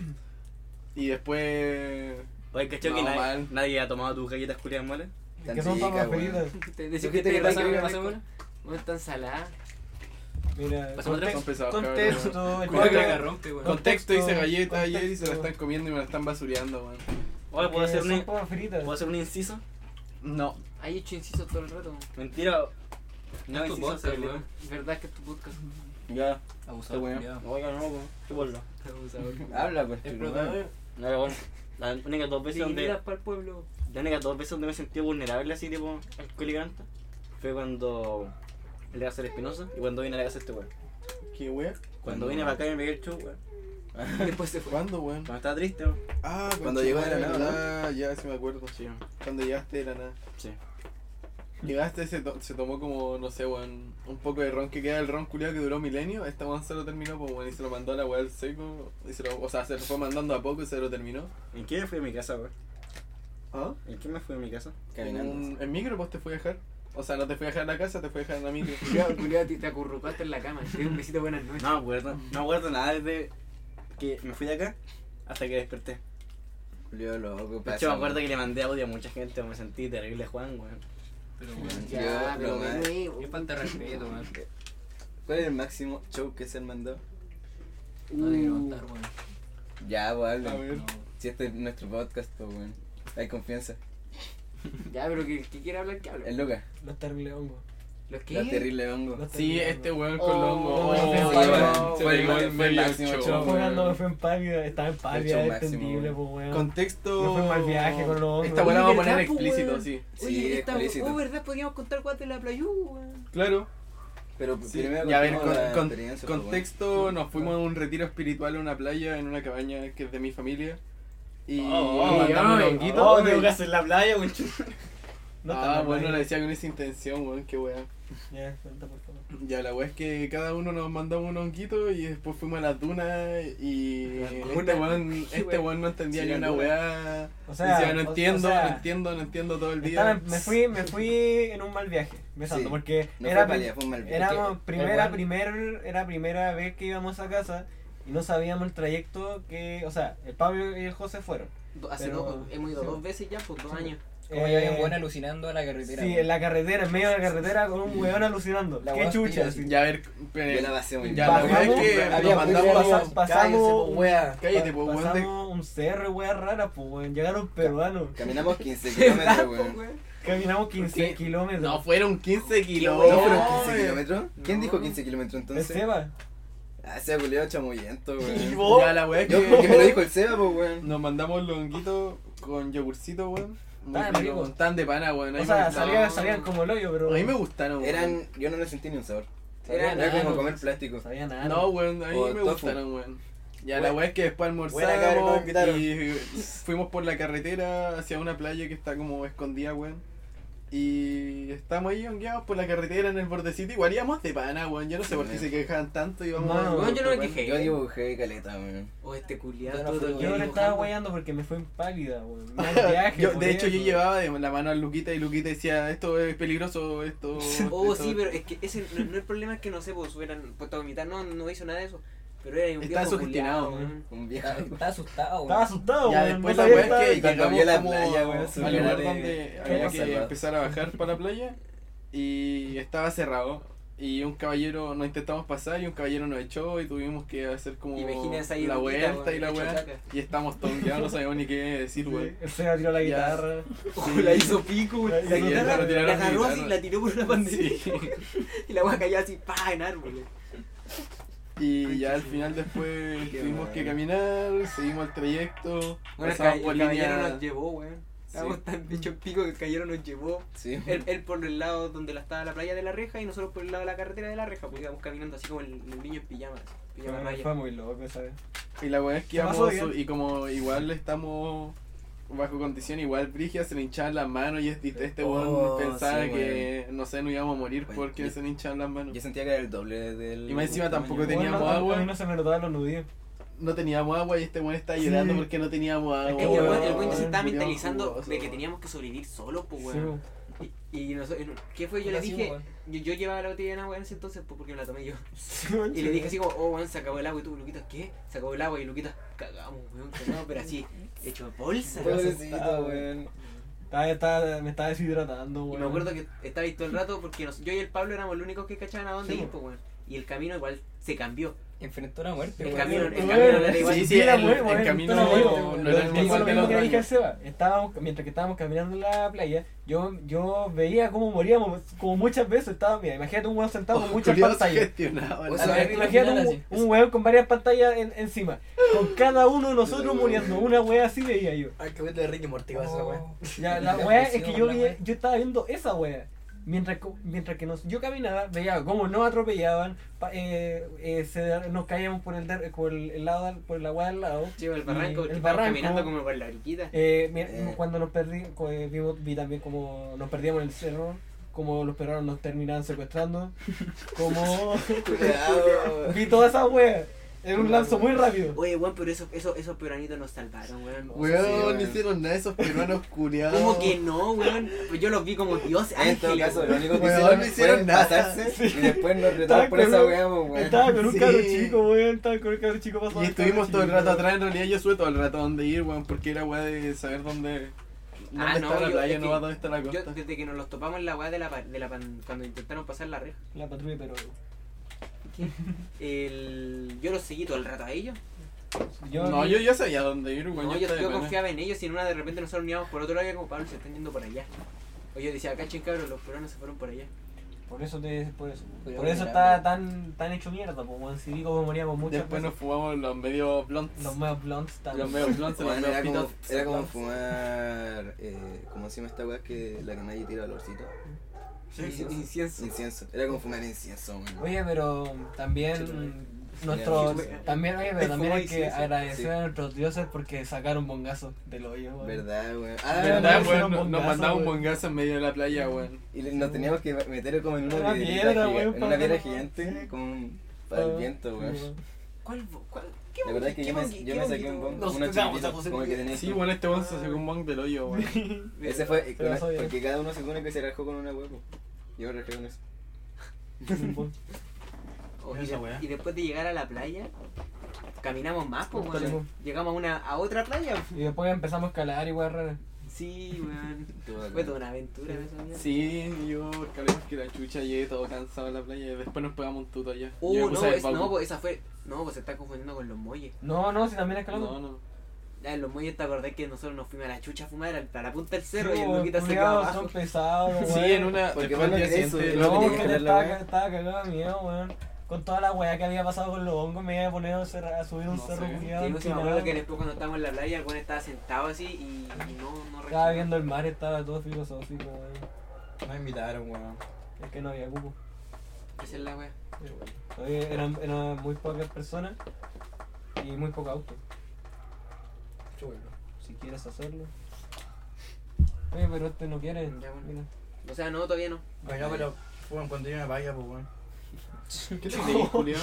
[SPEAKER 2] Y después.
[SPEAKER 1] Oye, cachó
[SPEAKER 2] No,
[SPEAKER 1] que
[SPEAKER 2] mal.
[SPEAKER 1] nadie, nadie ha tomado tus galletas culiadas moles.
[SPEAKER 6] Tan
[SPEAKER 4] Que son
[SPEAKER 6] chica,
[SPEAKER 4] tan más
[SPEAKER 6] weón.
[SPEAKER 4] felices.
[SPEAKER 5] Te
[SPEAKER 7] ¿Tú
[SPEAKER 5] decís
[SPEAKER 7] qué
[SPEAKER 5] que
[SPEAKER 7] te
[SPEAKER 5] te
[SPEAKER 7] pasa? ¿Qué me
[SPEAKER 5] pasamos
[SPEAKER 7] pasó, bueno?
[SPEAKER 5] Bueno, están saladas.
[SPEAKER 4] Mira,
[SPEAKER 1] Pasamos
[SPEAKER 2] Son pesados,
[SPEAKER 4] contexto,
[SPEAKER 2] cabrón.
[SPEAKER 4] el
[SPEAKER 2] Cuatro
[SPEAKER 4] Jaca-
[SPEAKER 2] cagarros.
[SPEAKER 7] Rompe, weón.
[SPEAKER 2] Contexto, hice galletas ayer y
[SPEAKER 4] contexto.
[SPEAKER 2] se las están comiendo y me las están basureando, weón.
[SPEAKER 1] Oye, ¿puedo
[SPEAKER 4] que
[SPEAKER 1] hacer,
[SPEAKER 4] son
[SPEAKER 1] un,
[SPEAKER 4] papas fritas.
[SPEAKER 1] ¿puedo hacer un inciso?
[SPEAKER 2] No.
[SPEAKER 5] Hay hecho incisos todo el rato.
[SPEAKER 1] Mentira. No,
[SPEAKER 7] Es tu
[SPEAKER 1] inciso,
[SPEAKER 7] podcast,
[SPEAKER 1] pero-
[SPEAKER 7] weón.
[SPEAKER 5] ¿Verdad que es tu podcast?
[SPEAKER 6] Ya,
[SPEAKER 7] Abusado,
[SPEAKER 6] weón.
[SPEAKER 7] culiao.
[SPEAKER 1] Oiga, no, weón. Qué boludo.
[SPEAKER 6] habla, pues.
[SPEAKER 4] El
[SPEAKER 6] tú, weón.
[SPEAKER 4] protagonista.
[SPEAKER 1] No, pero bueno. Las únicas dos veces donde.
[SPEAKER 5] Dignidad para el pueblo.
[SPEAKER 1] La única dos veces donde me sentí vulnerable así, tipo, alcohólicamente, fue cuando le iba a hacer Espinosa y cuando vine a la casa de este weón.
[SPEAKER 2] ¿Qué, weón?
[SPEAKER 1] Cuando vine para acá y me pegué el show, weón.
[SPEAKER 5] Después se fue.
[SPEAKER 2] ¿Cuándo, weón?
[SPEAKER 1] Cuando estaba triste, weón.
[SPEAKER 2] Ah,
[SPEAKER 6] Cuando llegó de la
[SPEAKER 2] conchetumare,
[SPEAKER 6] nada, Hmm.
[SPEAKER 2] Ah, ya sí me acuerdo. Sí. Cuando llegaste de la nada.
[SPEAKER 1] Pues Sí.
[SPEAKER 2] Llegaste, se, to- se tomó como, no sé, weón, un poco de ron que queda el ron culiado que duró milenio. Esta weón se lo terminó, pues weón, y se lo mandó a la weá al seco. Y se lo, o sea, se lo fue mandando a poco y se lo terminó.
[SPEAKER 1] ¿En qué fui a mi casa, weón?
[SPEAKER 2] ¿Ah?
[SPEAKER 1] ¿En qué me fui a mi casa?
[SPEAKER 6] Caminando.
[SPEAKER 2] En, en micro, pues te fue a dejar. O sea, no te fui a dejar a la casa, te fue a dejar en la micro.
[SPEAKER 5] Cuidado, cuidado, te te acurrucaste en la cama. Te di un besito, buenas noches.
[SPEAKER 1] No me acuerdo, no me acuerdo nada desde que me fui de acá hasta que desperté.
[SPEAKER 6] Julio, loco,
[SPEAKER 1] De hecho, me acuerdo que le mandé audio a mucha gente, me sentí terrible, Juan, weón.
[SPEAKER 7] Pero, weón.
[SPEAKER 5] Ya, pero eh,
[SPEAKER 6] Yo, lo más-
[SPEAKER 5] de
[SPEAKER 7] Qué
[SPEAKER 5] nuevo.
[SPEAKER 7] falta de respeto, weón.
[SPEAKER 6] ¿Cuál es el máximo show que se han mandado?
[SPEAKER 3] Uh.
[SPEAKER 7] No te quiero contar, weón.
[SPEAKER 6] Ya, weón.
[SPEAKER 2] A ver.
[SPEAKER 6] Si este es nuestro podcast, pues, weón. Hay confianza.
[SPEAKER 5] Ya, pero que, que quiera hablar, que
[SPEAKER 6] El
[SPEAKER 5] hable.
[SPEAKER 6] Lucas,
[SPEAKER 4] Los terribles hongos.
[SPEAKER 5] Los
[SPEAKER 6] la
[SPEAKER 5] que.
[SPEAKER 6] terrible hongo.
[SPEAKER 4] Los
[SPEAKER 2] Sí,
[SPEAKER 4] terribles
[SPEAKER 2] este
[SPEAKER 4] hongos.
[SPEAKER 2] weón con longo.
[SPEAKER 5] Oh,
[SPEAKER 2] Oh,
[SPEAKER 5] fue-
[SPEAKER 2] sí,
[SPEAKER 5] fue-
[SPEAKER 2] weón,
[SPEAKER 6] fue-
[SPEAKER 2] se pegó el
[SPEAKER 6] fue el
[SPEAKER 2] medio
[SPEAKER 6] máximo
[SPEAKER 2] show,
[SPEAKER 6] show,
[SPEAKER 4] No, fue cuando
[SPEAKER 2] weón.
[SPEAKER 4] fue en pálida, estaba en
[SPEAKER 6] show
[SPEAKER 4] pálida, es
[SPEAKER 6] máximo,
[SPEAKER 4] entendible,
[SPEAKER 6] weón.
[SPEAKER 4] pues weón.
[SPEAKER 2] Contexto.
[SPEAKER 4] No fue mal viaje con los
[SPEAKER 2] Esta
[SPEAKER 4] hongos.
[SPEAKER 2] weá la vamos a poner
[SPEAKER 5] Oye, ¿verdad, po,
[SPEAKER 2] explícito,
[SPEAKER 5] weón?
[SPEAKER 2] sí.
[SPEAKER 6] Sí,
[SPEAKER 5] Oye, esta.
[SPEAKER 6] explícito.
[SPEAKER 5] Oh, ¿verdad? Podríamos contar cuál de la uh, playuga.
[SPEAKER 2] Claro.
[SPEAKER 6] Pero pues,
[SPEAKER 2] Sí,
[SPEAKER 6] primero
[SPEAKER 2] y a ver,
[SPEAKER 6] contemos
[SPEAKER 2] con-
[SPEAKER 6] la
[SPEAKER 2] con-
[SPEAKER 6] experiencia, pues,
[SPEAKER 2] contexto, nos fuimos a un retiro espiritual a una playa, en una cabaña que es de mi familia. Y
[SPEAKER 1] oh,
[SPEAKER 2] mandamos
[SPEAKER 5] ay,
[SPEAKER 2] un honguito.
[SPEAKER 1] No, tengo que hacer la playa, weón.
[SPEAKER 4] No está
[SPEAKER 2] ah,
[SPEAKER 4] mal, ¿eh?
[SPEAKER 2] bueno,
[SPEAKER 4] weón.
[SPEAKER 2] le decía con esa intención, weón, qué weón.
[SPEAKER 4] Ya, suelta, por favor.
[SPEAKER 2] Ya, la weá es que cada uno nos mandamos un honguito y después fuimos a las dunas y este weón, este weón no entendía
[SPEAKER 6] Sí,
[SPEAKER 2] ni
[SPEAKER 6] la
[SPEAKER 2] una
[SPEAKER 6] duna.
[SPEAKER 2] weá.
[SPEAKER 4] O
[SPEAKER 2] Decía, no
[SPEAKER 4] o- o
[SPEAKER 2] entiendo,
[SPEAKER 4] sea,
[SPEAKER 2] no entiendo, no entiendo todo el
[SPEAKER 4] estaba-
[SPEAKER 2] día.
[SPEAKER 4] me, fui, me fui en un mal viaje, me salto,
[SPEAKER 6] Sí.
[SPEAKER 4] porque
[SPEAKER 6] No
[SPEAKER 4] era,
[SPEAKER 6] fue pálida, fue un mal viaje.
[SPEAKER 4] éramos primera,
[SPEAKER 5] Igual.
[SPEAKER 4] primer, era primera vez que íbamos a casa y no sabíamos el trayecto que, o sea, el Pablo y el José fueron.
[SPEAKER 5] Hace
[SPEAKER 4] Pero-
[SPEAKER 5] poco. Hemos ido
[SPEAKER 4] sí.
[SPEAKER 5] dos veces ya, por dos años.
[SPEAKER 7] Como
[SPEAKER 4] Eh,
[SPEAKER 7] lleva un weón alucinando a la carretera.
[SPEAKER 4] Sí,
[SPEAKER 7] weón.
[SPEAKER 4] en la carretera, en medio de la carretera, con un weón alucinando.
[SPEAKER 7] La
[SPEAKER 4] Qué
[SPEAKER 7] weá
[SPEAKER 4] chucha.
[SPEAKER 7] aspira,
[SPEAKER 4] así.
[SPEAKER 2] Ya, a ver, pero-
[SPEAKER 6] Yo la pasé muy
[SPEAKER 2] ya,
[SPEAKER 6] mal.
[SPEAKER 2] la weá es
[SPEAKER 4] Bajamos,
[SPEAKER 2] que nos
[SPEAKER 4] había-
[SPEAKER 2] mandamos...
[SPEAKER 4] pasamos- pasamos-
[SPEAKER 2] Cállate, pues, weón, de-
[SPEAKER 4] Pasamos un cerro, weón, rara, pues, weón. Llegaron peruanos.
[SPEAKER 6] Caminamos 15 kilómetros, weón.
[SPEAKER 4] Caminamos
[SPEAKER 2] ¿Por qué?
[SPEAKER 4] 15 kilómetros.
[SPEAKER 2] No, fueron 15 kilómetros.
[SPEAKER 6] ¿No fueron 15 kilómetros? ¿Quién
[SPEAKER 4] No.
[SPEAKER 6] dijo 15 kilómetros
[SPEAKER 4] El
[SPEAKER 6] entonces?
[SPEAKER 4] Seba.
[SPEAKER 6] Ah, ese culiado chamullento,
[SPEAKER 2] Y
[SPEAKER 6] weón.
[SPEAKER 2] vos- Ya, la weá es
[SPEAKER 6] Yo,
[SPEAKER 2] que-
[SPEAKER 6] porque me lo dijo el Seba, pues, weón.
[SPEAKER 2] Nos mandamos longuitos con yogurcito, weón. Muy
[SPEAKER 4] Tan
[SPEAKER 2] rico,
[SPEAKER 4] rico.
[SPEAKER 2] weón. Tan de pana, weón. A mí
[SPEAKER 4] O
[SPEAKER 2] me
[SPEAKER 4] sea,
[SPEAKER 2] gustaron.
[SPEAKER 4] salían, salían como el hoyo, pero.
[SPEAKER 2] A mí me gustaron, weón.
[SPEAKER 6] Eran, yo no le sentí ni un sabor.
[SPEAKER 4] Sabían
[SPEAKER 6] Era como
[SPEAKER 4] algo.
[SPEAKER 6] comer plástico.
[SPEAKER 4] Sabían nada.
[SPEAKER 2] No, weón, a mí
[SPEAKER 6] O
[SPEAKER 2] me
[SPEAKER 6] tofu.
[SPEAKER 2] gustaron, weón. Ya
[SPEAKER 6] Buena-
[SPEAKER 2] la weá es que después
[SPEAKER 6] buena cara, nos
[SPEAKER 2] almorzamos
[SPEAKER 6] invitaron.
[SPEAKER 2] y fuimos por la carretera hacia una playa que está como escondida, weón. Y estábamos ahí guiados por la carretera en el bordecito. Igual íbamos de pana, weón. Yo no sé por qué se quejaban tanto. Íbamos
[SPEAKER 4] No,
[SPEAKER 2] de-
[SPEAKER 5] weón, yo no me
[SPEAKER 2] de-
[SPEAKER 5] quejé.
[SPEAKER 6] Yo dibujé caleta, weón.
[SPEAKER 5] O este culiado
[SPEAKER 3] Yo no
[SPEAKER 5] todo
[SPEAKER 3] fui,
[SPEAKER 5] el día
[SPEAKER 4] Yo le estaba
[SPEAKER 5] dibujando.
[SPEAKER 4] guayando porque me fue impálida, weón. Mal viaje,
[SPEAKER 2] Yo-
[SPEAKER 4] por
[SPEAKER 2] de hecho, yo
[SPEAKER 4] eso.
[SPEAKER 2] llevaba de la mano a Luquita y Luquita decía: Esto es peligroso, esto.
[SPEAKER 5] Oh,
[SPEAKER 2] esto-
[SPEAKER 5] sí, pero es que ese, no, no el problema es que no sé, pues hubieran puesto a vomitar, no, no hizo nada de eso. Pero era un
[SPEAKER 2] Estaba
[SPEAKER 5] viejo
[SPEAKER 2] sugestionado,
[SPEAKER 5] culiao,
[SPEAKER 2] ¿no?
[SPEAKER 6] Un viejo.
[SPEAKER 3] Estaba asustado,
[SPEAKER 4] Estaba
[SPEAKER 3] weón.
[SPEAKER 4] asustado,
[SPEAKER 2] Ya
[SPEAKER 4] weón.
[SPEAKER 2] después
[SPEAKER 4] no
[SPEAKER 2] la
[SPEAKER 4] sabía
[SPEAKER 2] weá es
[SPEAKER 4] estar-
[SPEAKER 2] que
[SPEAKER 6] cuando
[SPEAKER 2] llegamos
[SPEAKER 6] vio la
[SPEAKER 2] como
[SPEAKER 6] playa, weón, su
[SPEAKER 2] al lugar
[SPEAKER 6] lugar de-
[SPEAKER 2] donde
[SPEAKER 6] que
[SPEAKER 2] había
[SPEAKER 6] era
[SPEAKER 2] que
[SPEAKER 6] cerrado.
[SPEAKER 2] empezar a bajar para la playa y estaba cerrado. Y un caballero, nos intentamos pasar y un caballero nos echó y tuvimos que hacer como
[SPEAKER 5] Imagínense ahí
[SPEAKER 2] la
[SPEAKER 5] Luquita,
[SPEAKER 2] vuelta
[SPEAKER 5] weón,
[SPEAKER 2] y la
[SPEAKER 5] hecho
[SPEAKER 2] weá.
[SPEAKER 5] caca.
[SPEAKER 2] Y estamos tongueados, no sabíamos ni qué decir, weón.
[SPEAKER 4] Sí, Se me tiró la
[SPEAKER 2] Ya.
[SPEAKER 4] guitarra.
[SPEAKER 5] Oh, la hizo pico, güey.
[SPEAKER 4] La hizo
[SPEAKER 5] La
[SPEAKER 4] pico.
[SPEAKER 5] guitarra
[SPEAKER 2] La tiraron
[SPEAKER 5] la agarró
[SPEAKER 2] así,
[SPEAKER 5] así y
[SPEAKER 2] claro.
[SPEAKER 5] la tiró por una pandilla. Y la weá cayó así, pa, en árboles.
[SPEAKER 2] Y ya al final después tuvimos que caminar, seguimos el trayecto,
[SPEAKER 5] Bueno, el,
[SPEAKER 2] pasamos
[SPEAKER 5] ca-
[SPEAKER 2] por
[SPEAKER 5] el caballero
[SPEAKER 2] línea...
[SPEAKER 5] nos llevó, weón. Estábamos
[SPEAKER 2] Sí.
[SPEAKER 5] tan bicho en pico que el caballero nos llevó.
[SPEAKER 6] Sí.
[SPEAKER 5] Él, él por el lado donde la estaba la playa de la reja y nosotros por el lado de la carretera de la reja, porque íbamos caminando así como el, el niño en pijama, así, pijama
[SPEAKER 4] Fue,
[SPEAKER 5] raya.
[SPEAKER 4] fue muy loco, ¿sabes?
[SPEAKER 2] Y la weá es que
[SPEAKER 4] Se pasó
[SPEAKER 2] íbamos
[SPEAKER 4] bien.
[SPEAKER 2] su- y como igual estamos bajo condición, igual Brigia se le hinchaban las manos y este, este weón
[SPEAKER 6] Oh,
[SPEAKER 2] pensaba
[SPEAKER 6] sí,
[SPEAKER 2] que no sé, no íbamos a morir
[SPEAKER 6] Bueno,
[SPEAKER 2] porque
[SPEAKER 6] y-
[SPEAKER 2] se le hinchaban las manos.
[SPEAKER 6] Yo sentía que era el doble del.
[SPEAKER 2] Y más encima tampoco
[SPEAKER 6] tamaño,
[SPEAKER 2] teníamos
[SPEAKER 4] Bueno, a-
[SPEAKER 2] agua.
[SPEAKER 4] A mí no se me notaban los nudillos.
[SPEAKER 2] No teníamos agua y este weón estaba
[SPEAKER 4] Sí.
[SPEAKER 2] llorando porque no teníamos agua.
[SPEAKER 4] que
[SPEAKER 5] Es que el weón- el
[SPEAKER 4] Oh,
[SPEAKER 5] weón ya se estaba
[SPEAKER 2] culiao
[SPEAKER 5] mentalizando
[SPEAKER 2] jugoso,
[SPEAKER 5] de que
[SPEAKER 2] weón.
[SPEAKER 5] teníamos que sobrevivir solo, pues
[SPEAKER 4] Sí,
[SPEAKER 5] weón.
[SPEAKER 4] weón.
[SPEAKER 5] Y, y nosotros, ¿qué fue? Yo le
[SPEAKER 3] Así,
[SPEAKER 5] dije,
[SPEAKER 3] weón.
[SPEAKER 5] yo, yo llevaba la botella de agua en ese entonces pues, porque me la tomé yo.
[SPEAKER 4] Sí, weón,
[SPEAKER 5] Y le dije así como, oh, weón, se acabó el agua. Y tú, Luquita, ¿qué? Se acabó el agua. Y Luquita, cagamos, weón, cagamos, pero así, hecho bolsa.
[SPEAKER 6] Pobrecito, weón.
[SPEAKER 4] Estaba- estaba- me estaba deshidratando,
[SPEAKER 5] Y
[SPEAKER 4] weón.
[SPEAKER 5] me acuerdo que estaba ahí todo el rato porque nos- yo y el Pablo éramos los únicos que cachaban a dónde
[SPEAKER 4] Sí,
[SPEAKER 5] ir, pues, weón. Y el camino igual se cambió.
[SPEAKER 3] Enfrentó la muerte,
[SPEAKER 5] El
[SPEAKER 3] weón.
[SPEAKER 5] camino, el
[SPEAKER 4] Weón,
[SPEAKER 5] camino no era
[SPEAKER 4] sí,
[SPEAKER 5] igual.
[SPEAKER 2] sí,
[SPEAKER 4] Sí, era
[SPEAKER 2] el-
[SPEAKER 4] muy
[SPEAKER 2] el
[SPEAKER 4] bueno,
[SPEAKER 2] camino
[SPEAKER 4] era muy bueno.
[SPEAKER 2] no
[SPEAKER 4] Lo-
[SPEAKER 2] era el mismo
[SPEAKER 4] lo
[SPEAKER 2] que
[SPEAKER 4] mismo
[SPEAKER 2] los
[SPEAKER 4] que le dije al
[SPEAKER 2] baños.
[SPEAKER 4] Seba. Estábamos, mientras que estábamos caminando en la playa, yo, yo veía cómo moríamos, como muchas veces estaba, mira, imagínate un weón sentado
[SPEAKER 2] Oh,
[SPEAKER 4] con muchas
[SPEAKER 2] Culiao
[SPEAKER 4] pantallas.
[SPEAKER 2] sugestionado,
[SPEAKER 6] O
[SPEAKER 2] la
[SPEAKER 6] sea,
[SPEAKER 2] verdad.
[SPEAKER 6] es
[SPEAKER 4] Pues Imagínate
[SPEAKER 3] Imaginar
[SPEAKER 4] un,
[SPEAKER 3] así.
[SPEAKER 4] un weón con varias pantallas en- encima, con cada uno de nosotros
[SPEAKER 6] Uy.
[SPEAKER 4] muriendo, una wea así veía yo.
[SPEAKER 3] Ay, qué bueno de Ricky Morty va esa
[SPEAKER 4] Oh.
[SPEAKER 3] weón.
[SPEAKER 4] Ya, la
[SPEAKER 3] Ya,
[SPEAKER 4] wea
[SPEAKER 3] pues,
[SPEAKER 4] es
[SPEAKER 3] sí,
[SPEAKER 4] que yo,
[SPEAKER 3] la
[SPEAKER 4] vi-
[SPEAKER 3] wea.
[SPEAKER 4] yo estaba viendo esa wea. Mientras, co- mientras que nos, yo caminaba, veía cómo nos atropellaban, pa- eh, eh, se- nos caíamos por el, der- por el, el lado, del- por la wea al lado.
[SPEAKER 5] Sí, el barranco,
[SPEAKER 4] El
[SPEAKER 5] porque estábamos
[SPEAKER 4] barranco.
[SPEAKER 5] caminando como por la orillita.
[SPEAKER 4] Eh, mira,
[SPEAKER 6] Eh.
[SPEAKER 4] Cuando nos perdimos, vi también como nos perdíamos en el cerro, como los perros nos terminaban secuestrando, como
[SPEAKER 6] Cuidado.
[SPEAKER 4] vi toda esa wea. Era un lanzo muy rápido.
[SPEAKER 5] Oye, weón, pero esos, esos, esos peruanitos nos salvaron, weón.
[SPEAKER 6] Sí,
[SPEAKER 2] Weón,
[SPEAKER 6] weón.
[SPEAKER 2] no hicieron nada esos peruanos curiados.
[SPEAKER 5] ¿Cómo que no, weón? Pues yo los vi como Dios
[SPEAKER 6] En todo
[SPEAKER 5] ángeles,
[SPEAKER 6] caso, lo
[SPEAKER 5] weón.
[SPEAKER 6] único que
[SPEAKER 2] Weón,
[SPEAKER 6] hicieron
[SPEAKER 2] no hicieron
[SPEAKER 6] fue
[SPEAKER 2] nada.
[SPEAKER 6] pasarse
[SPEAKER 4] Sí.
[SPEAKER 6] y después nos
[SPEAKER 4] Estaba
[SPEAKER 6] retaron por esa
[SPEAKER 4] con-
[SPEAKER 6] weá, pues, weón.
[SPEAKER 4] Estaba con un
[SPEAKER 2] Sí.
[SPEAKER 4] cabro chico, weón, estaba con un cabro chico pasando.
[SPEAKER 2] Y
[SPEAKER 4] el cabro
[SPEAKER 2] estuvimos todo el
[SPEAKER 4] chico.
[SPEAKER 2] rato atrás, en realidad yo sube todo el rato a dónde ir, weón, porque era weá de saber dónde, dónde
[SPEAKER 5] Ah,
[SPEAKER 2] está
[SPEAKER 5] no,
[SPEAKER 2] la
[SPEAKER 5] yo-
[SPEAKER 2] playa,
[SPEAKER 5] es
[SPEAKER 2] no
[SPEAKER 5] que
[SPEAKER 2] va dónde está la
[SPEAKER 5] Yo,
[SPEAKER 2] costa.
[SPEAKER 5] desde que nos los topamos en la weá de la, pa- de la pan- cuando intentaron pasar la reja,
[SPEAKER 4] La patrulla, pero
[SPEAKER 5] el, yo los seguí todo el rato a ellos.
[SPEAKER 4] yo,
[SPEAKER 2] no, yo ya sabía dónde ir, weón.
[SPEAKER 5] No,
[SPEAKER 2] yo
[SPEAKER 5] yo,
[SPEAKER 2] estaba
[SPEAKER 5] yo
[SPEAKER 2] de pana.
[SPEAKER 5] confiaba en ellos y en una de repente nosotros nos íbamos por otro lado y era como Pablo se están yendo por allá. O yo decía, cachen cabros, los peruanos se fueron por allá.
[SPEAKER 4] por eso te por eso.
[SPEAKER 7] Cuidado,
[SPEAKER 4] Por eso
[SPEAKER 7] mira,
[SPEAKER 4] estaba
[SPEAKER 7] weón.
[SPEAKER 4] tan tan hecho mierda, pues weón, si digo que moríamos muchas
[SPEAKER 2] Después nos
[SPEAKER 4] veces.
[SPEAKER 2] fumamos los medios blondes.
[SPEAKER 4] Los más blondes estaban.
[SPEAKER 2] Los medios blondes, los
[SPEAKER 6] Weón, era,
[SPEAKER 2] medios
[SPEAKER 6] como,
[SPEAKER 2] pitos.
[SPEAKER 6] era como fumar. Eh, ¿Cómo se llama esta weá que la que nadie tira al olorcito?
[SPEAKER 5] In- Incienso.
[SPEAKER 6] Incienso. Era como fumar incienso, weón.
[SPEAKER 4] Oye, pero también nuestros
[SPEAKER 5] Ya.
[SPEAKER 4] también, oye, pero también hay
[SPEAKER 5] Sí, sí,
[SPEAKER 4] que
[SPEAKER 5] sí.
[SPEAKER 4] agradecer
[SPEAKER 6] Sí.
[SPEAKER 4] a nuestros dioses porque sacaron bongazos del hoyo, weón.
[SPEAKER 6] ¿Verdad, weón? Ah,
[SPEAKER 2] ¿Verdad,
[SPEAKER 4] nos
[SPEAKER 2] weón?
[SPEAKER 4] hicieron
[SPEAKER 2] Nos- Nos
[SPEAKER 4] bongazo,
[SPEAKER 2] mandaba un
[SPEAKER 4] weón.
[SPEAKER 2] bongazo en medio de la playa, weón.
[SPEAKER 6] Y le- nos teníamos que meter como en una,
[SPEAKER 4] Una
[SPEAKER 6] piedrita
[SPEAKER 4] piedra,
[SPEAKER 6] giga-
[SPEAKER 4] weón,
[SPEAKER 6] en
[SPEAKER 4] para
[SPEAKER 6] una piedra
[SPEAKER 4] no-
[SPEAKER 6] gigante
[SPEAKER 4] sí.
[SPEAKER 6] con
[SPEAKER 4] Ah,
[SPEAKER 6] para el viento, weón.
[SPEAKER 5] ¿Cuál, bo- cuál? ¿Qué
[SPEAKER 6] La verdad es que
[SPEAKER 5] bonito,
[SPEAKER 6] yo me,
[SPEAKER 5] qué
[SPEAKER 6] yo me saqué
[SPEAKER 5] bonito.
[SPEAKER 6] un bong,
[SPEAKER 5] Nos
[SPEAKER 6] una
[SPEAKER 5] cagamos
[SPEAKER 6] chiquitita,
[SPEAKER 5] a José
[SPEAKER 6] como el que tenía
[SPEAKER 2] Sí,
[SPEAKER 6] aquí.
[SPEAKER 2] bueno, este weón se sacó un bong del hoyo, weón.
[SPEAKER 6] Ese fue,
[SPEAKER 4] Se la
[SPEAKER 6] con-
[SPEAKER 4] sabía.
[SPEAKER 6] porque cada uno se supone que se rajó con una huevo. Yo me rajé con eso.
[SPEAKER 5] Oh, y,
[SPEAKER 9] Esa
[SPEAKER 5] de-
[SPEAKER 9] weá.
[SPEAKER 5] y después de llegar a la playa, caminamos más, pues,
[SPEAKER 4] Puta,
[SPEAKER 5] weón. Llegamos a, una, a otra playa.
[SPEAKER 4] Y después empezamos a escalar y weón rara.
[SPEAKER 5] Sí, weón.
[SPEAKER 6] Estuvo bacán.
[SPEAKER 5] Fue toda una aventura esa mierda.
[SPEAKER 2] Sí, yo calculo que la chucha llegué todo cansado a la playa y después nos pegamos un tuto allá.
[SPEAKER 5] Oh,
[SPEAKER 2] Yo
[SPEAKER 5] no,
[SPEAKER 2] me puse el
[SPEAKER 5] es-
[SPEAKER 2] Bauco.
[SPEAKER 5] no, pues esa fue. No, pues se está confundiendo con los muelles.
[SPEAKER 4] No, no, si también escalamos.
[SPEAKER 2] No, no.
[SPEAKER 5] Ya en los muelles te acordás que nosotros nos fuimos a la chucha a fumar al- a la punta del cerro y el
[SPEAKER 4] weón,
[SPEAKER 5] loquita se quedó
[SPEAKER 4] culiados,
[SPEAKER 5] abajo.
[SPEAKER 4] son pesados,
[SPEAKER 2] Sí,
[SPEAKER 4] weón.
[SPEAKER 2] en una.
[SPEAKER 6] Porque vos
[SPEAKER 2] después
[SPEAKER 6] no
[SPEAKER 2] al día
[SPEAKER 6] querés
[SPEAKER 2] siguiente-
[SPEAKER 6] subir,
[SPEAKER 2] no,
[SPEAKER 4] No,
[SPEAKER 6] tenías
[SPEAKER 4] porque
[SPEAKER 6] que
[SPEAKER 4] te
[SPEAKER 6] ver
[SPEAKER 4] estaba,
[SPEAKER 6] la weá.
[SPEAKER 4] estaba cagado de miedo, weón. Con toda la weá que había pasado con los hongos, me iba a poner a, cerrar- a subir un
[SPEAKER 2] No
[SPEAKER 4] cerro
[SPEAKER 2] sé.
[SPEAKER 4] culiado.
[SPEAKER 5] Y no se pues, me acuerdo que
[SPEAKER 4] empinado.
[SPEAKER 5] después cuando estábamos en la playa, el weón estaba sentado así y, y no, no
[SPEAKER 4] Estaba
[SPEAKER 5] reaccionó.
[SPEAKER 4] viendo el mar, estaba todo filosófico, weón.
[SPEAKER 9] Nos invitaron, weón.
[SPEAKER 4] Es que no había cupo.
[SPEAKER 5] Esa es la wea.
[SPEAKER 4] Oye, eran, eran muy pocas personas y muy poco auto. Bueno, si quieres hacerlo. Oye, pero este no quiere.
[SPEAKER 5] Ya, bueno.
[SPEAKER 4] Mira.
[SPEAKER 5] O sea, no, todavía no.
[SPEAKER 4] Bueno, pero bueno, cuando yo me vaya, pues bueno.
[SPEAKER 2] ¿Qué te leí, culiao?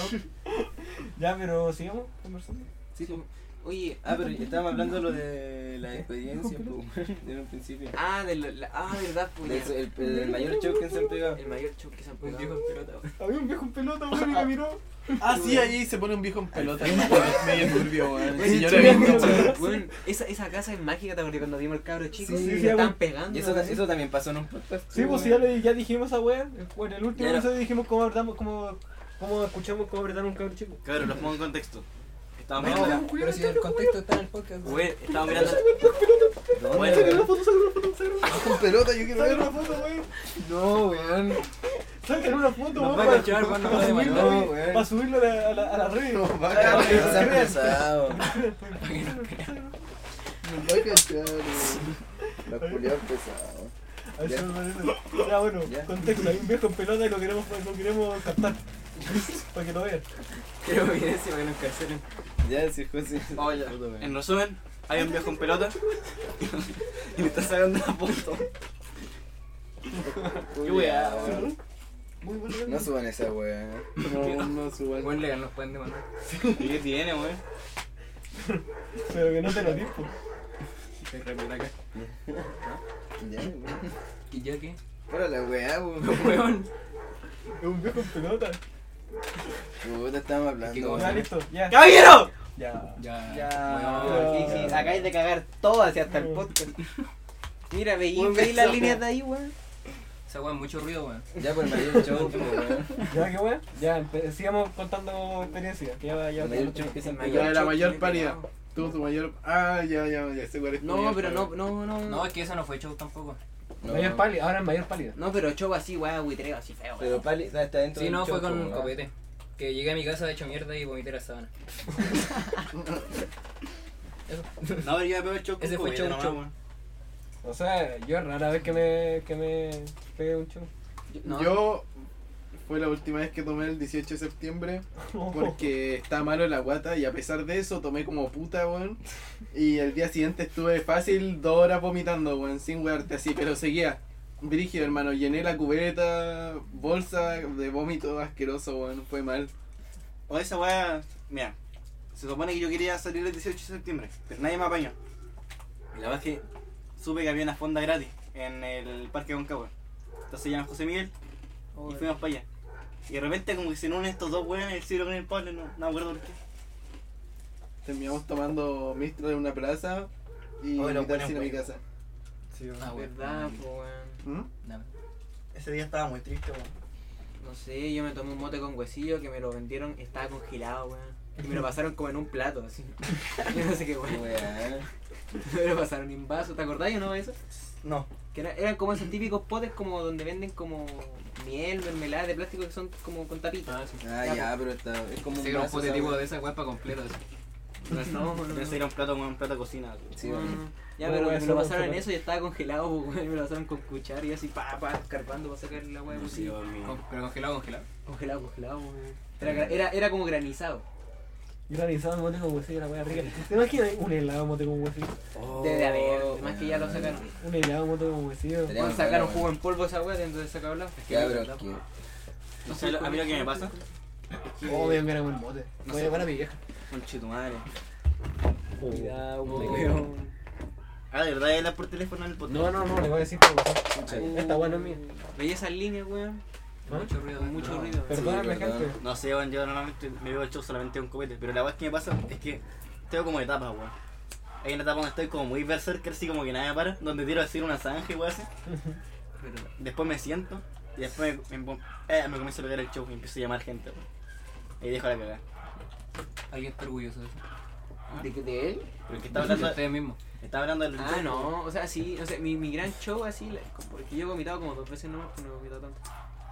[SPEAKER 4] Ya, pero sigamos conversando.
[SPEAKER 5] Sí, pues. Oye,
[SPEAKER 6] Ah, pero estábamos hablando de lo de la experiencia, pues, en un principio.
[SPEAKER 5] ah, de la, la- ah, verdad, pues.
[SPEAKER 6] De eso, el, el mayor show que se han pegado.
[SPEAKER 5] El mayor show que se han
[SPEAKER 3] Un
[SPEAKER 5] pegado.
[SPEAKER 3] viejo en pelota, weón.
[SPEAKER 4] Había un viejo en pelota, weón, y me miró.
[SPEAKER 2] Ah, sí, ahí se pone un viejo en pelota. Medio turbio, weón.
[SPEAKER 5] Güey,
[SPEAKER 2] Sí, yo lo
[SPEAKER 5] chulo,
[SPEAKER 2] vi,
[SPEAKER 5] güey.
[SPEAKER 2] cachai.
[SPEAKER 5] Güey, esa, esa casa es mágica, ¿te acuerdas cuando vimos el cabro chico?
[SPEAKER 4] Sí,
[SPEAKER 5] y
[SPEAKER 4] sí,
[SPEAKER 5] se
[SPEAKER 4] ya,
[SPEAKER 5] estaban
[SPEAKER 4] güey.
[SPEAKER 5] pegando.
[SPEAKER 6] Y eso,
[SPEAKER 5] güey.
[SPEAKER 6] eso también pasó en un podcast.
[SPEAKER 4] Sí, pues ya,
[SPEAKER 6] weón.
[SPEAKER 4] le, ya dijimos a weón. En el último
[SPEAKER 6] Ya no.
[SPEAKER 4] episodio dijimos cómo apretamos, cómo, cómo escuchamos cómo apretar un cabrón chico.
[SPEAKER 1] Cabrón, los pongo en contexto. Estábamos
[SPEAKER 4] No,
[SPEAKER 1] mirando,
[SPEAKER 10] Pero si el contexto está en el podcast, weón.
[SPEAKER 1] güey, estábamos mirando.
[SPEAKER 6] ¿Dónde,
[SPEAKER 1] Bueno,
[SPEAKER 6] weón?
[SPEAKER 2] Con pelota, yo quiero
[SPEAKER 4] Sacan
[SPEAKER 2] verlo.
[SPEAKER 4] una foto, weón.
[SPEAKER 6] No, weón.
[SPEAKER 4] Sacan una foto,
[SPEAKER 3] Nos
[SPEAKER 4] weón.
[SPEAKER 3] va a
[SPEAKER 4] para-
[SPEAKER 3] cachar, weón, nos
[SPEAKER 4] para
[SPEAKER 3] va a
[SPEAKER 4] subirla,
[SPEAKER 6] demandar,
[SPEAKER 4] weón,
[SPEAKER 6] weón.
[SPEAKER 4] Para subirlo a la, a la, a la red.
[SPEAKER 2] No, va a
[SPEAKER 4] Ah,
[SPEAKER 2] cagar.
[SPEAKER 6] Se ha pesado.
[SPEAKER 2] Nos va a cachar, weón.
[SPEAKER 6] Los culiados pesados.
[SPEAKER 4] A eso
[SPEAKER 6] Ya.
[SPEAKER 4] me parece. Ya, Ah, bueno,
[SPEAKER 6] Ya.
[SPEAKER 4] contexto. Hay un viejo en pelota y lo queremos, lo queremos captar. Para que lo vean.
[SPEAKER 6] Quiero evidencia para que nos cancelen. Ya, si José.
[SPEAKER 1] Oye, en resumen, hay un viejo en pelota y le está sacando una foto.
[SPEAKER 6] Culiao, weón.
[SPEAKER 4] Muy bueno.
[SPEAKER 6] No suban esa weón.
[SPEAKER 2] No, no suban.
[SPEAKER 3] Buen legal, nos pueden demandar.
[SPEAKER 1] ¿Y ¿Qué tiene, güey?
[SPEAKER 4] Pero que no te lo dispo.
[SPEAKER 6] Ya, weón.
[SPEAKER 3] ¿Y ya qué?
[SPEAKER 6] Para la weá, weón.
[SPEAKER 3] Weón.
[SPEAKER 4] Es un viejo en pelota.
[SPEAKER 6] Puta, estábamos hablando.
[SPEAKER 3] como
[SPEAKER 4] Ya,
[SPEAKER 6] weón.
[SPEAKER 4] listo. Ya.
[SPEAKER 1] ¡Caballero!
[SPEAKER 4] Ya.
[SPEAKER 3] Ya.
[SPEAKER 5] Ya,
[SPEAKER 4] Weón.
[SPEAKER 5] sí, sí, acabáis de cagar todas y hasta el podcast. Mira, veí,
[SPEAKER 6] Weón,
[SPEAKER 5] veí las
[SPEAKER 6] beso,
[SPEAKER 5] líneas de ahí, weón.
[SPEAKER 3] Esa weón, mucho ruido, weón.
[SPEAKER 6] Ya por el mayor show, po, weón.
[SPEAKER 4] Ya, qué weón. Ya, empe- sigamos contando experiencias. que Ya, ya.
[SPEAKER 6] El mayor show que se han
[SPEAKER 2] Ya,
[SPEAKER 6] pegado.
[SPEAKER 2] la
[SPEAKER 5] show
[SPEAKER 2] mayor
[SPEAKER 5] que me he
[SPEAKER 2] paridad.
[SPEAKER 5] pegado.
[SPEAKER 2] Tuvo su mayor. Ah, ya, ya, ya sé cuál es. tu
[SPEAKER 5] No,
[SPEAKER 2] mayor
[SPEAKER 5] pero no,
[SPEAKER 2] paridad.
[SPEAKER 5] no, no.
[SPEAKER 3] No,
[SPEAKER 5] No,
[SPEAKER 3] es que eso no fue show tampoco.
[SPEAKER 4] Mayor pálida. Ahora es mayor pálida.
[SPEAKER 5] no pero show así, weón, buitreo, así feo.
[SPEAKER 6] Pero
[SPEAKER 5] weón.
[SPEAKER 6] Pali está dentro
[SPEAKER 3] Sí,
[SPEAKER 6] del
[SPEAKER 3] no,
[SPEAKER 6] show,
[SPEAKER 3] fue con
[SPEAKER 6] po,
[SPEAKER 3] un
[SPEAKER 6] weón.
[SPEAKER 3] copete. Que llegué a mi casa hecho mierda y vomité la sábana.
[SPEAKER 1] No, pero ya veo el show
[SPEAKER 3] Ese fue
[SPEAKER 1] copete
[SPEAKER 3] show,
[SPEAKER 1] nomás,
[SPEAKER 3] show.
[SPEAKER 1] güey.
[SPEAKER 4] O sea, yo es rara vez que me, que me pegué un show.
[SPEAKER 5] No.
[SPEAKER 2] Yo. Fue la última vez que tomé el 18 de septiembre. Porque está malo la guata y a pesar de eso tomé como puta, weón. Y el día siguiente estuve fácil dos horas vomitando, weón, sin wearte así, pero seguía. Brígido, hermano, llené la cubeta, bolsa de vómito asqueroso, weón, fue mal.
[SPEAKER 1] O esa weá, mira, se supone que yo quería salir el 18 de septiembre, pero nadie me apañó. Y la verdad es que supe que había una fonda gratis en el parque Concagua. Entonces llaman José Miguel y fuimos para allá. Y de repente como que se unen estos dos weones, el Ciro con el Pablo, no, no me acuerdo por qué.
[SPEAKER 2] Terminamos tomando mistro en una plaza y
[SPEAKER 1] Oye, los
[SPEAKER 2] invitar
[SPEAKER 1] buenos,
[SPEAKER 2] cine a mi
[SPEAKER 1] weón.
[SPEAKER 2] casa.
[SPEAKER 1] Sí,
[SPEAKER 3] Ah, weón.
[SPEAKER 5] Verdad, pues. po, weón.
[SPEAKER 2] ¿Mm?
[SPEAKER 3] Dame.
[SPEAKER 1] Ese día estaba muy triste, weón.
[SPEAKER 5] No sé, yo me tomé un mote con huesillo que me lo vendieron, estaba congelado, weón. Y me lo pasaron como en un plato, así. Yo no sé qué, weón.
[SPEAKER 6] Weón.
[SPEAKER 5] Me lo pasaron en vaso, ¿te acordás o no de eso?
[SPEAKER 1] No.
[SPEAKER 5] Que era- eran como esos típicos potes como donde venden como miel, mermelada de plástico que son como con tapitas.
[SPEAKER 3] Ah, sí.
[SPEAKER 6] Ah,
[SPEAKER 5] Ya,
[SPEAKER 6] ya, pero está. Es como
[SPEAKER 3] Ese era un
[SPEAKER 6] vaso,
[SPEAKER 3] pote tipo
[SPEAKER 6] ¿sabes?
[SPEAKER 3] de esa weón para completo. así.
[SPEAKER 5] No, no, no.
[SPEAKER 1] Pensé que era un plato, weón, un plato de cocina. weón.
[SPEAKER 6] Sí,
[SPEAKER 5] No,
[SPEAKER 6] weón.
[SPEAKER 5] no. Mm, Ya,
[SPEAKER 4] No,
[SPEAKER 5] pero
[SPEAKER 4] weón,
[SPEAKER 5] me
[SPEAKER 4] eso
[SPEAKER 5] lo
[SPEAKER 4] no
[SPEAKER 5] pasaron en
[SPEAKER 4] fue.
[SPEAKER 5] eso y estaba congelado, po, weón. y Me lo pasaron con cuchara y así, pa, pa, escarpando para sacar la weá.
[SPEAKER 1] Sí,
[SPEAKER 5] así.
[SPEAKER 1] weón, mi-
[SPEAKER 3] Con- Pero congelado, congelado.
[SPEAKER 5] Congelado, congelado, weón. Era, gra- era, era como granizado.
[SPEAKER 4] Granizado mote con huesillo, la wea rica. ¿Te imaginas un helado mote con huesillo?
[SPEAKER 5] Debe de haber, además que ya lo sacaron.
[SPEAKER 4] Un helado mote con huesillo.
[SPEAKER 6] Estaría
[SPEAKER 5] Weón,
[SPEAKER 6] muy
[SPEAKER 5] sacaron
[SPEAKER 6] bueno,
[SPEAKER 5] jugo en polvo a esa weá dentro de esa cabla.
[SPEAKER 6] Ya, pero que.
[SPEAKER 1] No sé, a mí lo que me pasa,
[SPEAKER 4] Oh, vean que era buen mote.
[SPEAKER 3] No
[SPEAKER 4] Voy
[SPEAKER 3] sé.
[SPEAKER 4] a llamar a mi vieja.
[SPEAKER 1] conche tu madre.
[SPEAKER 4] Cuidado,
[SPEAKER 5] Weón.
[SPEAKER 1] Ah, de verdad, ya hablas por teléfono en el podcast.
[SPEAKER 4] No, no, no, le voy a decir que Esta weá no es mía.
[SPEAKER 5] Veía esas líneas, weón.
[SPEAKER 3] Mucho ruido.
[SPEAKER 5] Con mucho ruido.
[SPEAKER 4] Perdóname,
[SPEAKER 6] perdón.
[SPEAKER 4] gente.
[SPEAKER 1] No sé, weón, yo normalmente me veo el show solamente un copete, pero la weá que me pasa es que tengo como etapas, weón. Hay una etapa donde estoy como muy berserker, así como que nada me para, donde quiero decir una zanja y weón así.
[SPEAKER 5] Pero-
[SPEAKER 1] Después me siento y después me, me, eh, me comienzo a pegar el show y empiezo a llamar gente, weón. Ahí dejo la cagada.
[SPEAKER 3] Alguien está orgulloso de eso.
[SPEAKER 5] ¿De, qué- de él?
[SPEAKER 1] Porque estaba hablando,
[SPEAKER 3] ustedes mismos.
[SPEAKER 1] estaba hablando del
[SPEAKER 5] Ah,
[SPEAKER 1] show, weón.
[SPEAKER 5] no, o sea, sí, o sea, mi, mi gran show así, la- porque yo he vomitado como dos veces nomás, pero no he vomitado tanto.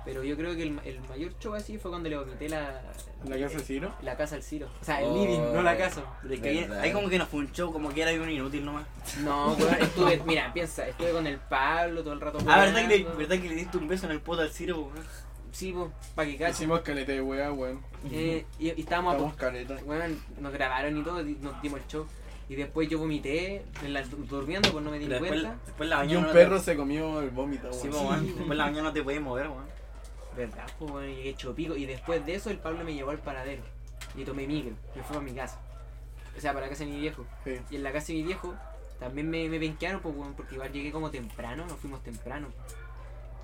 [SPEAKER 5] Pero yo creo que el, ma- el mayor show así fue cuando le vomité la,
[SPEAKER 2] ¿La casa de Ciro?
[SPEAKER 5] la casa al Ciro. O sea, el
[SPEAKER 6] Oh.
[SPEAKER 5] living, no la casa.
[SPEAKER 1] Pero es que ahí,
[SPEAKER 6] Verdad.
[SPEAKER 1] ahí como que nos fue un show, como que era un inútil nomás.
[SPEAKER 5] No, weón, estuve, mira, piensa, estuve con el Pablo todo el rato.
[SPEAKER 1] Ah, ¿verdad que, le,
[SPEAKER 5] jugando.
[SPEAKER 1] ¿verdad que le diste un beso en el poto al Ciro, weón?
[SPEAKER 5] Sí, pues, pa' que cache.
[SPEAKER 2] Hicimos caleta de weá, weón.
[SPEAKER 5] Eh, y, y estábamos,
[SPEAKER 2] Estamos
[SPEAKER 5] apostados
[SPEAKER 2] caleta.
[SPEAKER 5] Weón, nos grabaron y todo, di- nos dimos el show. Y después yo vomité, en la- durmiendo, pues no me di
[SPEAKER 1] Pero después,
[SPEAKER 5] cuenta.
[SPEAKER 1] después la
[SPEAKER 2] Y
[SPEAKER 1] mañana.
[SPEAKER 2] un perro se comió el vómito,
[SPEAKER 1] Sí,
[SPEAKER 2] weón.
[SPEAKER 1] po, weón. Después la mañana no te podías mover, weón.
[SPEAKER 5] Verdad, pues bueno, llegué hecho pico. Y después de eso, el Pablo me llevó al paradero. Y tomé micro, me fui a mi casa. O sea, para la casa de mi viejo.
[SPEAKER 2] Sí.
[SPEAKER 5] Y en la casa de mi viejo también me, me penquearon, pues, weón, porque igual llegué como temprano, nos fuimos temprano.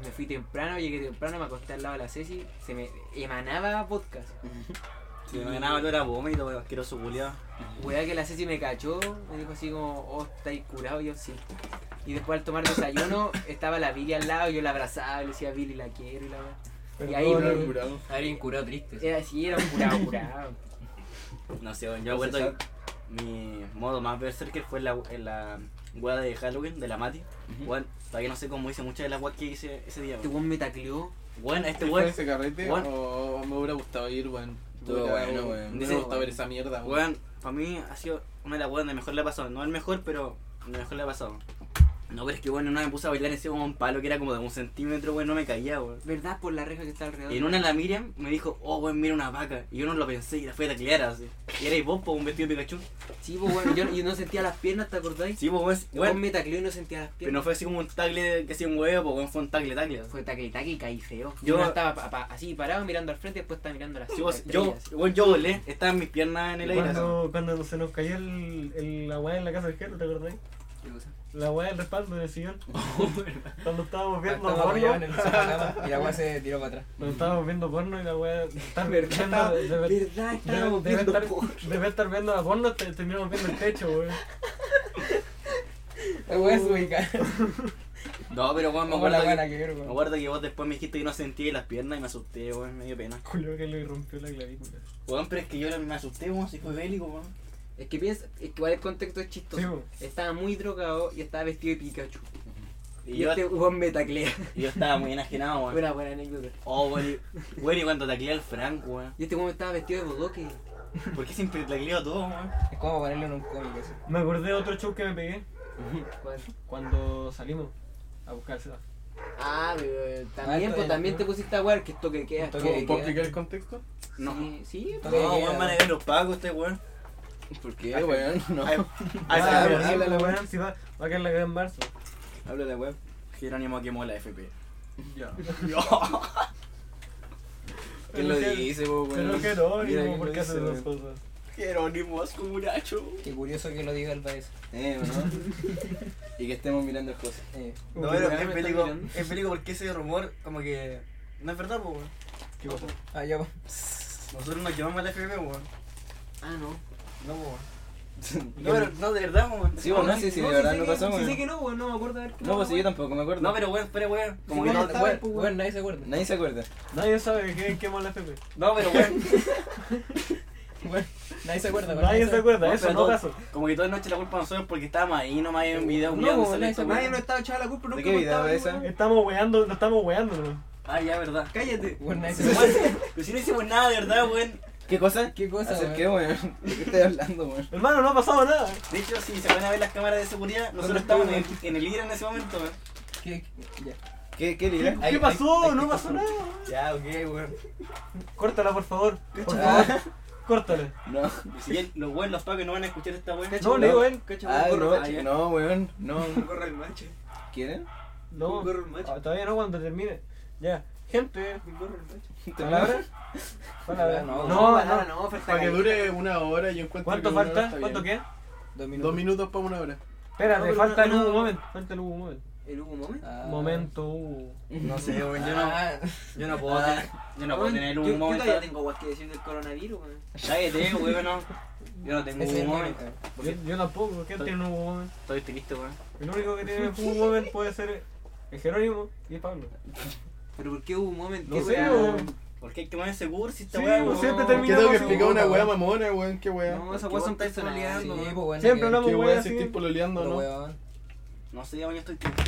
[SPEAKER 5] Me fui temprano, llegué temprano, me acosté al lado de la Ceci, se me emanaba podcast.
[SPEAKER 1] Si no ganaba tú era vómito, weón. Asqueroso culiado.
[SPEAKER 5] Weá que la Ceci me cachó, me dijo así como, oh, estáis curado, y yo sí. Y después al tomar desayuno, estaba la Billy al lado, yo la abrazaba, y le decía, Billy, la quiero, y la weá. Y ahí
[SPEAKER 2] No,
[SPEAKER 5] me-
[SPEAKER 2] no, curado.
[SPEAKER 7] Alguien curado triste.
[SPEAKER 5] Era así, era un curado, curado.
[SPEAKER 1] No sé, weón. Yo acuerdo que mi modo más berserker fue en la, en la weá de Halloween, de la Mati. Weón, todavía no sé cómo hice muchas de las weas que hice ese día,
[SPEAKER 5] Este
[SPEAKER 1] weón.
[SPEAKER 5] weón me tacleó.
[SPEAKER 1] Weón, este
[SPEAKER 2] ¿Fue
[SPEAKER 1] weón.
[SPEAKER 2] ese carrete?
[SPEAKER 1] Weón.
[SPEAKER 2] O me hubiera gustado ir, weón. Me
[SPEAKER 6] Estuvo
[SPEAKER 2] hubiera-
[SPEAKER 6] bueno,
[SPEAKER 2] Me
[SPEAKER 6] weón.
[SPEAKER 2] hubiera
[SPEAKER 1] Dice-
[SPEAKER 2] gustado ver esa mierda, weón.
[SPEAKER 1] Weón, para mí ha sido una de las weas donde mejor le ha pasado. No el mejor, pero donde mejor le ha pasado. No, pero es que bueno, una me puse a bailar encima de un palo que era como de un centímetro, weón, no me caía, weón.
[SPEAKER 5] ¿Verdad? Por la reja que está alrededor.
[SPEAKER 1] Y en una la Miriam me dijo, oh, weón, mira una vaca. Y yo no lo pensé y la fui a taclear así. Y erais vos, po, un vestido de Pikachu.
[SPEAKER 5] Sí, pues bueno, yo, yo no sentía las piernas, ¿te acordáis?
[SPEAKER 1] Sí, pues,
[SPEAKER 5] Weón
[SPEAKER 1] weón.
[SPEAKER 5] me tacleó y no sentía las
[SPEAKER 1] Pero
[SPEAKER 5] piernas.
[SPEAKER 1] no fue así como un tacle que hacía un huevo, pues, weón, fue un tacle tacle.
[SPEAKER 5] Fue tacle tacle y caí feo.
[SPEAKER 1] Yo-
[SPEAKER 5] Yo estaba pa- pa- así parado mirando al frente y después estaba mirando las
[SPEAKER 1] Sí, vos,
[SPEAKER 5] estrellas,
[SPEAKER 1] yo,
[SPEAKER 5] así.
[SPEAKER 1] weón, yo volé, estaban mis piernas en el aire. así.
[SPEAKER 4] Cuando, cuando se nos cayó el, el, la weá en la casa del Jero, ¿te acordás? La weá del respaldo en el sillón. cuando estábamos viendo
[SPEAKER 7] Estaba apoyado en el
[SPEAKER 4] porno.
[SPEAKER 7] sofá y la weá se tiró para atrás.
[SPEAKER 4] Cuando estábamos viendo porno y la weá. Estar
[SPEAKER 5] ¿Verdad?
[SPEAKER 4] viendo- debe-
[SPEAKER 5] ¿Verdad?
[SPEAKER 4] debe-
[SPEAKER 5] Estábamos
[SPEAKER 4] debe
[SPEAKER 5] viendo
[SPEAKER 4] estar-
[SPEAKER 5] porno.
[SPEAKER 4] Debe estar viendo la porno, te- terminamos viendo el techo, weón.
[SPEAKER 7] La weá se ubica.
[SPEAKER 1] No, pero weón, me
[SPEAKER 7] Como la
[SPEAKER 1] acuerdo,
[SPEAKER 7] buena
[SPEAKER 1] que,
[SPEAKER 7] que
[SPEAKER 1] me
[SPEAKER 7] quiero,
[SPEAKER 1] acuerdo que vos después me dijiste que no sentía las piernas y me asusté, weón, me dio pena.
[SPEAKER 4] Julio que le rompió la clavícula.
[SPEAKER 1] Weón, pero es que yo era- me asusté, weón, si fue bélico, weón.
[SPEAKER 5] Es que piensa, es que igual el contexto es chistoso.
[SPEAKER 4] Sí, po.
[SPEAKER 5] estaba muy drogado y estaba vestido de Pikachu.
[SPEAKER 1] Y,
[SPEAKER 5] Y,
[SPEAKER 1] yo,
[SPEAKER 5] este weón me taclea.
[SPEAKER 1] y yo estaba muy enajenado, weón.
[SPEAKER 5] Una buena anécdota.
[SPEAKER 1] Oh, weón, y, weón, y cuando tacleé al Frank, weón.
[SPEAKER 5] Y este weón estaba vestido de bodoque.
[SPEAKER 1] ¿Por qué siempre tacleo a todos, weón?
[SPEAKER 7] Es como ponerlo en un cómic eso.
[SPEAKER 4] Me acordé de otro show que me pegué
[SPEAKER 5] ¿Cuál?
[SPEAKER 4] cuando salimos a buscarse.
[SPEAKER 5] Ah,
[SPEAKER 1] eh,
[SPEAKER 5] pero también,
[SPEAKER 7] Ah,
[SPEAKER 5] pues
[SPEAKER 7] el-
[SPEAKER 5] también te pusiste a wear que esto que queda.
[SPEAKER 7] Esto
[SPEAKER 5] esto
[SPEAKER 7] que-
[SPEAKER 5] que
[SPEAKER 2] ¿Puedo
[SPEAKER 5] queda.
[SPEAKER 2] explicar el contexto?
[SPEAKER 1] No.
[SPEAKER 5] Sí, sí,
[SPEAKER 1] No,
[SPEAKER 7] Toque de
[SPEAKER 1] weón,
[SPEAKER 7] queda.
[SPEAKER 1] van a ver los pagos este weón.
[SPEAKER 6] ¿Por qué, weón? No.
[SPEAKER 1] Ay, ay,
[SPEAKER 4] Ah,
[SPEAKER 1] se-
[SPEAKER 4] pero
[SPEAKER 1] habla-
[SPEAKER 4] habla la weá, si va, va a caer la weá en marzo.
[SPEAKER 1] Habla la web. Jerónimo quemó la FP.
[SPEAKER 2] Ya.
[SPEAKER 6] ¿Quién lo dice, po, weón?
[SPEAKER 4] Pero Jerónimo,
[SPEAKER 6] Mira,
[SPEAKER 4] ¿por qué haces
[SPEAKER 6] ¿quién lo
[SPEAKER 4] esas
[SPEAKER 6] dice,
[SPEAKER 4] cosas?
[SPEAKER 1] Jerónimo Ascuracho.
[SPEAKER 7] Qué curioso que lo diga el país.
[SPEAKER 6] Eh, ¿no? y que estemos mirando el José.
[SPEAKER 7] Eh,
[SPEAKER 1] No, pero
[SPEAKER 5] ¿Me
[SPEAKER 1] es
[SPEAKER 5] estás
[SPEAKER 1] peligro,
[SPEAKER 5] mirando?
[SPEAKER 1] es peligro porque ese rumor como que no es verdad, po, weón.
[SPEAKER 4] ¿Qué cosa?
[SPEAKER 7] ah, ya, po.
[SPEAKER 1] Nosotros nos llevamos a la FP, weón.
[SPEAKER 5] Ah, no.
[SPEAKER 1] No, po, weón. No, pero, no, de verdad, weón.
[SPEAKER 6] Sí, weón, no, sí, sí, de verdad no pasó,
[SPEAKER 5] Sí, sé
[SPEAKER 6] weón.
[SPEAKER 5] que no, weón, no me acuerdo de haber
[SPEAKER 6] No, pues sí, yo tampoco me acuerdo.
[SPEAKER 1] No, pero weón, espera, weón. Como que
[SPEAKER 5] Sí,
[SPEAKER 1] no,
[SPEAKER 5] weón, estaba
[SPEAKER 1] weón.
[SPEAKER 5] Pues,
[SPEAKER 7] Bueno, nadie se acuerda.
[SPEAKER 6] Nadie se acuerda.
[SPEAKER 4] Nadie sabe que quemó la FP.
[SPEAKER 1] No, pero weón.
[SPEAKER 7] Bueno, nadie se acuerda. bueno,
[SPEAKER 4] Nadie se acuerda,
[SPEAKER 1] No,
[SPEAKER 4] eso
[SPEAKER 1] pero
[SPEAKER 4] no
[SPEAKER 1] todo-
[SPEAKER 4] pasó.
[SPEAKER 1] Como que toda noche la culpa a nosotros porque estábamos ahí nomás en un video,
[SPEAKER 7] No,
[SPEAKER 1] culiao, donde
[SPEAKER 7] weón,
[SPEAKER 1] sale
[SPEAKER 7] esa
[SPEAKER 1] esta
[SPEAKER 7] weá.
[SPEAKER 5] Nadie no estaba echada la culpa, no
[SPEAKER 6] ¿De qué video es esa?
[SPEAKER 4] Estamos weando, no estamos weando, ¿no?
[SPEAKER 1] Ah, ya, verdad.
[SPEAKER 5] Cállate.
[SPEAKER 7] Bueno, nadie se acuerda.
[SPEAKER 1] Weón, Pero si no hicimos nada, de verdad, weón.
[SPEAKER 6] ¿Qué cosa?
[SPEAKER 7] ¿Qué cosa,
[SPEAKER 6] ¿Hacer
[SPEAKER 7] weón?
[SPEAKER 6] qué, weón? ¿De qué estás hablando, weón?
[SPEAKER 4] Hermano, no ha pasado nada.
[SPEAKER 1] De hecho, si se van a ver las cámaras de seguridad, nosotros estábamos en, en el IRA en ese momento, weón.
[SPEAKER 7] ¿Qué? Ya.
[SPEAKER 6] ¿Qué,
[SPEAKER 4] ¿Qué,
[SPEAKER 6] qué lira?
[SPEAKER 4] qué pasó? No pasó nada.
[SPEAKER 1] Ya, ok, weón.
[SPEAKER 4] Córtala, por favor. Por
[SPEAKER 7] Ah.
[SPEAKER 4] favor, córtala.
[SPEAKER 6] No.
[SPEAKER 1] Y si bien, los weón, los pagos no van a escuchar esta weón.
[SPEAKER 4] No, le digo él.
[SPEAKER 6] Ah, no,
[SPEAKER 1] Ah, ya.
[SPEAKER 6] no, weón. No.
[SPEAKER 5] Corre el macho.
[SPEAKER 6] ¿Quieren?
[SPEAKER 4] No,
[SPEAKER 5] Corre el macho.
[SPEAKER 4] ah, todavía no cuando termine. Ya, gente,
[SPEAKER 5] Corre el macho.
[SPEAKER 4] palabras. Palabras.
[SPEAKER 7] No,
[SPEAKER 4] No,
[SPEAKER 5] no,
[SPEAKER 4] no,
[SPEAKER 5] no, falta
[SPEAKER 2] Para que
[SPEAKER 5] calle.
[SPEAKER 2] dure una hora, yo encuentro
[SPEAKER 4] ¿Cuánto
[SPEAKER 2] que una hora
[SPEAKER 4] falta?
[SPEAKER 2] está
[SPEAKER 4] ¿Cuánto
[SPEAKER 2] bien.
[SPEAKER 4] qué?
[SPEAKER 7] Dos minutos.
[SPEAKER 2] Dos minutos para una hora.
[SPEAKER 4] Espérate,
[SPEAKER 5] No, pero
[SPEAKER 4] falta el
[SPEAKER 5] no, no.
[SPEAKER 4] Hugo Moment. Falta el Hugo Moment.
[SPEAKER 5] ¿El Hugo Moment?
[SPEAKER 7] Ah.
[SPEAKER 4] Momento Hugo.
[SPEAKER 1] No sé, weón, yo no,
[SPEAKER 7] Ah,
[SPEAKER 1] yo no puedo, tener- yo no pues, puedo
[SPEAKER 5] Weón,
[SPEAKER 1] tener
[SPEAKER 5] yo-
[SPEAKER 1] un
[SPEAKER 5] Yo
[SPEAKER 1] momento.
[SPEAKER 5] todavía tengo guas que decir del coronavirus, weón.
[SPEAKER 1] Cállate, weón, no. Yo no tengo
[SPEAKER 7] ese es
[SPEAKER 1] un
[SPEAKER 7] el
[SPEAKER 1] momento.
[SPEAKER 7] momento.
[SPEAKER 4] Yo, yo tampoco, ¿quién
[SPEAKER 1] Estoy-
[SPEAKER 4] tiene un Hugo Moment?
[SPEAKER 1] Estoy triste, weón.
[SPEAKER 4] El único que tiene un Hugo Moment puede ser el Jerónimo y el Pablo.
[SPEAKER 5] Pero ¿por qué Hugo Moment?
[SPEAKER 4] No
[SPEAKER 5] ¿Qué
[SPEAKER 4] sé,
[SPEAKER 5] weá?
[SPEAKER 4] weón.
[SPEAKER 1] ¿Por qué hay que ponerse cursi esta
[SPEAKER 4] Sí, pues,
[SPEAKER 1] weá,
[SPEAKER 4] weón,
[SPEAKER 1] weón?
[SPEAKER 4] siempre
[SPEAKER 2] ¿Por qué
[SPEAKER 4] terminamos
[SPEAKER 2] tengo que
[SPEAKER 4] así,
[SPEAKER 2] explicar
[SPEAKER 4] weón.
[SPEAKER 2] una wea mamona, weón? ¿Qué wea?
[SPEAKER 5] No, esas
[SPEAKER 1] ¿Por qué
[SPEAKER 5] weas
[SPEAKER 1] vos
[SPEAKER 5] son
[SPEAKER 1] estás
[SPEAKER 5] personales.
[SPEAKER 7] sí,
[SPEAKER 1] pololeando,
[SPEAKER 7] pues,
[SPEAKER 1] weón?
[SPEAKER 7] bueno,
[SPEAKER 4] Siempre
[SPEAKER 7] que-
[SPEAKER 4] hablamos
[SPEAKER 2] ¿Qué
[SPEAKER 4] weón
[SPEAKER 2] wea si estoy
[SPEAKER 4] así.
[SPEAKER 2] pololeando
[SPEAKER 7] lo
[SPEAKER 2] no?
[SPEAKER 7] weón.
[SPEAKER 1] No sé, weón, yo estoy triste.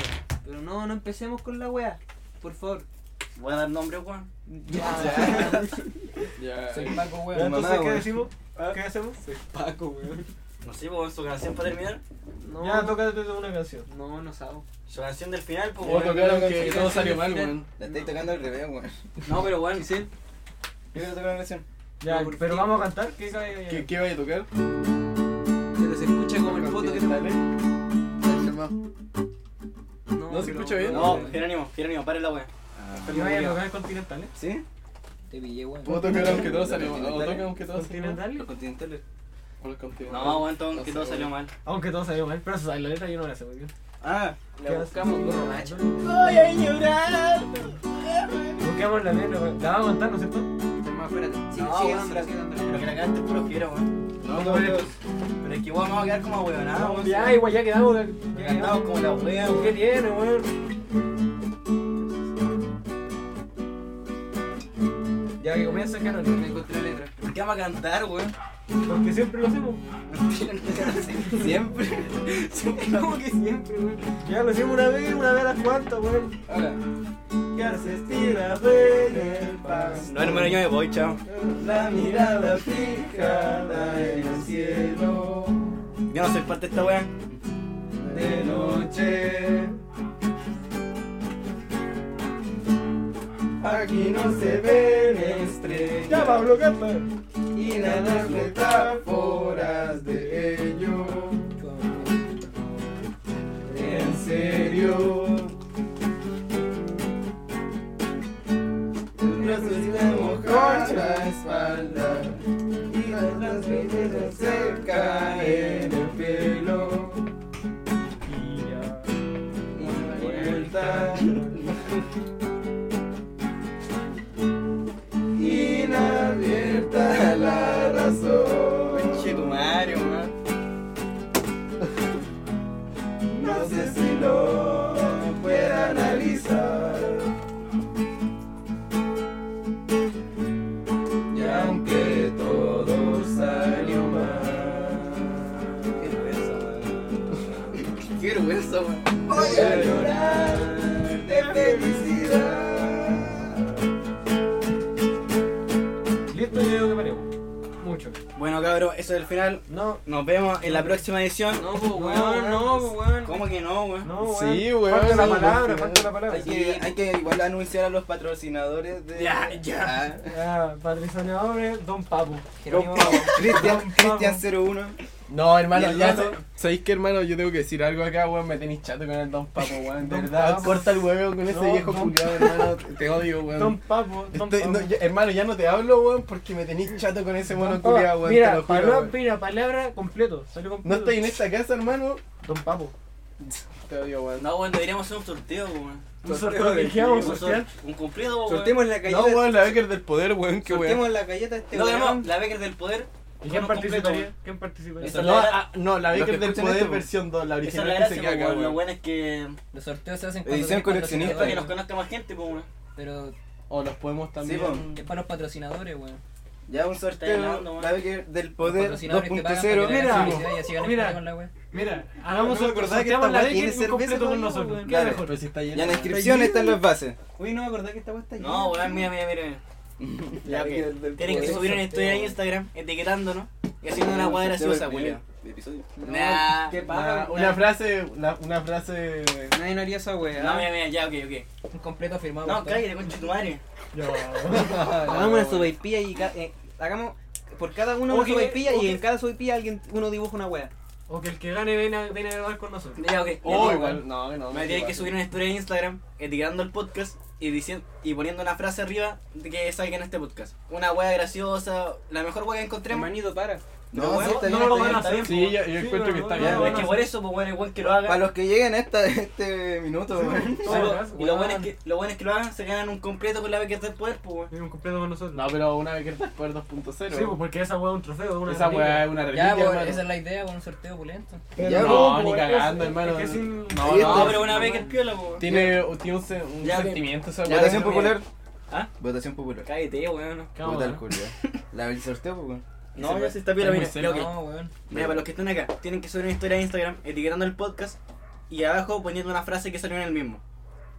[SPEAKER 5] Pero no, no empecemos con la wea. Por favor.
[SPEAKER 1] Voy a dar nombre, weón.
[SPEAKER 5] Ya.
[SPEAKER 2] Ya.
[SPEAKER 7] Soy Paco,
[SPEAKER 4] Ya,
[SPEAKER 7] weón.
[SPEAKER 6] mamá,
[SPEAKER 4] Entonces, ¿qué
[SPEAKER 6] weón.
[SPEAKER 4] decimos? ¿Qué hacemos?
[SPEAKER 5] Paco, weón.
[SPEAKER 1] No sé, weón, su canción para terminar.
[SPEAKER 5] No.
[SPEAKER 4] Ya, tócate una canción.
[SPEAKER 5] No, no sabo.
[SPEAKER 1] Su canción del final, pues,
[SPEAKER 2] Vos
[SPEAKER 1] weón.
[SPEAKER 2] tocaron que todo salió mal,
[SPEAKER 5] final.
[SPEAKER 2] weón.
[SPEAKER 6] La estáis tocando al revés, weón.
[SPEAKER 1] No, pero weón,
[SPEAKER 6] Yo quiero tocar una canción.
[SPEAKER 4] Ya,
[SPEAKER 5] No, ¿por
[SPEAKER 4] pero
[SPEAKER 5] qué?
[SPEAKER 4] vamos a cantar. ¿Qué cae?
[SPEAKER 2] ¿Qué, qué vaya a tocar?
[SPEAKER 5] Pero se escucha como foto que
[SPEAKER 2] Dale. Dale, más. ¿No se
[SPEAKER 5] pero-
[SPEAKER 2] escucha bien?
[SPEAKER 1] No, Jerónimo, Jerónimo, pare la wea.
[SPEAKER 4] Yo voy a tocar ¿eh? en Continentales.
[SPEAKER 6] ¿Sí?
[SPEAKER 3] Te pillé, weón.
[SPEAKER 2] O toca aunque todo salió mal. O toca aunque todo salió mal.
[SPEAKER 4] Continentales.
[SPEAKER 6] Los continentales.
[SPEAKER 2] O los continentales.
[SPEAKER 1] No, aguantón,
[SPEAKER 2] No
[SPEAKER 1] que
[SPEAKER 2] sé,
[SPEAKER 1] todo
[SPEAKER 2] weón.
[SPEAKER 1] salió mal.
[SPEAKER 4] Aunque todo salió mal, pero eso la letra yo no la sé muy bien.
[SPEAKER 6] Ah,
[SPEAKER 4] La buscamos borracho.
[SPEAKER 1] Voy a llorar.
[SPEAKER 4] Buscamos la letra, weón. la vamos a contar, ¿no es cierto?
[SPEAKER 5] Más afuera. Sigue,
[SPEAKER 1] No,
[SPEAKER 5] sigue
[SPEAKER 1] weón,
[SPEAKER 5] dándole,
[SPEAKER 1] pero-
[SPEAKER 5] sigue dándole.
[SPEAKER 1] Pero que la cante puro fiero, weón.
[SPEAKER 6] no, no, no.
[SPEAKER 1] Pero es que weón, vamos a quedar como huevonada, weón.
[SPEAKER 4] Ya, igual, ya quedamos. Ah, ya
[SPEAKER 1] Cantamos
[SPEAKER 4] quedamos.
[SPEAKER 1] como la wea,
[SPEAKER 4] ¿Qué
[SPEAKER 1] weón.
[SPEAKER 4] tiene, weón? Ya que comienza Carolina.
[SPEAKER 5] Me encontré la letra.
[SPEAKER 1] ¿Por qué vamos a cantar, weón?
[SPEAKER 4] Porque siempre lo hacemos.
[SPEAKER 6] Siempre.
[SPEAKER 5] Como que siempre, weón.
[SPEAKER 4] Ya lo hicimos una vez, una vez a las cuantas, weón.
[SPEAKER 6] Ahora.
[SPEAKER 4] Ya se estira en el
[SPEAKER 1] No, hermano, yo me voy, chao.
[SPEAKER 4] La mirada fijada en el cielo.
[SPEAKER 1] Yo no soy parte de esta wea.
[SPEAKER 4] de noche. Aquí no se ven estrellas. Ya, Pablo, Y las metáforas de ello. En serio. El brazo está mojado la espalda. Y las veces se caen en el pelo. vuelta. Inabierta la razón.
[SPEAKER 1] Che, tu madre, weón.
[SPEAKER 4] No sé si lo pueda analizar. Y aunque todo salió mal,
[SPEAKER 1] Qué vergüenza, weón.
[SPEAKER 6] Qué vergüenza, weón.
[SPEAKER 4] voy a llorar de felicidad. Listo, yo digo que paremos. Mucho.
[SPEAKER 1] Bueno, cabros, eso es el final.
[SPEAKER 4] No,
[SPEAKER 1] Nos vemos en la próxima edición.
[SPEAKER 5] No, pues, weón, no, pues, weón.
[SPEAKER 1] ¿Cómo que no, weón?
[SPEAKER 4] no,
[SPEAKER 2] Sí,
[SPEAKER 4] weón,
[SPEAKER 2] weón,
[SPEAKER 4] Falta la
[SPEAKER 2] no,
[SPEAKER 4] palabra,
[SPEAKER 2] weón.
[SPEAKER 4] falta la palabra.
[SPEAKER 6] Hay que, hay que igual anunciar a los patrocinadores de.
[SPEAKER 1] Ya, ya.
[SPEAKER 4] Ah, patrocinadores, Don Papu.
[SPEAKER 3] Jerónimo,
[SPEAKER 6] Cristian, Cristian 01.
[SPEAKER 2] No, hermano,
[SPEAKER 1] Y el
[SPEAKER 2] ya.
[SPEAKER 1] rato-
[SPEAKER 2] ¿Sabéis qué, hermano? Yo tengo que decir algo acá, weón. Me tenéis chato con el Don Papo, weón. De
[SPEAKER 4] Don
[SPEAKER 2] verdad,
[SPEAKER 4] Papo.
[SPEAKER 2] corta el huevo con ese
[SPEAKER 4] No,
[SPEAKER 2] viejo
[SPEAKER 4] Don-
[SPEAKER 2] culiado, hermano. Te odio, weón.
[SPEAKER 4] Don Papu, Don
[SPEAKER 2] Estoy-
[SPEAKER 4] Papu.
[SPEAKER 2] no, ya- hermano, ya no te hablo, weón, porque me tenéis chato con ese mono
[SPEAKER 4] Don Papu.
[SPEAKER 2] culiado, weón. te
[SPEAKER 4] Mira,
[SPEAKER 2] lo juro,
[SPEAKER 4] palabra,
[SPEAKER 2] weón.
[SPEAKER 4] mira, palabra completo, salió completo.
[SPEAKER 2] No estoy en esta casa, hermano.
[SPEAKER 4] Don Papu.
[SPEAKER 2] Te odio, weón.
[SPEAKER 1] No, weón, deberíamos hacer un sorteo, weón.
[SPEAKER 4] Un sorteo que
[SPEAKER 1] Un
[SPEAKER 4] queríamos
[SPEAKER 1] sor-
[SPEAKER 4] sortear.
[SPEAKER 1] Un cumplido, weón.
[SPEAKER 6] Sorteemos la
[SPEAKER 2] No,
[SPEAKER 6] galleta.
[SPEAKER 2] weón, la Becker del poder, weón, qué weón.
[SPEAKER 6] Sorteemos la galleta este
[SPEAKER 1] No,
[SPEAKER 6] weón.
[SPEAKER 1] tenemos la Becker del Poder.
[SPEAKER 4] ¿Y quién
[SPEAKER 1] Uno
[SPEAKER 4] participaría?
[SPEAKER 1] completo.
[SPEAKER 4] ¿Quién participaría?
[SPEAKER 1] Eso
[SPEAKER 2] No,
[SPEAKER 1] la-
[SPEAKER 2] ah, no, la
[SPEAKER 6] los que
[SPEAKER 2] Becker del
[SPEAKER 6] escuchan
[SPEAKER 2] poder
[SPEAKER 6] esto, weón.
[SPEAKER 2] versión 2, la
[SPEAKER 1] Esa es
[SPEAKER 2] original
[SPEAKER 1] la
[SPEAKER 2] que
[SPEAKER 1] gracia,
[SPEAKER 2] se queda
[SPEAKER 1] pues,
[SPEAKER 2] acá,
[SPEAKER 1] weón. Lo
[SPEAKER 2] weón.
[SPEAKER 1] bueno es que.
[SPEAKER 3] los sorteos se hacen
[SPEAKER 6] Edición
[SPEAKER 3] tenés patrocinadores,
[SPEAKER 1] Para que nos
[SPEAKER 3] weón.
[SPEAKER 1] conozca más gente, pues, weón.
[SPEAKER 3] Pero
[SPEAKER 2] O los podemos también.
[SPEAKER 6] Sí, weón.
[SPEAKER 3] es para los patrocinadores, weón.
[SPEAKER 6] Ya un
[SPEAKER 1] Está
[SPEAKER 6] sorteo.
[SPEAKER 1] helando, weón.
[SPEAKER 6] La Becker del
[SPEAKER 3] Los
[SPEAKER 6] poder
[SPEAKER 3] patrocinadores te pagan para que
[SPEAKER 6] 2.0.
[SPEAKER 3] le hagas
[SPEAKER 4] Mira,
[SPEAKER 3] publicidad y así ganas
[SPEAKER 4] mira.
[SPEAKER 3] plata con la weá.
[SPEAKER 4] Mira, hagamos
[SPEAKER 2] No me
[SPEAKER 4] un
[SPEAKER 2] acordaba que
[SPEAKER 4] sorteamos
[SPEAKER 2] esta
[SPEAKER 4] la
[SPEAKER 2] weá
[SPEAKER 4] de
[SPEAKER 2] tiene
[SPEAKER 4] Kings
[SPEAKER 2] cerveza
[SPEAKER 4] completo con
[SPEAKER 2] todavía,
[SPEAKER 4] nosotros.
[SPEAKER 2] weón.
[SPEAKER 4] Queda
[SPEAKER 6] Dale.
[SPEAKER 4] mejor.
[SPEAKER 2] Pero si está llena.
[SPEAKER 6] Ya en la inscripción están las bases.
[SPEAKER 5] Uy, no me acordé que esta weá está
[SPEAKER 1] No, weón, mira, mira, mira. mira.
[SPEAKER 6] La
[SPEAKER 1] Ya, ok.
[SPEAKER 6] Becker del
[SPEAKER 1] Tienen que
[SPEAKER 6] poder.
[SPEAKER 1] subir una historia a Instagram, etiquetándonos y haciendo una guada graciosa, weón.
[SPEAKER 6] Episodio.
[SPEAKER 1] Nah.
[SPEAKER 5] ¿Qué
[SPEAKER 2] Una,
[SPEAKER 5] pasa?
[SPEAKER 2] una frase, la- una frase.
[SPEAKER 5] Nadie no haría esa weá.
[SPEAKER 1] No, Ah, mira, mira, ya, ok, ok.
[SPEAKER 3] Un completo firmado.
[SPEAKER 1] No,
[SPEAKER 3] por todos.
[SPEAKER 1] cállate, concha tu madre.
[SPEAKER 5] Hagamos una sopaipilla y ca- eh, hagamos por cada uno
[SPEAKER 4] Ok,
[SPEAKER 5] una sopaipilla
[SPEAKER 4] ok.
[SPEAKER 5] y en cada sopaipilla alguien uno dibuja una weá.
[SPEAKER 4] O que el que gane viene a, viene a grabar con nosotros.
[SPEAKER 1] Ya, ok.
[SPEAKER 2] Oh,
[SPEAKER 1] Ya,
[SPEAKER 2] igual, no, no.
[SPEAKER 1] Me tienen que subir una historia en Instagram, etiquetando el podcast y diciendo y poniendo una frase arriba de que salga en este podcast. Una hueá graciosa, la mejor hueá que encontremos.
[SPEAKER 5] Hermanito, para.
[SPEAKER 1] Pero,
[SPEAKER 6] No,
[SPEAKER 1] weón,
[SPEAKER 6] sí, está
[SPEAKER 4] No
[SPEAKER 6] bien,
[SPEAKER 4] lo
[SPEAKER 6] está
[SPEAKER 4] van
[SPEAKER 6] bien.
[SPEAKER 4] a hacer.
[SPEAKER 2] Sí, yo- yo encuentro que está bien.
[SPEAKER 1] es que por eso, pues bueno, igual que lo
[SPEAKER 6] Para
[SPEAKER 1] hagan.
[SPEAKER 6] los que lleguen a esta, este minuto, weón.
[SPEAKER 1] Y lo bueno, es que, lo bueno es que lo hagan, se ganan un completo con la beca del poder, pues weón.
[SPEAKER 4] Viene un completo con nosotros.
[SPEAKER 2] No, pero una Becker del poder
[SPEAKER 4] Sí, pues
[SPEAKER 2] 2.0.
[SPEAKER 4] porque esa weá es un trofeo, una
[SPEAKER 2] Esa weá es una reliquia,
[SPEAKER 3] Ya, pues,
[SPEAKER 2] hermano.
[SPEAKER 3] esa es la idea, con un sorteo opulento.
[SPEAKER 6] Ya,
[SPEAKER 2] No,
[SPEAKER 6] weón,
[SPEAKER 2] ni
[SPEAKER 4] pues,
[SPEAKER 2] cagando,
[SPEAKER 4] es-
[SPEAKER 2] hermano.
[SPEAKER 4] es que sin-
[SPEAKER 2] No,
[SPEAKER 6] Sí,
[SPEAKER 1] No,
[SPEAKER 2] no,
[SPEAKER 6] está-
[SPEAKER 1] pero una beca es piola, pues weón.
[SPEAKER 2] Tiene, uh, tiene un, se- un
[SPEAKER 1] Ya, ok.
[SPEAKER 2] sentimiento esa weá.
[SPEAKER 6] Votación
[SPEAKER 1] pero
[SPEAKER 6] popular.
[SPEAKER 1] ¿Ah?
[SPEAKER 6] Votación popular.
[SPEAKER 1] Cállate, weón.
[SPEAKER 4] Cagamos,
[SPEAKER 6] Puta el
[SPEAKER 4] ¿no?
[SPEAKER 6] culo. La del sorteo, pues, weón.
[SPEAKER 1] No, ya se está piola,
[SPEAKER 2] Es muy
[SPEAKER 1] mira.
[SPEAKER 2] serio.
[SPEAKER 1] ya, ok.
[SPEAKER 3] No, weón.
[SPEAKER 1] Mira, para los que están acá, tienen que subir una historia a Instagram, etiquetando el podcast y abajo poniendo una frase que salió en el mismo.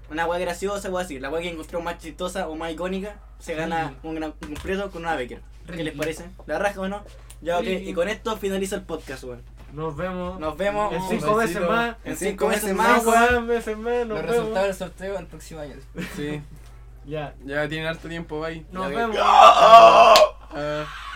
[SPEAKER 1] Una hueá graciosa o así, la hueá que encontró más chistosa o más icónica, se gana un, gran- un completo con una Becker. ¿Qué les parece? ¿La raja o no? Ya, ok. Y con esto finaliza el podcast, weón.
[SPEAKER 4] Nos vemos.
[SPEAKER 1] Nos vemos
[SPEAKER 4] En
[SPEAKER 2] No,
[SPEAKER 4] cinco veces
[SPEAKER 2] besito.
[SPEAKER 4] más.
[SPEAKER 1] en cinco meses más,
[SPEAKER 4] Cinco
[SPEAKER 1] weón.
[SPEAKER 4] veces más. Nos
[SPEAKER 3] Los
[SPEAKER 4] vemos.
[SPEAKER 3] resultados del sorteo el próximo año.
[SPEAKER 2] Sí,
[SPEAKER 4] Ya.
[SPEAKER 2] ya tienen harto tiempo, bye.
[SPEAKER 4] Nos vemos.
[SPEAKER 2] Ah.